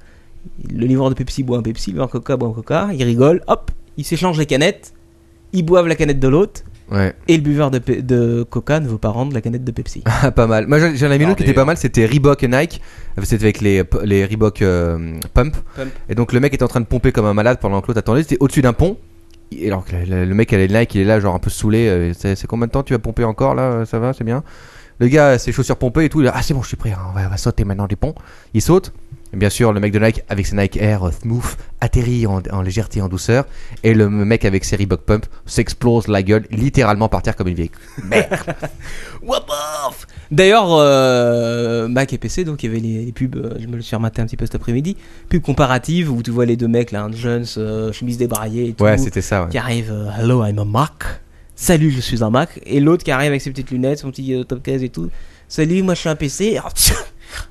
S4: Le livreur de Pepsi boit un Pepsi, le livreur de Coca boit un Coca. Ils rigolent, hop, ils s'échangent les canettes. Ils boivent la canette de l'autre
S5: Ouais.
S4: et le buveur de, Pe- de Coca ne veut pas rendre la canette de Pepsi.
S5: Ah, pas mal. Moi, j'en j'en avais une autre
S3: Regardez.
S5: qui était pas mal. C'était Reebok et Nike. Euh, C'était avec les, p- les Reebok euh, pump.
S4: Pump.
S5: Et donc, le mec était en train de pomper comme un malade pendant que l'autre attendait. C'était au-dessus d'un pont. Et alors que le, le- le mec, elle est Nike, il est là, genre un peu saoulé. euh, C'est c'est combien de temps tu vas pomper encore là Ça va, c'est bien. Le gars, ses chaussures pompées et tout, il dit, ah c'est bon, je suis prêt, hein, on, va, on va sauter maintenant des ponts. Il saute. Et bien sûr, le mec de Nike avec ses Nike Air euh, Smooth atterrit en, en légèreté, en douceur, et le mec avec ses Reebok Pump s'explose la gueule littéralement par terre comme une vieille.
S4: What off D'ailleurs, euh, Mac et PC, donc il y avait les, les pubs, euh, je me le suis rematé un petit peu cet après-midi, pub comparative où tu vois les deux mecs, là, un jeune, euh, chemise débraillée et tout.
S5: Ouais, c'était ça, ouais.
S4: Qui arrive, euh, Hello, I'm a Mac. Salut, je suis un Mac. Et l'autre qui arrive avec ses petites lunettes, son petit euh, top case et tout. Salut, moi je suis un PC. Oh, tiens,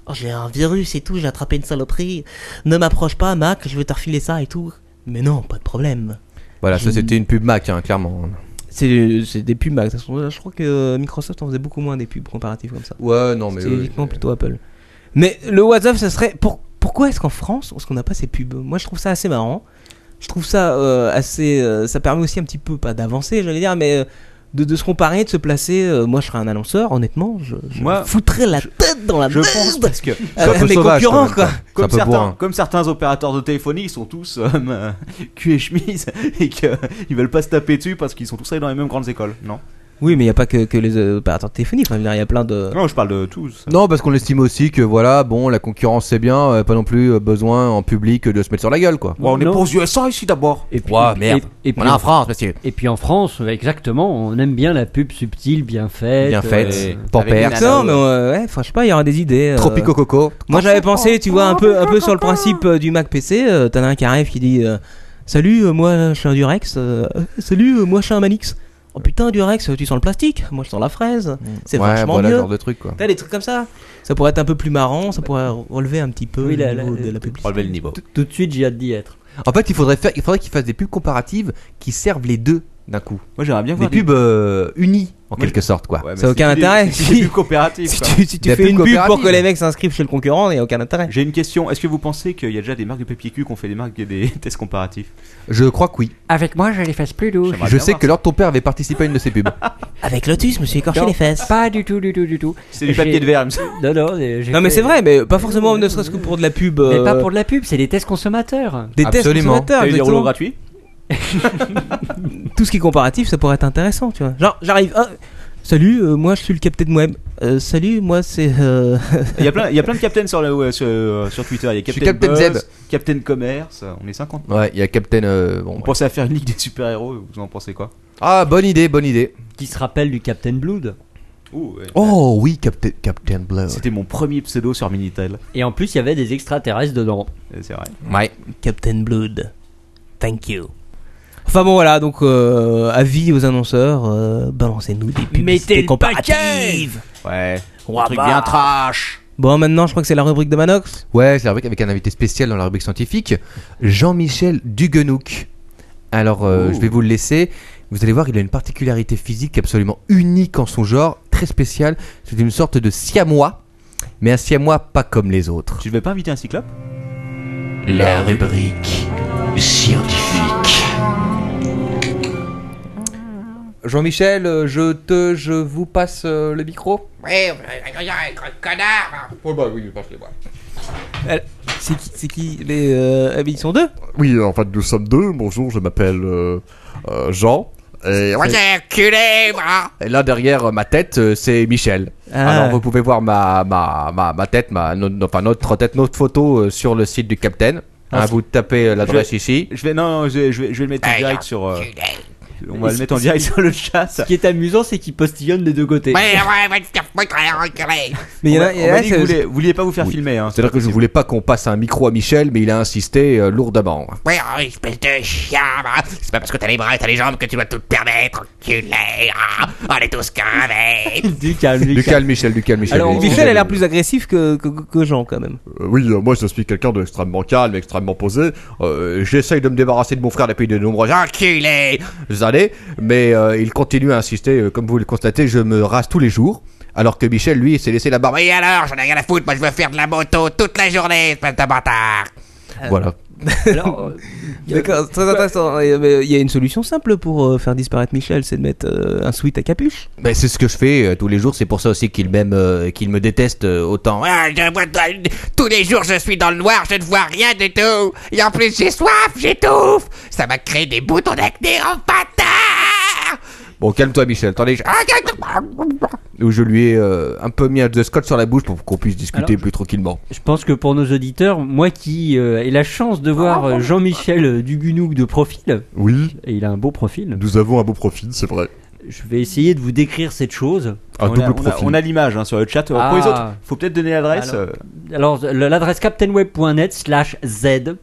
S4: oh, j'ai un virus et tout, j'ai attrapé une saloperie. Ne m'approche pas, Mac, je vais te refiler ça et tout. Mais non, pas de problème.
S5: Voilà, ça c'était une pub Mac, hein, clairement.
S4: C'est c'est des pubs Mac. de toute façon. Je crois que euh, Microsoft en faisait beaucoup moins des pubs comparatives comme ça.
S5: Ouais, non, mais
S4: C'était
S5: oui,
S4: uniquement plutôt Apple. Mais le WhatsApp, ça serait. pour- pourquoi est-ce qu'en France, est-ce qu'on n'a pas ces pubs Moi, je trouve ça assez marrant. Je trouve ça euh, assez. euh, ça permet aussi un petit peu, pas d'avancer, j'allais dire, mais euh, de, de se comparer, de se placer. Euh, moi, je serais un annonceur, honnêtement. Je, je
S3: Moi,
S4: foutrais la tête dans la
S3: je
S4: merde
S3: pense parce que-
S4: à
S5: C'est un peu
S4: mes
S5: sauvage,
S4: concurrents,
S5: quand même,
S4: quoi.
S5: Ah, quoi.
S3: Comme
S5: C'est un peu
S3: certains,
S5: bourrin.
S3: comme certains opérateurs de téléphonie, ils sont tous euh, euh, cul et chemise et qu'ils veulent pas se taper dessus parce qu'ils sont tous allés dans les mêmes grandes écoles, non
S4: Oui, mais il n'y a pas que, que les euh, opérateurs téléphoniques. Enfin, je veux dire, Il y a plein de.
S3: Non, je parle de tous.
S5: Non, parce qu'on estime aussi que voilà, bon, la concurrence c'est bien, euh, pas non plus euh, besoin en public euh, de se mettre sur la gueule, quoi.
S3: on est
S6: Non.
S3: pour les USA ici d'abord.
S6: Et puis,
S5: Ouah, merde.
S6: Et, et puis
S5: On est en France, monsieur.
S6: Et puis en France, ouais, exactement, on aime bien la pub subtile, bien faite.
S5: Bien faite,
S6: euh,
S5: pampère.
S3: Ah,
S4: Non, mais euh, ouais, enfin, je sais pas, il y aura des idées. euh,
S5: Tropico Coco.
S4: Moi j'avais pensé, tu
S6: Oh,
S4: vois, un peu, un peu sur le principe euh, du Mac PC, euh, t'en as un qui arrive qui dit euh, Salut, euh, moi je suis un Durex, euh, euh, salut, euh, moi je suis un Manix. Oh putain, Durex, euh, tu sens le plastique, moi je sens la fraise, c'est
S5: Ouais,
S4: vachement
S5: voilà,
S4: mieux.
S5: genre de truc, quoi.
S4: T'as des trucs comme ça Ça pourrait être un peu plus marrant, ça pourrait relever un petit peu
S6: Oui, la-
S4: le niveau
S6: la-
S4: de la publicité.
S3: Relever le niveau.
S6: euh, tout- Tout de suite, j'ai hâte d'y être.
S5: En fait, il faudrait faire, il faudrait qu'ils fassent des pubs comparatives qui servent les deux d'un coup.
S3: Moi, j'aimerais bien
S5: Des
S3: voir
S5: pubs euh, ah, unies, en
S3: Moi,
S5: quelque sorte, quoi.
S3: Ouais, mais
S4: Ça a
S3: c'est
S4: aucun
S3: des-
S4: intérêt.
S3: C'est des pubs coopératives.
S4: Si
S3: quoi.
S4: tu, si tu
S5: Des
S4: fais
S5: pubs
S4: une pub pour
S5: coopératives.
S4: que les mecs s'inscrivent chez le concurrent, il n'y a aucun intérêt.
S3: J'ai une question. Est-ce que vous pensez qu'il y a déjà des marques de papier cul qui ont fait des marques des tests comparatifs
S5: Je crois que oui.
S11: Avec moi, je les fesses plus douces.
S3: J'aimerais
S5: Je
S3: bien
S5: sais
S3: voir
S5: que lors de ton père avait participé à une de ces pubs.
S4: Avec Lotus, je me suis écorché
S6: Non.
S4: les fesses.
S11: Pas du tout, du tout, du tout.
S3: ça. C'est du papier de verre, il me semble.
S6: Non, non, euh, j'ai
S4: Non mais
S6: fait-
S4: c'est vrai, mais pas forcément ne serait-ce que pour de la pub.
S6: Mais pas
S4: euh,
S6: pour de la pub, c'est des tests consommateurs.
S4: Des tests
S5: Absolument.
S4: consommateurs,
S3: T'as eu des
S4: Ah, exactement.
S3: rouleaux gratuits
S4: tout ce qui est comparatif, ça pourrait être intéressant, tu vois. Genre, j'arrive. ah, salut, euh, moi je suis le capitaine web. Euh, salut, moi c'est. euh,
S3: Il y a plein, il y a plein de captains sur, le- ouais, sur, euh, sur Twitter. Il y a
S5: Je suis
S3: Captain,
S5: Captain
S3: Buzz, Captain Commerce. euh, On est 50.
S5: Ouais, il y a Captain. euh, bon,
S3: On
S5: bref.
S3: pensait à faire une ligue des super-héros. Vous en pensez quoi
S5: Ah, bonne idée, bonne idée.
S6: Qui se rappelle du Captain Blood.
S3: Ouh, ouais.
S5: Oh oui, Captain, Captain Blood.
S3: C'était mon premier pseudo sur Minitel.
S6: Et en plus, il y avait des extraterrestres dedans.
S3: Euh, C'est vrai.
S5: Ouais.
S4: Captain Blood. Thank you. Enfin bon, voilà, donc euh, avis aux annonceurs, euh, balancez-nous des publicités comparatives.
S3: Ouais.
S4: Ah
S3: Un
S4: bah.
S3: truc bien trash.
S4: Bon, maintenant je crois que c'est la rubrique de Manox.
S5: Ouais, c'est la rubrique avec un invité spécial dans la rubrique scientifique, Jean-Michel Dugenouk. Alors, euh,
S3: Ouh.
S5: je vais vous le laisser. Vous allez voir, il a une particularité physique absolument unique en son genre, très spéciale. C'est une sorte de siamois, mais un siamois pas comme les autres.
S3: Tu ne vais pas inviter un cyclope
S2: La rubrique scientifique.
S5: Jean-Michel, euh, je te, je vous passe euh, le micro. Oh, bah Ouais, connard.
S4: C'est qui, c'est qui les, euh, ah, mais Ils sont deux
S12: Oui, en fait, nous sommes deux. Bonjour, je m'appelle euh, euh, Jean. Et,
S11: hein.
S5: Et là derrière euh, ma tête, euh, c'est Michel.
S4: Ah.
S5: Alors vous pouvez voir ma, ma, ma, ma tête, ma, no- no- enfin notre tête, notre photo euh, sur le site du Captain.
S4: Ah,
S5: Hein, vous tapez euh, l'adresse ici.
S3: Je vais non, non, je, je vais, je vais le mettre en direct sur. euh, on va le mettre en direct sur le chat.
S6: Ce qui est amusant, c'est qu'ils postillonnent des deux côtés.
S4: Mais il y en a,
S3: On
S4: il y en a,
S3: m'a dit que vous
S4: c'est-
S3: vouliez- vous vouliez pas vous faire filmer. Hein.
S5: C'est-à-dire que je voulais pas qu'on passe un micro à Michel, mais il a insisté euh, lourdement.
S11: oh, espèce de chien, bah. c'est pas parce que t'as les bras et t'as les jambes que tu dois tout te permettre, enculé. Ah, on est tous crevés.
S6: Du calme, du
S5: Du
S6: calme.
S5: calme, Michel, du calme, Michel.
S4: Alors,
S5: Du-
S4: Michel a l'air plus agressif que, que, que Jean quand même.
S12: euh, oui, euh, moi, je suis quelqu'un d'extrêmement calme, extrêmement posé. Euh, J'essaye de me débarrasser de mon frère depuis de nombreuses
S5: enculé années, mais euh, il continue à insister. euh, comme vous le constatez, je me rase tous les jours. Alors que Michel, lui, s'est laissé la barbe.
S11: Oui, alors, j'en ai rien à foutre, moi je veux faire de la moto toute la journée, espèce de bâtard.
S4: Euh.
S5: Voilà.
S6: Alors, euh,
S4: D'accord, c'est très intéressant. Et, mais Il y a une solution simple pour euh, faire disparaître Michel, c'est de mettre euh, un sweat à capuche.
S5: Ben, c'est ce que je fais euh, tous les jours. C'est pour ça aussi qu'il m'aime, euh, qu'il me déteste euh, autant.
S11: Ah, je vois dans- Tous les jours, je suis dans le noir, je ne vois rien du tout. Et en plus, j'ai soif, j'étouffe. Ça m'a créé des boutons d'acné en bâtard.
S5: Bon, calme-toi, Michel. Attendez. je-
S11: Ah,
S13: Ah, où je lui ai euh, un peu mis un de scotch sur la bouche pour qu'on puisse discuter
S6: Alors,
S13: plus tranquillement.
S6: Je pense que pour nos auditeurs, moi qui euh, ai la chance de voir euh, Jean-Michel euh, Dugunouk de profil,
S5: Oui.
S6: Et il a un beau profil.
S5: Nous avons un beau profil, c'est vrai.
S6: je vais essayer de vous décrire cette chose.
S3: Un On a- double on a- profil. on a l'image hein, sur le chat. Pour
S4: Ah.
S3: les autres, faut peut-être donner l'adresse, euh,
S6: Alors, alors, le- l'adresse captainweb.net slash Z.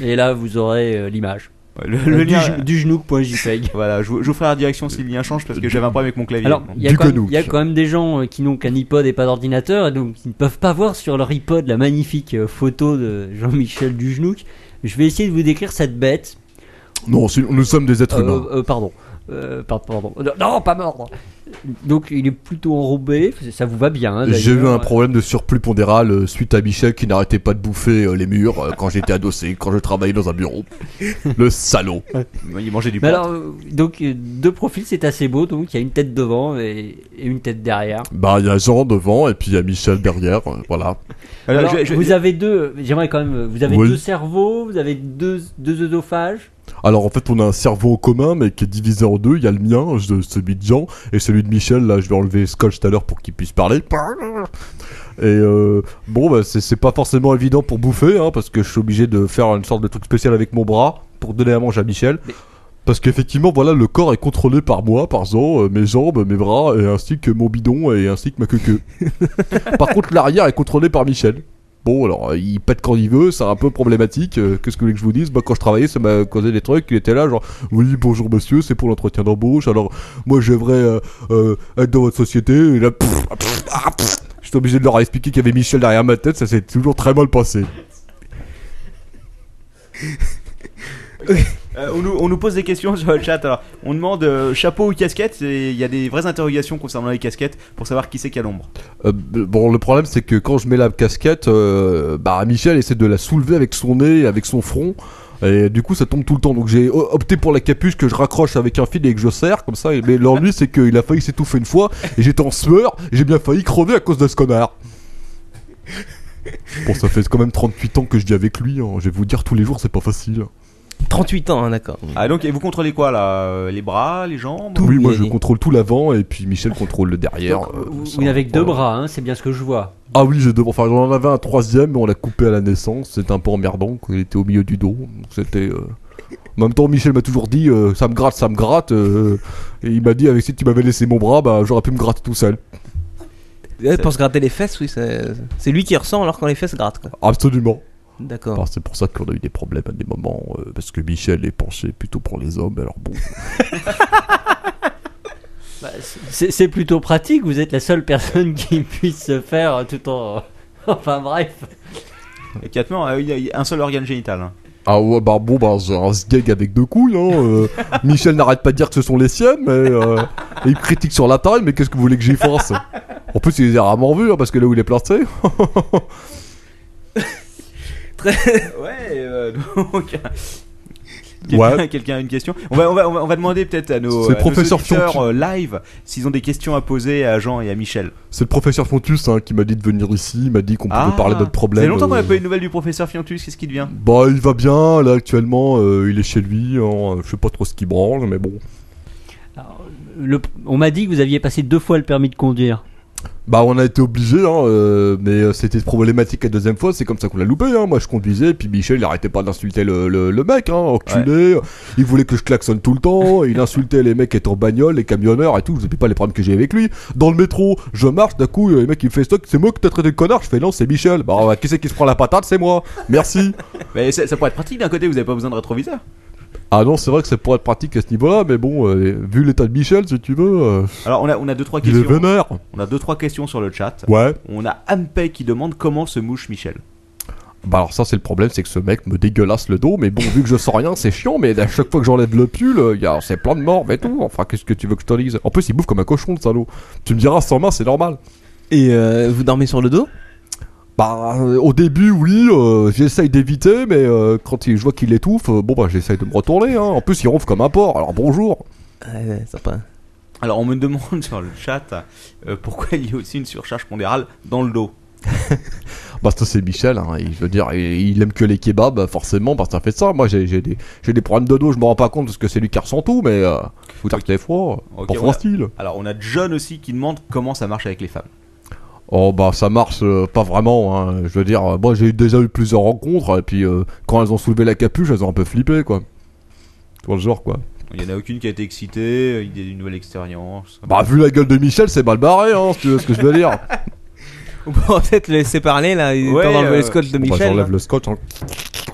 S6: Et là, vous aurez euh, l'image.
S3: Le,
S6: Euh,
S3: le
S6: du
S3: lien
S6: gen- du genoux.jpg.
S3: voilà, je, vous- je vous ferai la direction si le lien change parce que j'avais un problème avec mon clavier.
S6: Alors, il y, a quand même- il y a quand même des gens euh, qui n'ont qu'un iPod et pas d'ordinateur, et donc qui ne peuvent pas voir sur leur iPod la magnifique euh, photo de Jean-Michel Dujnouk. Je vais essayer de vous décrire cette bête.
S5: Non, c'est- nous sommes des êtres
S6: Euh,
S5: humains.
S6: euh, pardon. Euh, par- pardon. Non, Non, pas mort. Donc, il est plutôt enrobé. Ça vous va bien.
S3: euh,
S6: hein,
S5: J'ai eu
S6: d'ailleurs.
S5: un problème de surplus pondéral euh, suite à Michel qui n'arrêtait pas de bouffer euh, les murs euh, quand j'étais adossé, quand je travaillais dans un bureau. Le salaud.
S3: Il mangeait du
S6: Mais alors, euh, donc, euh, de profil, c'est assez beau. Donc, il y a une tête devant et, et une tête derrière.
S5: Bah, il y a Jean devant et puis il y a Michel derrière, euh, voilà.
S6: Alors, vous avez deux. J'aimerais quand même. Vous avez
S5: Oui.
S6: deux cerveaux, vous avez deux, deux œsophages.
S5: Alors en fait, on a un cerveau en commun, mais qui est divisé en deux. Il y a le mien, je- celui de Jean, et celui de Michel. Là, je vais enlever Scotch tout à l'heure pour qu'il puisse parler. Et euh, bon, bah, c'est- c'est pas forcément évident pour bouffer, hein, parce que je suis obligé de faire une sorte de truc spécial avec mon bras pour donner à manger à Michel. Parce qu'effectivement, voilà, le corps est contrôlé par moi, par Jean, euh, mes jambes, mes bras, et ainsi que mon bidon, et ainsi que ma queue. par contre, l'arrière est contrôlé par Michel. Bon, alors, euh, il pète quand il veut, c'est un peu problématique. euh, Qu'est-ce que vous voulez que je vous dise Bah, quand je travaillais, ça m'a causé des trucs. Il était là, genre, oui, bonjour monsieur, c'est pour l'entretien d'embauche. Alors, moi, j'aimerais euh, euh, être dans votre société. Et là, pff, pff, ah, pff. j'étais obligé de leur expliquer qu'il y avait Michel derrière ma tête. Ça s'est toujours très mal passé.
S3: Euh, on, nous, on nous pose des questions sur le chat. Alors, on demande euh, chapeau ou casquette. Et il y a des vraies interrogations concernant les casquettes pour savoir qui c'est qui a l'ombre.
S5: Euh, b- bon, le problème, c'est que quand je mets la casquette, euh, bah, Michel essaie de la soulever avec son nez, avec son front. Et du coup, ça tombe tout le temps. Donc, j'ai o- opté pour la capuche que je raccroche avec un fil et que je serre, comme ça. Mais l'ennui, c'est qu'il a failli s'étouffer une fois. Et j'étais en sueur. et J'ai bien failli crever à cause de ce connard. Bon, ça fait quand même 38 ans que je vis avec lui. hein. Je vais vous dire, tous les jours, c'est pas facile.
S4: 38 ans, hein, d'accord.
S3: Ah, donc, et vous contrôlez quoi là Euh, Les bras, les jambes
S5: oui, moi, je contrôle tout l'avant. Et puis, Michel contrôle le derrière.
S6: Donc,
S5: euh,
S6: vous-
S5: ça.
S6: vous avez que deux bras, hein, c'est bien ce que je vois.
S5: Ah oui, j'ai deux. Enfin, j'en avais un troisième, mais on l'a coupé à la naissance. C'était un peu emmerdant. Il était au milieu du dos. Donc, C'était. euh, En même temps, Michel m'a toujours dit euh, ça me gratte, ça me gratte. euh, Et il m'a dit avec si tu m'avais laissé mon bras, bah j'aurais pu me gratter tout seul.
S4: Ouais, Pour se gratter les fesses, oui, c'est c'est lui qui ressent alors quand les fesses grattent. quoi.
S5: Absolument.
S4: D'accord.
S5: Enfin, c'est pour ça qu'on a eu des problèmes à des moments euh, parce que Michel est penché plutôt pour les hommes. Alors bon.
S6: Bah, c'est- c'est c'est plutôt pratique, vous êtes la seule personne qui puisse se faire tout en. Enfin bref.
S3: Et Catman, euh, il y a- il y a un seul organe génital. hein.
S5: Ah ouais, bah bon, bah c'est un sgeg avec deux couilles. Hein. euh, Michel n'arrête pas de dire que ce sont les siennes, mais euh, et il critique sur la taille, mais qu'est-ce que vous voulez que j'y fasse En plus, il les a rarement vus, hein, parce que là où il est placé.
S3: ouais, euh, donc. Quelqu'un
S5: Ouais.
S3: quelqu'un a une question on va, on, va, on va- on va demander peut-être à nos,
S5: C'est
S3: à nos
S5: professeur
S3: auditeurs,
S5: Fiontu.
S3: euh, live s'ils ont des questions à poser à Jean et à Michel.
S5: C'est le professeur Fontus hein, qui m'a dit de venir ici, il m'a dit qu'on pouvait parler de notre problème.
S3: C'est Ah. longtemps qu'on
S5: euh,
S3: n'a pas eu de nouvelles du professeur Fiantus, qu'est-ce qu'il devient
S5: Bah, il va bien, là actuellement, euh, il est chez lui, hein, je sais pas trop ce qu'il branle, mais bon.
S6: Le- on m'a dit que vous aviez passé deux fois le permis de conduire.
S5: Bah on a été obligé, hein, euh, mais euh, c'était problématique la deuxième fois, c'est comme ça qu'on l'a loupé. Hein. Moi je conduisais, puis Michel il arrêtait pas d'insulter le, le, le mec, hein, enculé. Il voulait que je klaxonne tout le temps, il insultait les mecs qui étaient en bagnole, les camionneurs et tout. Vous savez pas les problèmes que j'ai avec lui. Dans le métro, je marche, d'un coup euh, le mec il me fait stock, c'est moi que t'as traité de connard. Je fais non, c'est Michel. Bah ouais, qui c'est qui se prend la patate, c'est moi. Merci.
S3: Mais ça, ça pourrait être pratique d'un côté, vous n'avez pas besoin de rétroviseur.
S5: ah non, c'est vrai que ça pourrait être pratique à ce niveau-là, mais bon, euh, vu l'état de Michel, si tu veux. euh,
S3: Alors on a, on a deux trois
S5: Il est
S3: questions.
S5: vénère.
S3: On a deux trois questions sur le chat.
S5: Ouais.
S3: On a Ampey qui demande comment se mouche Michel.
S5: Bah alors ça c'est le problème, c'est que ce mec me dégueulasse le dos, mais bon vu que je sens rien c'est chiant, mais à chaque fois que j'enlève le pull, euh, y a, c'est plein de morts, mais tout, enfin qu'est-ce que tu veux que je te dise En plus il bouffe comme un cochon le salaud. Tu me diras sans main c'est normal.
S4: Et euh, vous dormez sur le dos
S5: Bah euh, au début oui, euh, j'essaye d'éviter, mais euh, quand il- je vois qu'il étouffe, euh, bon bah j'essaye de me retourner, hein. en plus il ronfle comme un porc, alors bonjour.
S4: Ouais, sympa.
S3: Alors on me demande sur le chat euh, pourquoi il y a aussi une surcharge pondérale dans le dos.
S5: Bastos c'est Michel, hein, il veut dire, il, il aime que les kebabs, bah, forcément, parce que ça fait ça. Moi j'ai j'ai des, j'ai des problèmes de dos, je me rends pas compte parce que c'est lui qui ressent tout, mais euh, faut dire que t'es froid,
S3: Ok,
S5: pour
S3: on a-
S5: France Style.
S3: Alors, on a John aussi qui demande comment ça marche avec les femmes.
S5: Oh bah ça marche euh, pas vraiment, hein. je veux dire, euh, moi j'ai eu- déjà eu plusieurs rencontres, et puis euh, quand elles ont soulevé la capuche, elles ont un peu flippé quoi. Tu vois le genre quoi.
S3: Il n'y en a aucune qui a été excitée, euh, il y a une nouvelle expérience.
S5: Bah vu la gueule de Michel, c'est mal barré, hein, si tu veux ce que je veux dire.
S4: On peut peut-être le laisser parler là, il
S5: Ouais,
S4: est temps d'enlever
S5: euh,
S4: le scotch de
S5: bon, bah,
S4: Michel.
S5: j'enlève
S4: hein.
S5: le scotch. hein.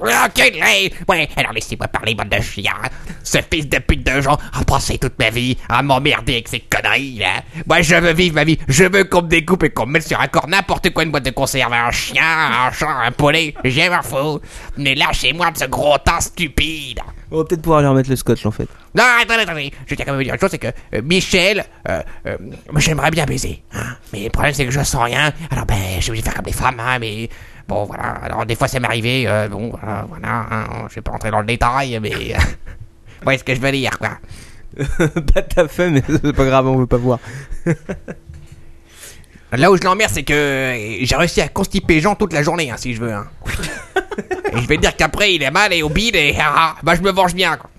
S11: Enculé Ouais, alors laissez-moi parler, bande de chiens. Ce fils de pute de Jean a passé toute ma vie à m'emmerder avec ses conneries, là. Moi, je veux vivre ma vie. Je veux qu'on me découpe et qu'on me mette sur un corps n'importe quoi, une boîte de conserve, un chien, un chat, un poulet. J'ai un fou. Mais lâchez-moi de ce gros tas stupide.
S4: On va peut-être pouvoir lui remettre le scotch en fait.
S11: Non, attendez, attendez. Je tiens quand même à vous dire une chose, c'est que euh, Michel, euh, euh, moi, j'aimerais bien baiser. hein. Mais le problème, c'est que je sens rien. Alors, ben, je suis obligé de faire comme les femmes, hein, mais bon, voilà. Alors, des fois, ça m'est arrivé. euh, bon, voilà, voilà, hein, je vais pas rentrer dans le détail, mais. Vous voyez ce que je veux dire, quoi.
S4: pas ta femme, mais c'est pas grave, on veut pas voir.
S11: Là où je l'emmerde, c'est que euh, j'ai réussi à constiper Jean toute la journée, hein, si je veux. hein. et je vais dire qu'après, il est mal et au bide, et ah, ah, bah, je me venge bien, quoi.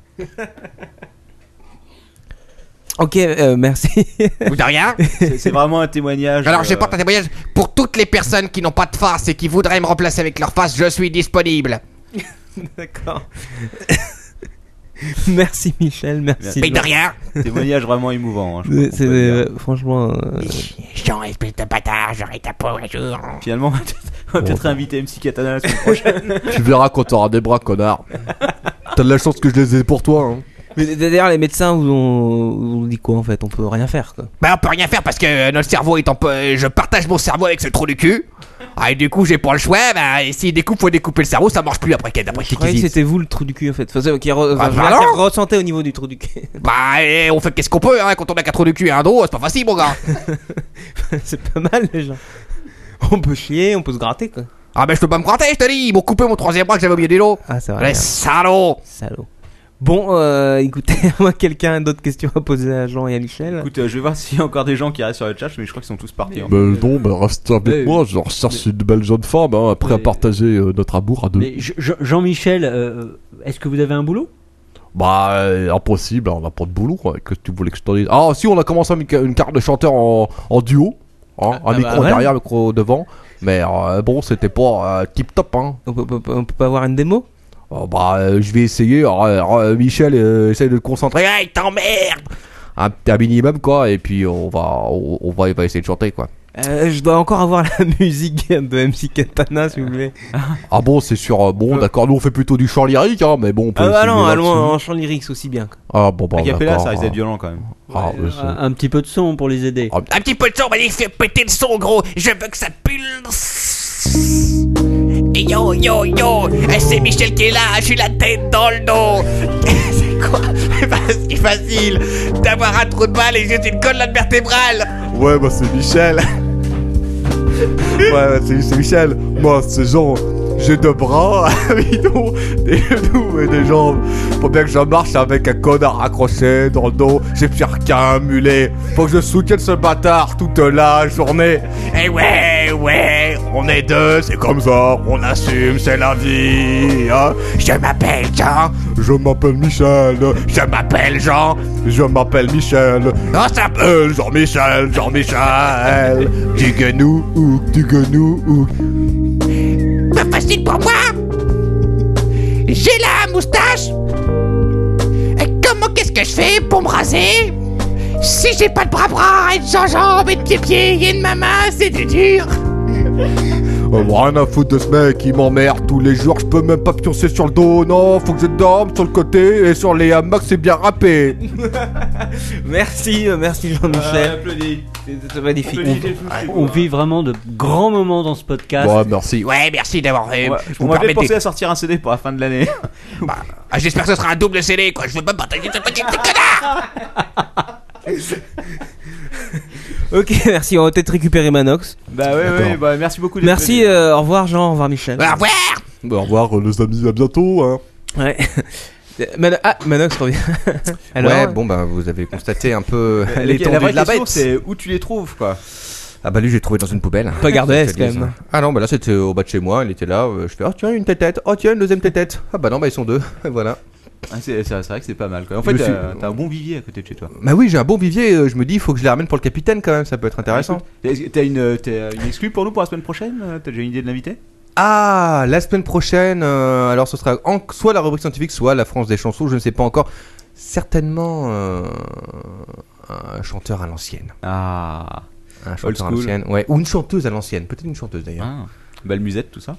S4: Ok, euh, merci.
S11: Ou de rien.
S3: C'est vraiment un témoignage.
S11: Alors, je
S3: euh,
S11: porte un témoignage pour toutes les personnes qui n'ont pas de face et qui voudraient me remplacer avec leur face. Je suis disponible.
S4: D'accord. merci Michel, merci.
S11: Mais de rien.
S3: Témoignage vraiment émouvant. hein, je crois
S4: C'est-
S3: qu'on
S4: c'est,
S3: peut le dire.
S4: euh, franchement. euh,
S11: Jean, espèce de bâtard, j'aurai ta peau un jour.
S3: Finalement, on va peut-être- on va peut-être inviter MC Katana la semaine prochaine.
S5: tu verras quand t'auras des bras, connard. T'as de la chance que je les ai pour toi. Hein.
S4: mais D'ailleurs, les médecins vous ont, vous ont dit quoi en fait On peut rien faire quoi.
S11: Bah, on peut rien faire parce que euh, notre cerveau est en. pe- euh, Je partage mon cerveau avec ce trou du cul. Ah, et du coup, j'ai pas le choix. Bah, et s'il découpe, faut découper le cerveau, ça marche plus après qu'elle. Après
S4: Je croyais que c'était vous le trou du cul en fait. Enfin, c'est- qui re- enfin,
S11: Ah,
S4: je
S11: bah
S4: veux dire, qui
S11: non.
S4: ressentait au niveau du trou du cul.
S11: Bah, eh, on fait qu'est-ce qu'on peut, hein, quand on a quatre trous du cul et un dos, c'est pas facile, mon gars.
S4: c'est pas mal les gens. On peut chier, on peut se gratter quoi.
S11: ah, bah, je peux pas me gratter, je te dis. Ils m'ont coupé mon troisième bras que j'avais au milieu du dos.
S4: Ah, c'est vrai.
S11: Les
S4: merde.
S11: salauds.
S4: Salaud. Bon, euh, écoutez, moi, quelqu'un a d'autres questions à poser à Jean et à Michel
S3: Écoute, euh, je vais voir s'il y a encore des gens qui restent sur le chat, mais je crois qu'ils sont tous partis. hein.
S5: Bah non, bah reste avec
S3: Mais-
S5: moi, je recherche une belle jeune femme, hein, après à partager euh, notre amour à deux.
S6: Mais Je- Je- Jean-Michel, euh, est-ce que vous avez un boulot
S5: Bah euh, impossible, on n'a pas de boulot, quoi. que tu voulais que je te dise. Ah si, on a commencé une, ca- une carte de chanteur en, en duo, hein, un
S4: ah
S5: micro
S4: bah ouais.
S5: derrière, un micro devant, mais euh, bon, c'était pas tip top. Hein.
S4: On, peut, pas- on peut pas avoir une démo
S5: Oh, bah euh, je vais essayer, alors, alors, euh, Michel, euh, essaye de le concentrer.
S11: Hey, t'emmerdes.
S5: un, un minimum quoi et puis on va on, on va, il va essayer de chanter quoi
S4: Euh, Je dois encore avoir la musique de MC Katana, si vous voulez.
S5: ah bon c'est sûr euh, bon d'accord nous on fait plutôt du chant lyrique hein, mais bon on peut
S4: Ah bah
S5: essayer
S4: non, allons
S5: là-dessus.
S4: en chant lyrics aussi bien. quoi.
S5: ah bon bah
S3: A cappella,
S5: d'accord,
S3: ça risque d'être
S5: hein.
S3: violent quand même.
S5: ah, ouais, c'est-
S6: un, un petit peu de son pour les aider.
S11: Un petit peu de son, vas-y, fais péter le son, gros. Je veux que ça pulse. Et yo, yo, yo. Eh, c'est Michel qui est là. J'ai la tête dans le dos. c'est quoi C'est facile d'avoir un trou de balle et juste une colonne vertébrale.
S5: ouais bah c'est Michel ouais bah, c'est c'est Michel moi c'est Jean j'ai deux bras un bidon, des genoux et des jambes faut bien que je marche avec un connard accroché dans le dos j'ai pire qu'un mulet faut que je soutienne ce bâtard toute la journée
S11: Eh ouais, ouais.
S5: On est deux, c'est comme ça, on assume, c'est la vie. hein.
S11: Je m'appelle Jean.
S5: Je m'appelle Michel,
S11: Je m'appelle Jean.
S5: je m'appelle Michel.
S11: Oh, ça peut.
S5: Euh, Jean-Michel, Jean-Michel, digue-nous, ouk, digue-nous, ouk.
S11: Pas facile pour moi. J'ai la moustache. Et comment qu'est-ce que je fais pour me raser Si j'ai pas de bras bras et de jambes et de pieds pieds et de ma main, c'est du dur.
S5: Euh, rien à foutre de ce mec, il m'emmerde tous les jours, je peux même pas pioncer sur le dos, non, faut que je dorme sur le côté et sur les hamacs, c'est bien râpé.
S4: Merci, euh, merci Jean-Michel.
S3: Applaudis.
S4: C'est magnifique.
S6: On vit vraiment de grands moments dans ce podcast.
S5: Ouais, merci.
S11: Ouais, merci d'avoir fait.
S3: Ouais,
S11: vous
S3: on m'avait
S11: permettez-
S3: pensé à sortir un CD pour la fin de l'année.
S11: Ah, J'espère que ce sera un double CD, quoi. Je veux pas partager ce petit petit connard.
S4: Ok, merci, on va peut-être récupérer Manox.
S3: bah ouais, ouais, bah merci beaucoup. d'être
S4: Merci,
S3: venu.
S4: euh, au revoir Jean, au revoir Michel.
S11: Au revoir.
S5: Bah, au revoir euh, les amis, à bientôt. Hein.
S4: Ouais. Mano- ah, Manox revient. Alors,
S14: ouais, bon, bah, vous avez constaté un peu
S3: La- la-
S14: l'étendue
S3: Euh, la vraie
S14: de la
S3: question,
S14: bête.
S3: c'est où tu les trouves quoi.
S5: Ah bah lui, j'ai trouvé dans une poubelle.
S4: Pas hein. gardé,
S5: Ça,
S4: quand
S5: ça.
S4: même.
S5: Ah non, bah là, c'était au bas de chez moi. Il était là. euh, Je fais, oh tiens, une tête tête. Oh tiens, une deuxième tête tête. Ah bah non, bah ils sont deux. Et voilà.
S3: Ah, c'est c'est- c'est vrai que c'est pas mal. Quoi. En fait, euh,
S5: Je suis-
S3: t'as t'as un bon vivier à côté de chez toi.
S5: Bah oui, j'ai un bon vivier. euh, Je me dis, il faut que je les ramène pour le capitaine quand même. Ça peut être intéressant.
S3: Écoute, T'as une, euh, t'as une exclue pour nous pour la semaine prochaine euh, T'as déjà une idée de l'invité
S5: Ah, la semaine prochaine, euh, alors ce sera en- soit la rubrique scientifique, soit la France des chansons, je ne sais pas encore. Certainement euh, un chanteur à l'ancienne.
S3: Ah,
S5: un
S3: Old
S5: chanteur à
S3: school.
S5: l'ancienne, ouais. Ou une chanteuse à l'ancienne, peut-être une chanteuse d'ailleurs.
S3: Ah, Belle musette, tout ça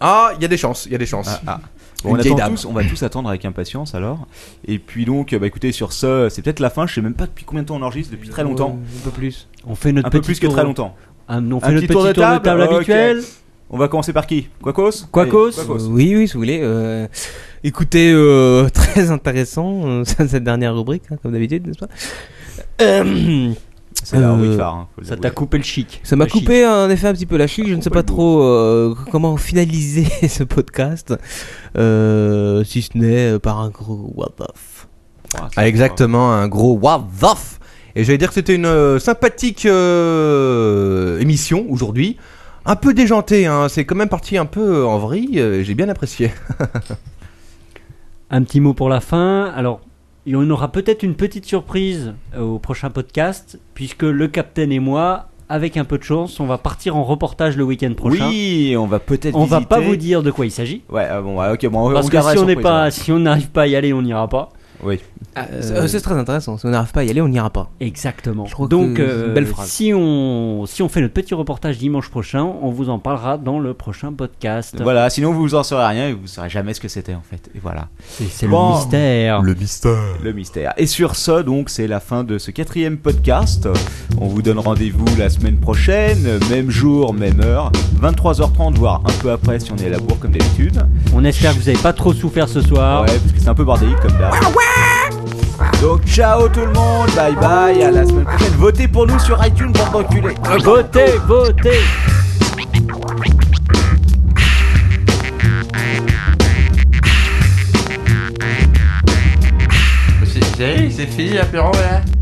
S5: Ah, il y a des chances, il y a des chances.
S3: Ah, ah. Bon, on,
S5: Une vieille
S3: attend
S5: dame.
S3: tous, on va tous attendre avec impatience alors. Et puis donc, euh, bah, écoutez, sur ce, c'est peut-être la fin. Je sais même pas depuis combien de temps on enregistre, depuis très longtemps.
S4: Un peu plus.
S6: On fait notre
S3: Un peu
S6: petit
S3: plus
S6: tour-
S3: que très longtemps.
S6: Ah, on fait
S3: Un
S6: notre
S3: petit tour de
S6: petit
S3: table, Ok.
S6: habituel.
S3: On va commencer par qui Quacos
S4: Quacos,
S3: Eh, Quacos.
S4: euh, oui, oui, si vous voulez. euh, écoutez, euh, très intéressant euh, ça, cette dernière rubrique, hein, comme d'habitude, n'est-ce pas Euh,
S3: C'est la rubrique phare, hein, faut le
S6: Ça
S3: l'avouer.
S6: t'a coupé le chic.
S4: Ça m'a
S6: Le chic.
S4: coupé en effet un petit peu la chic. Je ne sais pas trop euh, comment finaliser ce podcast, euh, si ce n'est euh, par un gros what the f-
S5: Ah, exactement, un gros wavaf. Et j'allais dire que c'était une euh, sympathique euh, émission aujourd'hui. Un peu déjantée, hein. c'est quand même parti un peu en vrille, euh, j'ai bien apprécié.
S6: Un petit mot pour la fin. Alors, il y en aura peut-être une petite surprise euh, au prochain podcast, puisque le capitaine et moi, avec un peu de chance, on va partir en reportage le week-end prochain.
S3: Oui, on va peut-être.
S6: on va
S3: visiter-
S6: pas vous dire de quoi il s'agit.
S3: Ouais, euh, bon, ouais, ok, bon, on-
S6: Parce
S3: on
S6: que
S3: gardera
S6: si
S3: la
S6: on n'est
S3: surprise, hein.
S6: pas,
S3: ouais.
S6: si on n'arrive pas à y aller, on n'ira pas.
S3: Oui.
S4: Euh, C'est très intéressant. Si on n'arrive pas à y aller, on n'ira pas.
S6: Exactement.
S4: Je crois
S6: Donc,
S4: que c'est
S6: euh,
S4: une belle phrase.
S6: si on si on fait notre petit reportage dimanche prochain, on vous en parlera dans le prochain podcast.
S3: Voilà, sinon vous en saurez rien et vous saurez jamais ce que c'était en fait. Et voilà.
S6: c'est le mystère.
S3: Le mystère. Le mystère. Et sur ce, donc, c'est la fin de ce quatrième podcast. On vous donne rendez-vous la semaine prochaine, même jour, même heure, 23h30, voire un peu après si on est à la bourre comme d'habitude.
S6: On espère que vous n'avez pas trop souffert ce soir.
S3: Ouais, parce que c'est un peu bordélique comme d'hab. Donc, ciao tout le monde, bye bye, à la semaine prochaine. Votez pour nous sur iTunes, bande d'enculés.
S6: Votez, votez.
S11: C'est c'est- c'est fini l'apéro hein. là